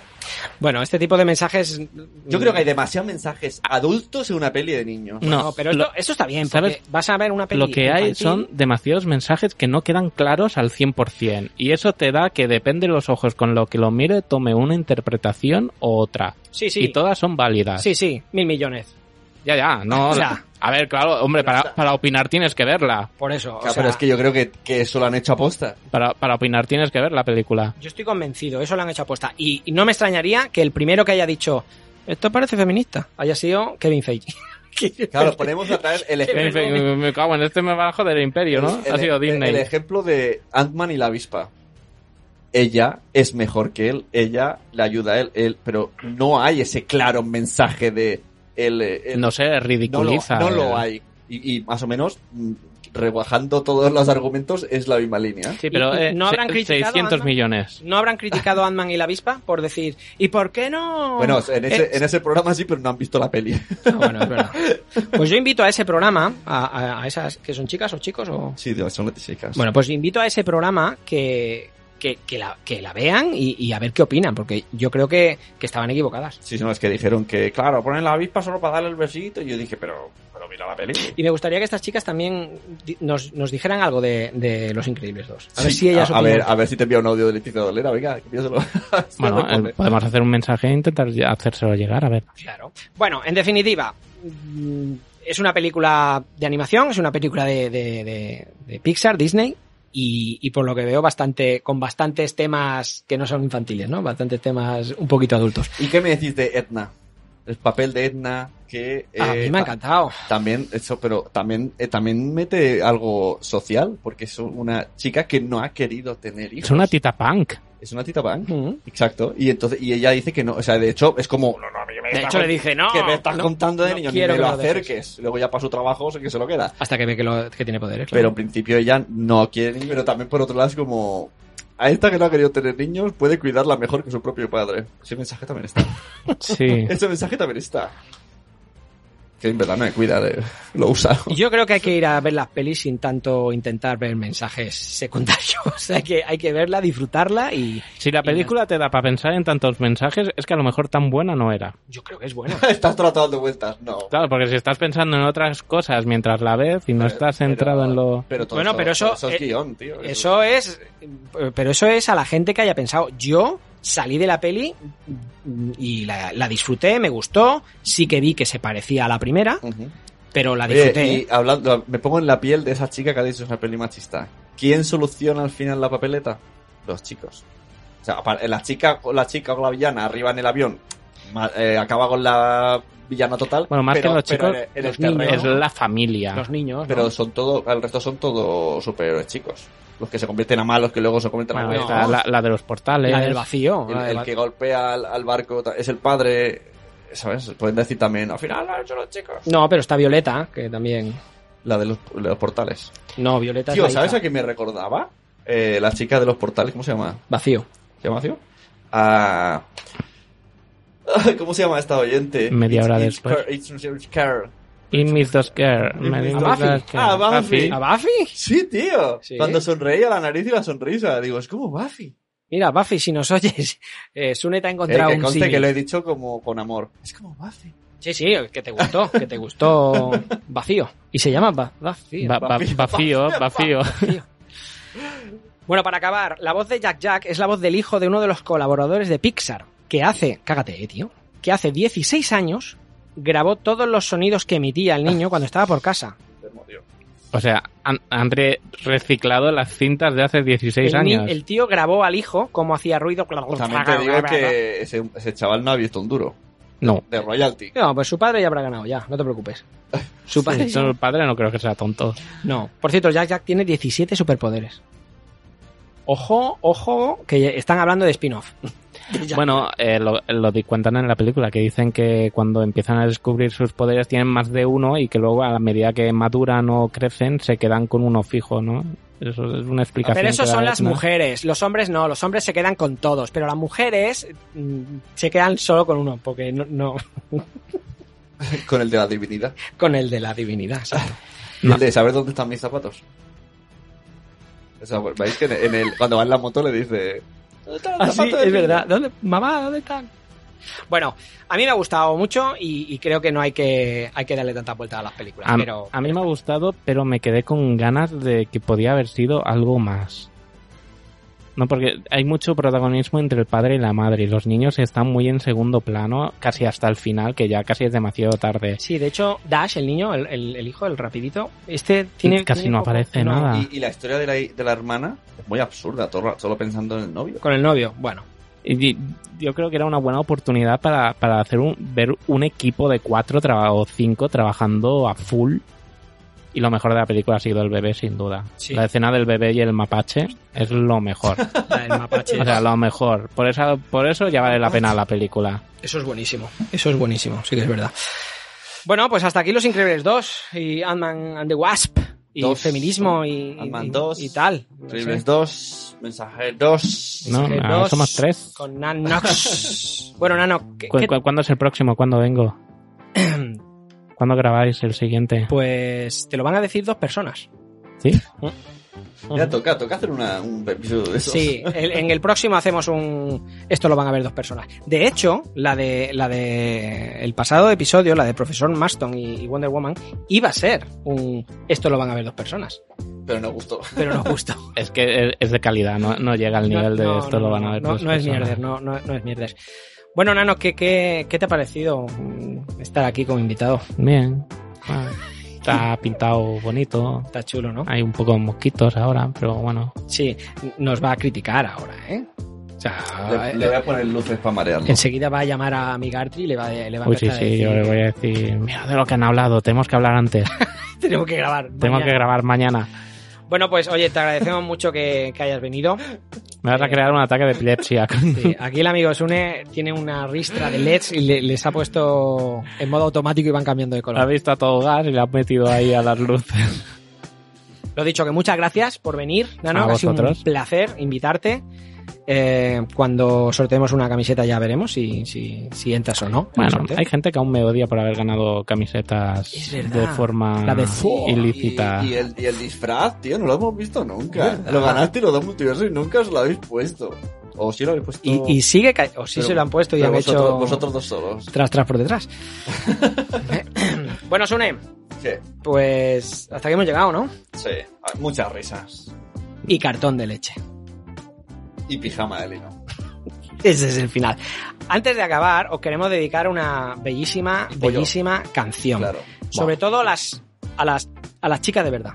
C: Bueno, este tipo de mensajes.
B: Yo creo que hay demasiados mensajes adultos en una peli de niños.
E: No,
C: No, pero
E: lo-
C: esto- eso está bien, porque
E: ¿sabes?
C: vas a ver una peli
E: Lo que hay
C: infantil.
E: son demasiados mensajes que no quedan claros al 100%. Y eso te da que depende de los ojos con lo que lo mire, tome una interpretación o otra.
C: Sí, sí.
E: Y todas son válidas.
C: Sí, sí, mil millones.
E: Ya, ya, no.
C: O sea,
E: a ver, claro, hombre, para, para opinar tienes que verla.
C: Por eso. o
B: Claro,
C: sea,
B: pero es que yo creo que, que eso lo han hecho aposta.
E: Para, para opinar tienes que ver la película.
C: Yo estoy convencido, eso lo han hecho apuesta. Y, y no me extrañaría que el primero que haya dicho, esto parece feminista, haya sido Kevin Feige.
B: Claro, ponemos a traer el
E: Me,
B: ejemplo.
E: me- me cago en este me bajo del imperio, ¿no?
B: el-
E: ha sido
B: el-
E: Disney.
B: El ejemplo de Ant-Man y la avispa. Ella es mejor que él, ella le ayuda a él, él, pero no hay ese claro mensaje de él. eh, él-
E: no sé,
B: no lo,
E: ridiculiza.
B: no lo hay. Y, y más o menos, mm, rebajando todos los argumentos, es la misma línea.
E: Sí, pero
C: Y- y
E: eh,
C: no habrán
E: se-
C: criticado a
E: 600
C: Ant-Man.
E: millones.
C: ¿No habrán criticado a Ant-Man y la avispa por decir, ¿y por qué no?
B: Bueno, en ese,
C: Eh,
B: en ese programa sí, pero no han visto la peli.
C: Ah, bueno, es verdad. Pues yo invito a ese programa, a, a- a esas que son chicas o chicos o...
B: Sí, Dios, son chicas.
C: Bueno, pues invito a ese programa que, que, que la, que la vean y, y a ver qué opinan, porque yo creo que, que estaban equivocadas.
B: Sí, no, es que dijeron que, claro, ponen la avispa solo para darle el besito. Y yo dije, pero, pero mira la peli.
C: Y me gustaría que estas chicas también di- nos, nos dijeran algo de, de Los Increíbles 2. A ver
B: Sí,
C: si ellas
B: a, a
C: opinan.
B: ver, a ver si te envía un audio de Leticia Dolera, venga, que piénsalo.
E: Bueno, eh, podemos hacer un mensaje e intentar ll- hacérselo llegar, a ver.
C: Claro. Bueno, en definitiva, mm, es una película de animación, es una película de, de- de- de Pixar, Disney, y, y por lo que veo, bastante, con bastantes temas que no son infantiles, ¿no? Bastantes temas un poquito adultos.
B: ¿Y qué me decís de Edna? El papel de Edna, que...
C: Ah, a
B: eh,
C: mí me ha encantado.
B: ta- También, eso, pero también, eh, también mete algo social, porque es una chica que no ha querido tener hijos.
E: Es una tita punk.
B: Es una tita punk.
C: Ujú.
B: Exacto. Y entonces, y ella dice que no, o sea, de hecho, es como, no, no, a mí me
C: De
B: estás
C: hecho, le dije, no,
B: Que me estás
C: no,
B: contando de
C: no
B: niño, ni
C: quiero
B: me
C: que
B: lo
C: lo dejes".
B: acerques. Luego ya para su trabajo, sé que se lo queda.
C: Hasta que ve que, lo- que tiene poderes.
B: Pero
C: claro.
B: en principio ella no quiere, pero también por otro lado es como... A esta que no ha querido tener niños puede cuidarla mejor que su propio padre. Ese mensaje también está.
E: Sí.
B: Ese mensaje también está. Que en verdad me cuida, de- lo usa.
C: Y Yo creo que hay que ir a ver las pelis sin tanto intentar ver mensajes secundarios. O sea, que hay que verla, disfrutarla y
E: Si la película te da para pensar en tantos mensajes, es que a lo mejor tan buena no era.
C: yo creo que es buena.
B: Estás tratando vueltas, no.
E: Claro, porque si estás pensando en otras cosas mientras la ves y no estás centrado en lo...
B: Pero todo
C: Bueno,
B: eso,
C: pero eso-
B: todo es
C: eh,
B: guión, tío.
C: Eso es, pero eso es a la gente que haya pensado. Yo salí de la peli y la, la disfruté, me gustó. Sí que vi que se parecía a la primera,
B: Ujú.
C: pero la
B: Oye,
C: disfruté.
B: y
E: ¿eh?
B: hablando, me pongo en la piel de esa chica que ha dicho es una peli machista. ¿Quién soluciona al final la papeleta? Los chicos. O sea, apar- la chica, la chica o la villana arriba en el avión ma- eh, acaba con la villana total.
E: Bueno, más
B: pero-
E: que los
B: pero en
E: chicos,
B: el- en el
E: los niños, es
B: terreno-
E: la familia.
C: Los niños. ¿no?
B: Pero son todo, el resto son todos superhéroes chicos. Los que se convierten a malos, que luego se convierten a
E: Bueno,
B: buenos.
E: está la, la de los portales.
C: la del vacío.
B: El,
C: la del
B: el
C: va-
B: que golpea al, al barco ta- es el padre. ¿Sabes? Pueden decir también, al final lo han hecho los chicos.
E: Uh.
C: No, pero está Violeta, que también.
B: La de los, de los portales.
C: No, Violeta
B: Tío,
C: es la
B: ¿sabes
C: hija.
B: a qué me recordaba? Eh, la chica de los portales, ¿cómo se llama?
C: Vacío.
B: ¿Se llama, tío? Ah. Ay, ¿Cómo se llama esta oyente?
E: Media hora
B: It's- it's
E: después.
B: Car- it's- it's Carol.
E: In Miss Dos Care.
B: In
E: Me
B: Miss
E: digo
B: Dos
E: Dos
B: Care.
E: Care.
B: Ah, Buffy.
C: ¿A Buffy?
B: Sí, tío.
C: Sí.
B: Cuando sonreía la nariz y la sonrisa. Digo, es como Buffy.
C: Mira, Buffy, si nos oyes, eh, Suneta ha encontrado
B: Eh, que
C: un
B: conste
C: símil.
B: que lo he dicho como con amor. Es como Buffy.
C: Sí, sí, que te gustó, que te gustó Vacío. Y se llama Va- Vacío.
E: Va- va-
B: Vacío.
E: Vacío, vacío.
C: Bueno, para acabar, la voz de Jack Jack es la voz del hijo de uno de los colaboradores de Pixar, que hace, cágate, eh, tío, que hace 16 años grabó todos los sonidos que emitía el niño cuando estaba por casa.
E: O sea, han, han re- reciclado las cintas de hace 16
C: el, ni-
E: años.
C: el tío grabó al hijo cómo hacía ruido.
B: También te digo que ese, ese chaval no ha visto un duro.
E: No.
B: De royalty.
C: No, pues su padre ya habrá ganado, ya, no te preocupes. Su padre.
E: Sí, el padre no creo que sea tonto.
C: No. Por cierto, Jack Jack tiene 17 superpoderes. Ojo, ojo, que están hablando de spin-off.
E: Bueno, eh, lo, lo di- cuentan en la película, que dicen que cuando empiezan a descubrir sus poderes tienen más de uno y que luego a la medida que maduran o crecen se quedan con uno fijo, ¿no? Eso es una explicación.
C: Pero eso
E: que da
C: son las
E: Edna.
C: mujeres, los hombres no, los hombres se quedan con todos, pero las mujeres mm, se quedan solo con uno, porque no, no-
B: Con el de la divinidad.
C: con el de la divinidad. ¿sabes?
B: Y el de saber dónde están mis zapatos. O sea, veis que en el, en el- cuando va en la moto le dice...
C: Ah, sí, es verdad. ¿Dónde, mamá, ¿dónde están? Bueno, a mí me ha gustado mucho y, y creo que no hay que, hay que darle tanta vuelta a las películas,
E: A,
C: pero
E: a mí me ha gustado, pero me quedé con ganas de que podía haber sido algo más. No, porque hay mucho protagonismo entre el padre y la madre, y los niños están muy en segundo plano, casi hasta el final, que ya casi es demasiado tarde.
C: sí, de hecho, Dash, el niño, el, el- el hijo, el rapidito, este tiene...
E: Casi
C: tiene
E: no
C: poco-
E: aparece nada.
B: Y, y la historia de la, de la hermana es muy absurda, todo el rato, solo pensando en el novio.
C: Con el novio, bueno.
E: Y- y yo creo que era una buena oportunidad para, para hacer un, ver un equipo de cuatro traba- o cinco trabajando a full. Y lo mejor de la película ha sido el bebé, sin duda.
C: Sí.
E: La escena del bebé y el mapache es lo mejor.
C: La del mapache.
E: O sea, lo mejor. Por, esa, por eso ya vale la pena la película.
C: Eso es buenísimo. Eso es buenísimo, sí que es verdad. Bueno, pues hasta aquí Los Increíbles 2 y Ant-Man and the Wasp y
B: Dos.
C: feminismo y, y-
B: Ant-Man 2.
C: y tal. No
B: Increíbles
C: sé.
B: 2, Mensaje 2.
E: No,
C: Mensaje
E: ahora
C: dos.
E: somos tres.
C: Con Nanox. bueno, Nano, ¿qué-
E: ¿Cu-
C: qué-
E: cu- ¿Cuándo es el próximo? ¿Cuándo vengo? ¿Cuándo grabáis el siguiente?
C: pues te lo van a decir dos personas.
E: ¿Sí?
B: Ya toca, toca hacer una, un episodio de esos.
C: Sí, el- en el próximo hacemos un... Esto lo van a ver dos personas. De hecho, la de, la de el pasado episodio, la de Profesor Maston y y Wonder Woman, iba a ser un... Esto lo van a ver dos personas.
B: Pero no gustó.
C: Pero nos gustó.
E: Es que es- es de calidad, no, no llega al
C: No,
E: nivel de
C: no,
E: esto,
C: no,
E: lo van a ver.
C: No,
E: tres
C: no es
E: personas.
C: mierder, no, no, no es mierder. Bueno, Nano, ¿qué, qué, qué te ha parecido mm, estar aquí como invitado?
E: Bien. Ah, está pintado bonito.
C: Está chulo, ¿no?
E: Hay un poco de mosquitos ahora, pero bueno.
C: Sí, nos va a criticar ahora, ¿eh? O sea,
B: Le, le voy
C: eh,
B: a poner luces para marearlo.
C: enseguida va a llamar a mi Gartry y le va, a- le va a
E: Uy, sí,
C: empezar a
E: sí, yo
C: decir,
E: le voy a decir, mira de lo que han hablado, tenemos que hablar antes,
C: tenemos que grabar.
E: tenemos que
C: mañana".
E: grabar mañana.
C: Bueno, pues oye, te agradecemos mucho que, que hayas venido.
E: Me vas a crear un ataque de epilepsia.
C: Sí, aquí el amigo Sune tiene una ristra de LEDs y le- les ha puesto en modo automático y van cambiando de
E: Lo has
C: color.
E: visto a todo gas y le has metido ahí a las luces.
C: Lo dicho, que muchas gracias por venir, Nano.
E: A
C: ha sido un
E: vosotros.
C: placer invitarte. Eh, cuando sorteemos una camiseta ya veremos si, si, si entras o no.
E: Bueno,
C: Sorteo.
E: hay gente que aún me odia por haber ganado
C: Es
E: camisetas
C: verdad.
E: de forma
C: La de Thor.
E: ilícita.
B: Y, y el, y el disfraz, tío, no lo hemos visto nunca.
C: ¿Verdad?
B: Lo ganaste y lo da multiverso y nunca os lo habéis puesto. O sí lo habéis puesto.
C: y, y sigue ca- o si
B: Pero-
C: se lo han puesto y
B: pero
C: han
B: vosotros,
C: hecho
B: Vosotros dos solos.
C: tras tras por detrás. bueno, Sune,
B: Sí,
C: pues hasta que hemos llegado, ¿no?
B: sí. Ah, Hay Muchas risas.
C: Y cartón de leche.
B: Y pijama de lino.
C: Ese es el final. Antes de acabar, os queremos dedicar una bellísima,
B: Y pollo.
C: bellísima canción.
B: Claro.
C: Sobre todo a las, a las, a las chicas de verdad.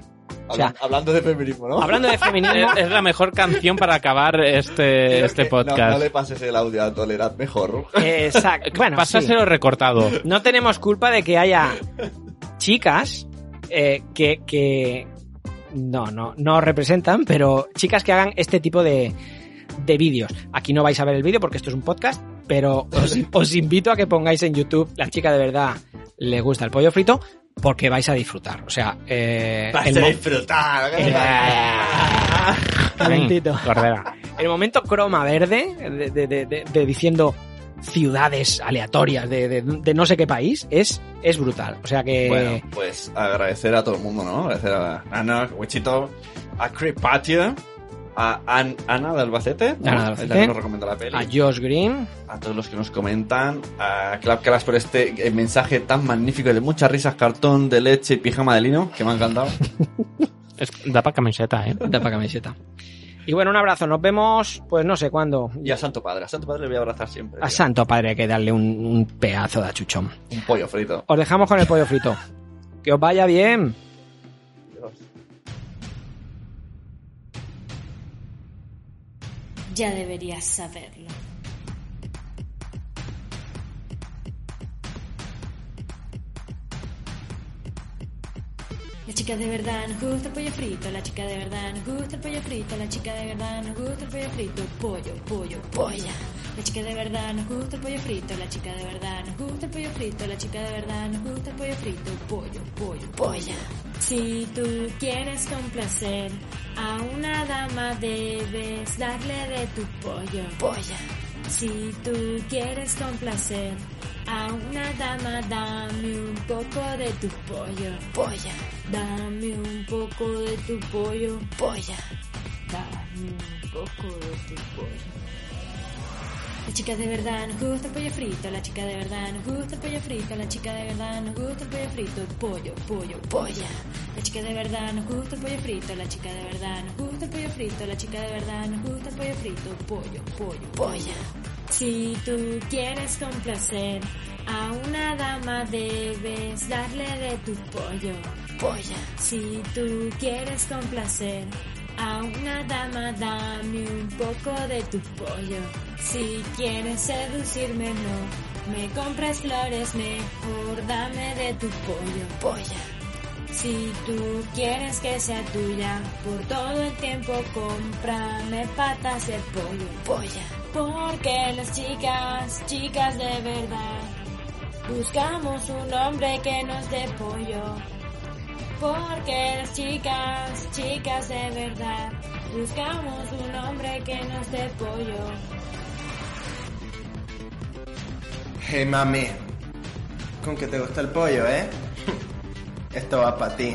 C: O sea,
B: Habla- hablando de feminismo, ¿no?
C: hablando de feminismo,
E: Es, es la mejor canción para acabar este,
B: Creo
E: este
B: que no- No,
E: podcast.
B: le pases el audio a Tolerat mejor.
C: Exacto. Bueno,
E: Pásaselo
C: sí.
E: recortado.
C: no tenemos culpa de que haya chicas eh, que, que no, no, no representan, pero chicas que hagan este tipo de, de vídeos. Aquí no vais a ver el vídeo porque esto es un podcast, pero os, os invito a que pongáis en YouTube la chica de verdad le gusta el pollo frito porque vais a disfrutar. O sea, eh, el, mo-
H: ¿eh?
B: disfrutar.
C: Calentito.
E: Cordera.
C: el momento croma verde de, de- de- de- de diciendo ciudades aleatorias de, de- de no sé qué país es, es brutal. O sea que...
B: Bueno, pues agradecer a todo el mundo, ¿no? Agradecer a Ana, Wichito, a Creep Patio, a An- Ana de Albacete, ¿no?
C: Ana de Albacete.
B: Ella que nos recomendó la peli,
C: a Josh Green.
B: a todos los que nos comentan, a Clapcalas por este eh, mensaje tan magnífico de muchas risas, cartón de leche y pijama de lino, que me ha encantado.
E: Es- da para camiseta, ¿eh?
C: Da pa' camiseta. Y bueno, un abrazo. Nos vemos, pues no sé cuándo.
B: Y a Santo Padre. A Santo Padre le voy a abrazar siempre.
C: A Santo Padre hay que darle un, un pedazo de achuchón.
B: Un pollo frito.
C: Os dejamos con el pollo frito. Que os vaya bien.
G: Ya deberías saberlo. La chica de verdad nos gusta el pollo frito, la chica de verdad nos gusta el pollo frito, la chica de verdad nos gusta el pollo frito, pollo, pollo, polla. La chica de verdad nos gusta el pollo frito, la chica de verdad nos gusta el pollo frito, la chica de verdad nos gusta el pollo frito, pollo, pollo, polla. Si tú quieres complacer a una dama debes darle de tu pollo, polla. Si tú quieres complacer a una dama dame un poco de tu pollo, polla. Dame un poco de tu pollo, polla. Dame un poco de tu pollo. La chica de verdad nos gusta el pollo frito, la chica de verdad nos gusta el pollo frito, la chica de verdad nos gusta el pollo frito, pollo, pollo, polla. La chica de verdad nos gusta el pollo frito, la chica de verdad nos gusta el pollo frito, la chica de verdad nos gusta el pollo frito, pollo, pollo, polla. Si tú quieres complacer a una dama debes darle de tu pollo, polla. Si tú quieres complacer a una dama dame un poco de tu pollo. Si quieres seducirme, no me compres flores, mejor dame de tu pollo. Polla. Si tú quieres que sea tuya, por todo el tiempo cómprame patas de pollo. Polla. Porque las chicas, chicas de verdad, buscamos un hombre que nos dé pollo. Porque las chicas, chicas de verdad, buscamos un hombre que nos dé pollo.
O: Hey mami, con que te gusta el pollo, ¿eh? Esto va para ti.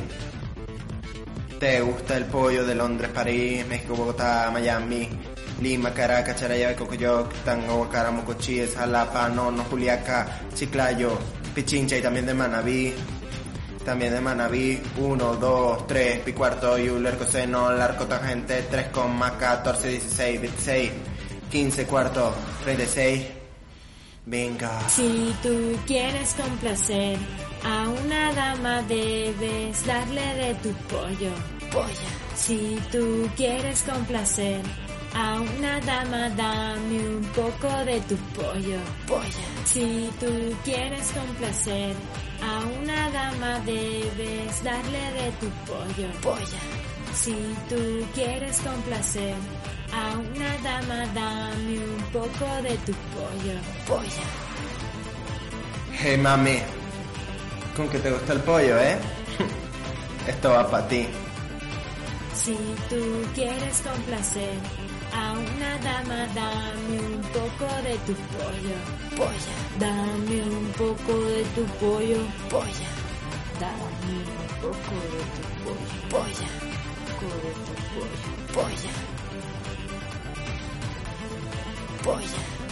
O: ¿Te gusta el pollo de Londres, París, México, Bogotá, Miami, Lima, Caracas, Charayave, Cocoyoc, Tango, Guacara, Mocochíes, Jalapa, Nono, Juliaca, Chiclayo, Pichincha y también de Manabí? También de Manabí, 1, 2, 3, pi cuarto, yuler, coseno, largo, tangente, 3, 14, 16, 26, 15, cuarto, 36. Venga.
G: Si tú quieres complacer a una dama debes darle de tu pollo, polla. Si tú quieres complacer a una dama dame un poco de tu pollo, polla. Si tú quieres complacer a una dama debes darle de tu pollo, polla. Si tú quieres complacer a una dama dame un poco de tu pollo, polla.
O: Hey mami, con que te gusta el pollo, ¿eh? Esto va para ti.
G: Si tú quieres complacer a una dama, dame un poco de tu pollo, polla. Dame un poco de tu pollo, polla. Dame un poco de tu pollo, polla. Un poco de tu pollo, polla. Polla.